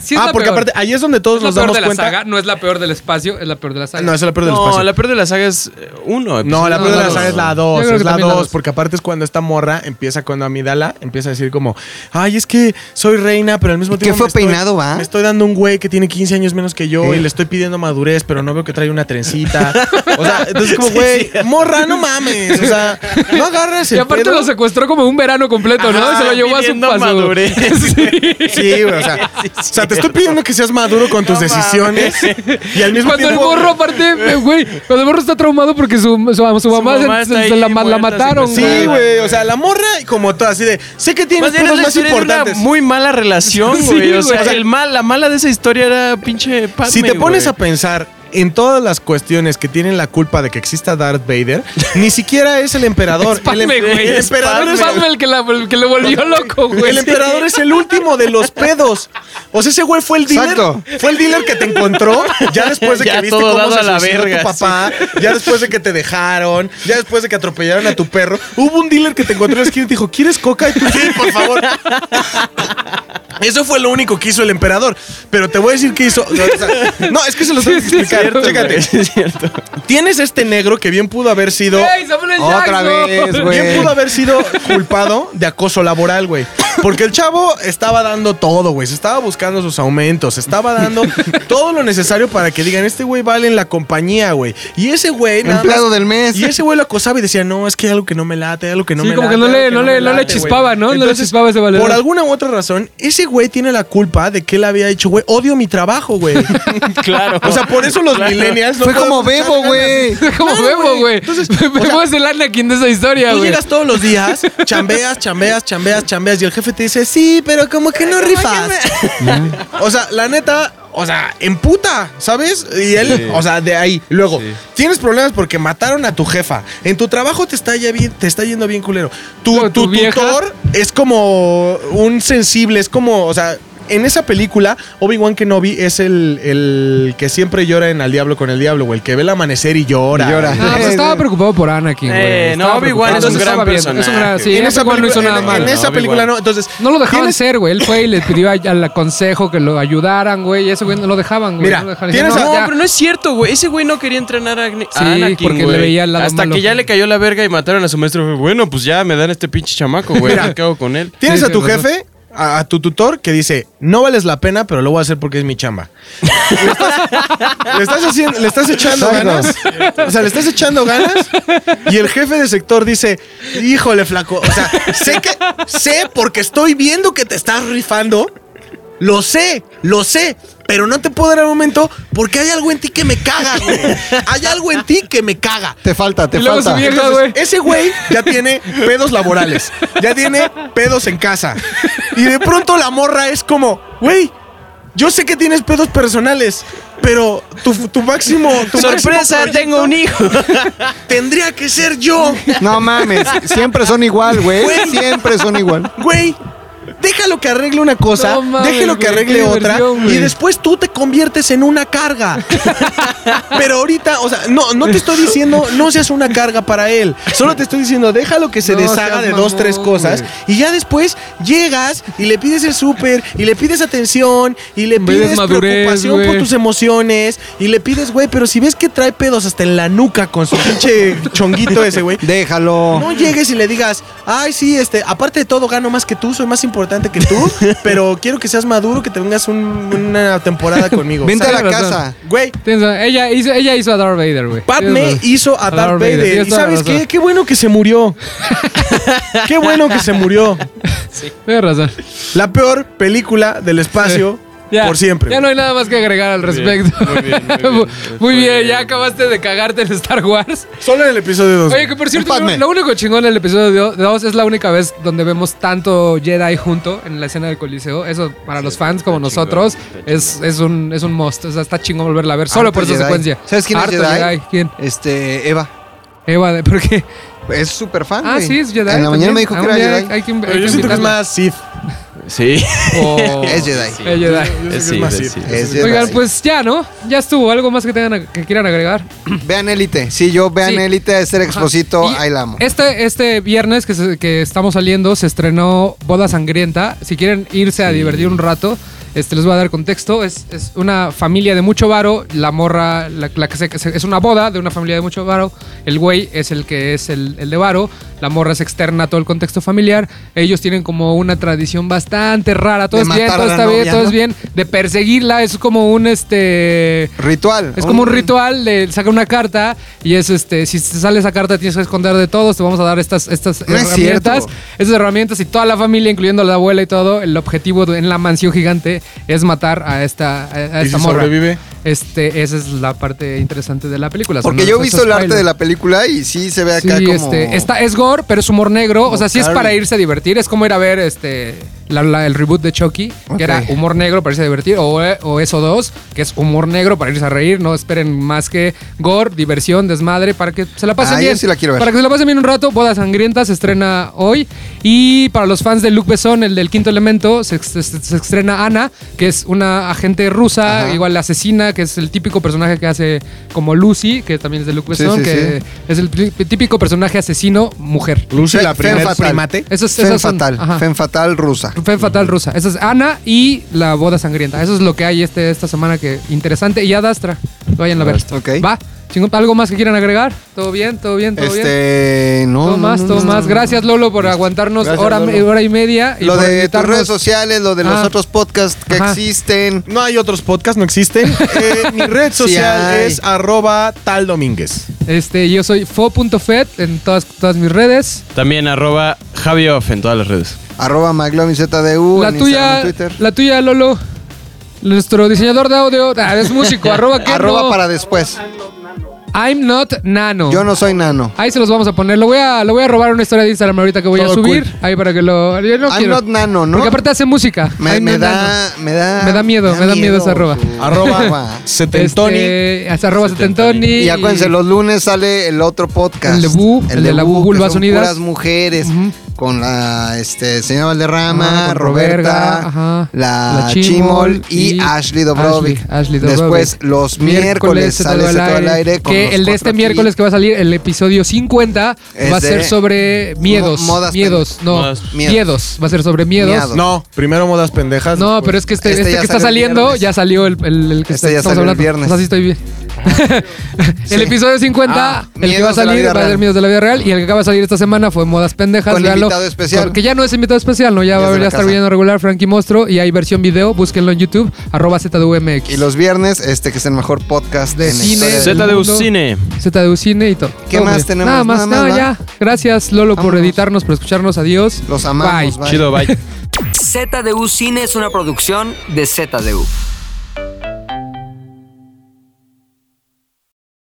D: Sí es
A: ah,
D: la
A: porque
D: peor.
A: aparte, ahí es donde todos
D: Es la
A: nos
D: peor
A: damos
D: de la
A: cuenta...
D: saga. No es la peor del espacio, es la peor de la saga.
A: No, esa es la peor del
B: No,
A: espacio.
B: la peor de la saga es eh, uno.
A: No, la
D: No,
A: peor de la
D: la dos.
A: saga es la
D: Yo
A: 2.
D: creo que
A: Es la
D: también la
A: 2,
D: dos.
A: porque aparte es cuando esta morra empieza, cuando Amidala empieza a decir como, ay, es que soy reina, pero al mismo
C: ¿Y qué
A: tiempo.
C: fue
A: me estoy-
C: peinado, va?
A: Me estoy dando un güey que tiene 15 años menos que yo
C: Sí.
A: y le estoy pidiendo madurez, pero no veo que trae una trencita. o sea, entonces como, güey, morra, no mames. O sea, no agarres el
D: Y aparte
A: pedo.
D: lo secuestró como un verano completo, ¿no?
A: Ajá,
D: se lo llevó a su
B: pidiendo
D: paso.
B: madurez.
A: Sí, güey, o sea, o sea, te estoy pidiendo que seas maduro con tus decisiones y al mismo
D: Cuando el
A: tiempo
D: morro, aparte, eh, güey, cuando el morro está traumado porque su, su, su mamá, se-
B: mamá
D: se-
B: está
D: se la,
B: ahí
D: ma- la
B: muerta,
D: mataron,
B: sin
A: pues, Sí,
B: Nada,
A: güey, o sea, la morra como todo así de, sé que tienes
B: Más bien es
A: cosas
B: la
A: más
B: historia de una
A: importantes.
B: muy mala relación,
D: Sí,
B: güey. o sea,
D: güey.
B: el mal, la mala de esa historia era pinche Padme,
A: Si te pones
B: güey.
A: a pensar en todas las cuestiones que tienen la culpa de que exista Darth Vader, ni siquiera es el emperador.
D: Es Padme,
A: el, em-
D: güey,
A: el
D: es
A: emperador
D: Padme
A: es el-
D: el que, la, el que lo volvió loco, güey.
A: el emperador es el último de los pedos. O sea, ese güey fue el dealer.
C: Exacto.
A: Fue el dealer que te encontró ya después de
B: Ya
A: que viste
B: todo
A: cómo
B: dado
A: se
B: a la
A: suicidó
B: verga,
A: tu papá, ya después de que te dejaron, ya después de que atropellaron a tu perro. Hubo un dealer que te encontró en la esquina y te dijo, ¿quieres coca? Y tú, sí, por favor. Eso fue lo único que hizo el emperador. Pero te voy a decir que hizo. o sea, no, es que se los tengo que
D: Sí, sí, es
A: explicar.
D: cierto,
A: Chécate. Tienes este negro que bien pudo haber sido.
D: Güey, Samuel L.
C: Otra
D: Jackson.
C: vez,
A: Bien
C: Pues, güey.
A: pudo haber sido culpado de acoso laboral, güey. Porque el chavo estaba dando todo, güey. Se estaba buscando sus aumentos. Estaba dando todo lo necesario para que digan, este güey vale en la compañía, güey. Y ese güey... nada
C: Empleado
A: más-
C: del mes.
A: Y ese güey lo acosaba y decía, no, es que hay algo que no me late, hay algo que no
D: Sí,
A: me
D: como
A: late,
D: que no
A: hay algo
D: le- no
A: me
D: le- no le
A: late, güey".
D: chispaba, ¿no? No le chispaba ese valedor.
A: Por alguna u otra razón, ese güey tiene la culpa de que él había dicho, güey, odio mi trabajo, güey.
B: Claro.
A: O sea, por eso los millennials... no
C: Fue como
A: podemos
C: bebo,
A: echarle ganas.
C: güey.
D: Como
A: Claro,
D: Bebo,
A: güey.
D: güey.
A: Entonces,
D: Bebo es el Anakin de esa historia,
A: Tú
D: güey.
A: llegas todos los días, chambeas, chambeas, chambeas, chambeas, y el jefe te dice, sí, pero como que no rifas. o sea, la neta, o sea, emputa, ¿sabes? Y él, o sea, de ahí. Luego, tienes problemas porque mataron a tu jefa. En tu trabajo te está, ya bien, te está yendo bien culero. Tu,
D: Luego,
A: tu
D: tu vieja.
A: tutor es como un sensible, es como, o sea... En esa película, Obi-Wan Kenobi es el, el que siempre llora en Al Diablo con el Diablo, güey. El que ve el amanecer y llora.
C: Y llora.
D: No, pues estaba preocupado por Anakin, güey.
B: Eh,
D: Estaba
B: no, Obi-Wan
D: preocupado.
B: es un
D: Entonces
B: gran
D: estaba bien. Es un gran,
B: personaje.
D: sí,
A: en esa
D: Obi-Wan no hizo
A: película,
D: nada
A: en-
D: mal.
A: en esa
B: No,
A: película
B: Obi-Wan.
A: no. Entonces,
D: No lo dejaban
A: tienes-
D: ser, güey. Él fue y le pidió a- al consejo que lo ayudaran, güey. Y ese güey no lo dejaban, güey.
A: Mira,
D: no lo dejaban.
A: tienes
D: Dijeron,
A: a-
B: No,
D: ya.
B: pero no es cierto, güey. Ese güey no quería entrenar a, Agni- a
D: Sí,
B: Anakin,
D: porque le
B: güey.
D: veía el lado
B: Hasta
D: malo.
B: que ya le cayó la verga y mataron a su maestro. Fue, Bueno, pues ya me dan este pinche chamaco, güey.
A: Mira.
B: ¿Qué hago con él?
A: Tienes
D: Sí,
A: a tu
D: tienes razón.
A: jefe, a, a tu tutor, que dice, no vales la pena, pero lo voy a hacer porque es mi chamba. le, estás, le estás haciendo, le estás echando
C: Exacto.
A: ganas. O sea, le estás echando ganas. Y el jefe de sector dice, híjole, flaco. O sea, sé que, sé porque estoy viendo que te estás rifando. Lo sé, lo sé, pero no te puedo dar el momento porque hay algo en ti que me caga, güey. Hay algo en ti que me caga.
C: Te falta, te
D: Y luego
C: falta.
D: su vieja,
A: Entonces, eh,
D: güey.
A: ese güey ya tiene pedos laborales, ya tiene pedos en casa. Y de pronto la morra es como, güey, yo sé que tienes pedos personales, pero tu, tu máximo. Tu
B: Sorpresa,
A: máximo
B: tengo un hijo.
A: proyecto Tendría que ser yo,
C: No mames, siempre son igual, güey. Siempre son igual.
A: güey. déjalo que arregle una cosa,
D: No mames,
A: déjalo que
D: güey,
A: arregle
D: qué
A: otra
D: diversión, güey.
A: y después tú te conviertes en una carga. Pero ahorita, o sea, no, no te estoy diciendo no seas una carga para él, solo te estoy diciendo déjalo que se
C: No
A: deshaga
C: seas
A: de dos,
C: mamón,
A: tres cosas
C: güey.
A: y ya después llegas y le pides el súper y le pides atención y le
D: Pides
A: pides
D: madurez,
A: preocupación por
D: güey.
A: tus emociones y le pides, güey, pero si ves que trae pedos hasta en la nuca con su pinche chonguito ese, güey.
C: Déjalo.
A: No llegues y le digas, ay, sí, este, aparte de todo, gano más que tú, soy más importante que tú, pero quiero que seas maduro, que te vengas un- una temporada conmigo.
C: Vente a
A: ¿sabes?
C: la
D: Tienes razón.
C: casa.
A: Güey,
D: Tienes razón. Ella hizo, ella hizo a Darth Vader, güey. Tienes
A: Padme
D: razón.
A: hizo a Darth Vader.
D: tienes
A: ¿Y
D: toda la
A: sabes
D: razón.
A: qué? Qué bueno que se murió. qué bueno que se murió.
D: Tienes razón.
A: La peor película del espacio
D: Ya,
A: por siempre.
D: Ya no hay nada más que agregar al respecto.
B: muy bien, muy bien.
D: Muy bien, ya acabaste de cagarte en Star Wars.
A: Solo en el episodio 2.
C: Pues,
D: Oye, que por cierto,
C: Padme.
D: lo, lo único chingón del episodio 2 es la única vez donde vemos tanto Jedi junto en la escena del Coliseo. Eso para los fans como
B: está chingón,
D: nosotros
B: está chingón.
D: es, es, un, es un must. O sea, está chingón volverla a ver solo
C: Harto
D: por esa
C: Jedi.
D: secuencia.
C: ¿Sabes quién
D: Harto
C: es Jedi?
D: ¿Quién?
C: Este, Eva.
D: Eva, ¿de- ¿por qué?
C: Es súper fan.
D: Ah,
C: güey.
D: sí, es Jedi.
C: En la
D: también.
C: mañana me dijo que
D: Ah,
C: era
D: un día
C: Jedi.
D: Hay que, hay
A: Pero yo
D: que
A: siento que es
D: invitarla.
A: más Sith.
B: Sí.
D: O-
C: Es Jedi.
D: Es Jedi.
A: Yo sé que
B: Sí,
A: es
B: sí,
A: más
B: sí,
A: Sith.
B: sí.
C: Es Jedi.
D: Oigan, pues ya, ¿no? Ya estuvo. ¿Algo más que tengan que quieran agregar?
C: Vean Élite. Sí, yo vean
D: Sí.
C: Élite a Esther Exposito.
D: Y
C: Ahí la amo.
D: Este, este viernes que, se- que estamos saliendo se estrenó Boda Sangrienta. Si quieren irse a divertir un rato, este, les voy a dar contexto. Es, es una familia de mucho varo. La morra, la, la que se- que se- es una boda de una familia de mucho varo. El güey es el que es el, el de varo. La morra es externa a todo el contexto familiar. Ellos tienen como una tradición bastante rara. Todo
C: De
D: es bien,
C: matar
D: todo
C: a la
D: está bien,
C: novia,
D: todo es
C: ¿no?
D: bien. De perseguirla es como un este.
C: Ritual.
D: Es como un ritual, le saca una carta y es este, si te sale esa carta tienes que esconder de todos, te vamos a dar estas, estas
C: No es
D: herramientas,
C: cierto.
D: estas herramientas y toda la familia, incluyendo la abuela y todo, el objetivo de- en la mansión gigante es matar a esta, a- a
A: ¿Y
D: esta
A: si
D: morra.
A: sobrevive?
D: Este, esa es la parte interesante de la película.
C: Porque
D: Son
C: yo he
D: esos
C: visto el arte
D: spoilers.
C: de la película y sí se ve acá
D: Sí,
C: como.
D: este, está, es gore, pero es humor negro. O sea, sí es para
C: Carrie.
D: irse a divertir. Es como ir a ver este la- la- el reboot de Chucky,
C: Ok.
D: que era humor negro para irse a divertir, o, eh, o eso 2, que es humor negro para irse a reír. No esperen más que gore, diversión, desmadre, para que se la pasen
C: Ah, yo
D: bien.
C: sí la quiero ver.
D: Para que se la pasen bien un rato. Boda Sangrienta se estrena hoy. Y para los fans de Luke Besson, el del quinto elemento, se, se- se estrena Ana, que es una agente rusa,
C: Ajá.
D: igual la asesina, que es el típico personaje que hace como Lucy, que también es de Luke
C: Sí,
D: Besson,
C: sí,
D: Pues que
C: sí.
D: es el pl- típico personaje asesino mujer.
A: Lucy,
C: Fe-
A: la
C: Fe
A: primera
C: fatal.
A: primate.
D: Eso es
C: Fen fatal.
D: Fen
C: Fen fatal rusa.
D: fatal rusa. Esa es Ana y la boda sangrienta. Eso es lo que hay este, esta semana que interesante. Y Adastra, vayan a ver.
C: Ok.
D: Va. Chingón. ¿Algo más que quieran agregar? Todo bien, todo bien, todo bien.
C: Este. No.
D: Todo
C: no,
D: más,
C: no,
D: todo
C: no,
D: más.
C: no.
D: Gracias Lolo por aguantarnos
A: Gracias,
D: hora,
A: Lolo.
D: hora y media. y
C: Lo
D: por
C: de tus
D: invitarnos.
C: redes sociales, lo de los
D: Ah.
C: otros podcasts que
D: Ajá.
C: existen.
A: No hay otros podcasts, no existen. Eh, mi red
C: Sí
A: social
C: hay.
A: es arroba tal domínguez.
D: Este, yo soy fo.fed en todas, todas mis redes.
B: También arroba Javioff en todas las redes.
C: Arroba McLovinZDU.
D: la
C: en
D: tuya,
C: Instagram, Twitter.
D: la tuya Lolo. Nuestro diseñador de audio ah, es músico. arroba que
C: Arroba
D: no.
C: para después.
D: I'm not nano.
C: Yo no soy nano.
D: Ahí se los vamos a poner. Lo voy a, lo voy a robar una historia de Instagram ahorita que voy a
A: Todo
D: subir. Ahí para que lo. Yo no
C: I'm
D: quiero.
C: not nano, ¿no?
D: Porque aparte hace música.
C: Me,
D: I'm
C: me
D: not nano.
C: da, me da.
D: Me da miedo, me da miedo esa arroba.
C: su-
A: Arroba setentoni.
D: Este, hasta arroba
B: Setentoni.
D: setentoni.
C: Y acuérdense, los lunes sale el otro podcast.
D: El de Bu, el de la Bu,
C: que
D: Vulvas
C: son
D: Unidas.
C: puras mujeres.
D: Ujú.
C: Con la este, señora Valderrama,
D: Ajá, con Roberta,
C: Roberta,
D: ajá. La
C: la,
D: Chimol
C: Chimol y,
D: y
C: Ashley Dobrovic.
D: Ashley- Ashley
C: Después,
D: Dobrovic.
C: los miércoles
D: Se
C: sale
D: Todo al
C: Se Todo al
D: Aire,
C: aire. con
D: que
C: los
D: el de este
C: cuatro aquí.
D: miércoles que va a salir, el episodio 50,
C: Es
D: va a ser
C: de
D: sobre miedos.
C: modas
D: miedos, no.
B: Modas-
D: miedos.
C: miedos.
D: Va a ser sobre miedos.
C: Miados.
A: No, primero modas pendejas.
D: No,
A: después-
D: pero es que este,
C: Este
D: este
C: ya
D: que está
C: salió el
D: saliendo
C: viernes.
D: ya salió el, el- el que
C: Este
D: está-
C: ya
D: estamos
C: salió el
D: hablando.
C: viernes.
D: O sea, sí estoy bien. el
C: Sí.
D: episodio 50,
C: Ah,
D: el que va a
C: Miedos de la
D: salir
C: vida
D: va a ser
C: real.
D: Miedos de la Vida Real y el que acaba de salir esta semana fue Modas Pendejas.
C: Con
D: véanlo.
C: invitado especial.
D: Porque ya no es invitado especial, ¿no? Ya va
C: Desde
D: a
C: la
D: ya estar
C: casa.
D: viendo regular Frankie Mostro y hay versión video. Búsquenlo en YouTube, arroba ZDUMX.
C: Y los viernes, este que es el mejor podcast
D: De
C: en la
D: cine.
C: historia del
D: Z-
B: ZDU
D: mundo.
B: Cine.
D: ZDU Cine y todo.
C: ¿Qué
D: Todo
C: más
D: bien.
C: tenemos?
D: Nada más,
C: Nada más,
D: no,
C: ¿va?
D: ya. Gracias, Lolo, por
C: Vámonos.
D: editarnos, por escucharnos. Adiós.
C: Los amamos.
D: Bye.
C: bye.
B: Chido, bye.
H: ZDU Cine es una producción de ZDU.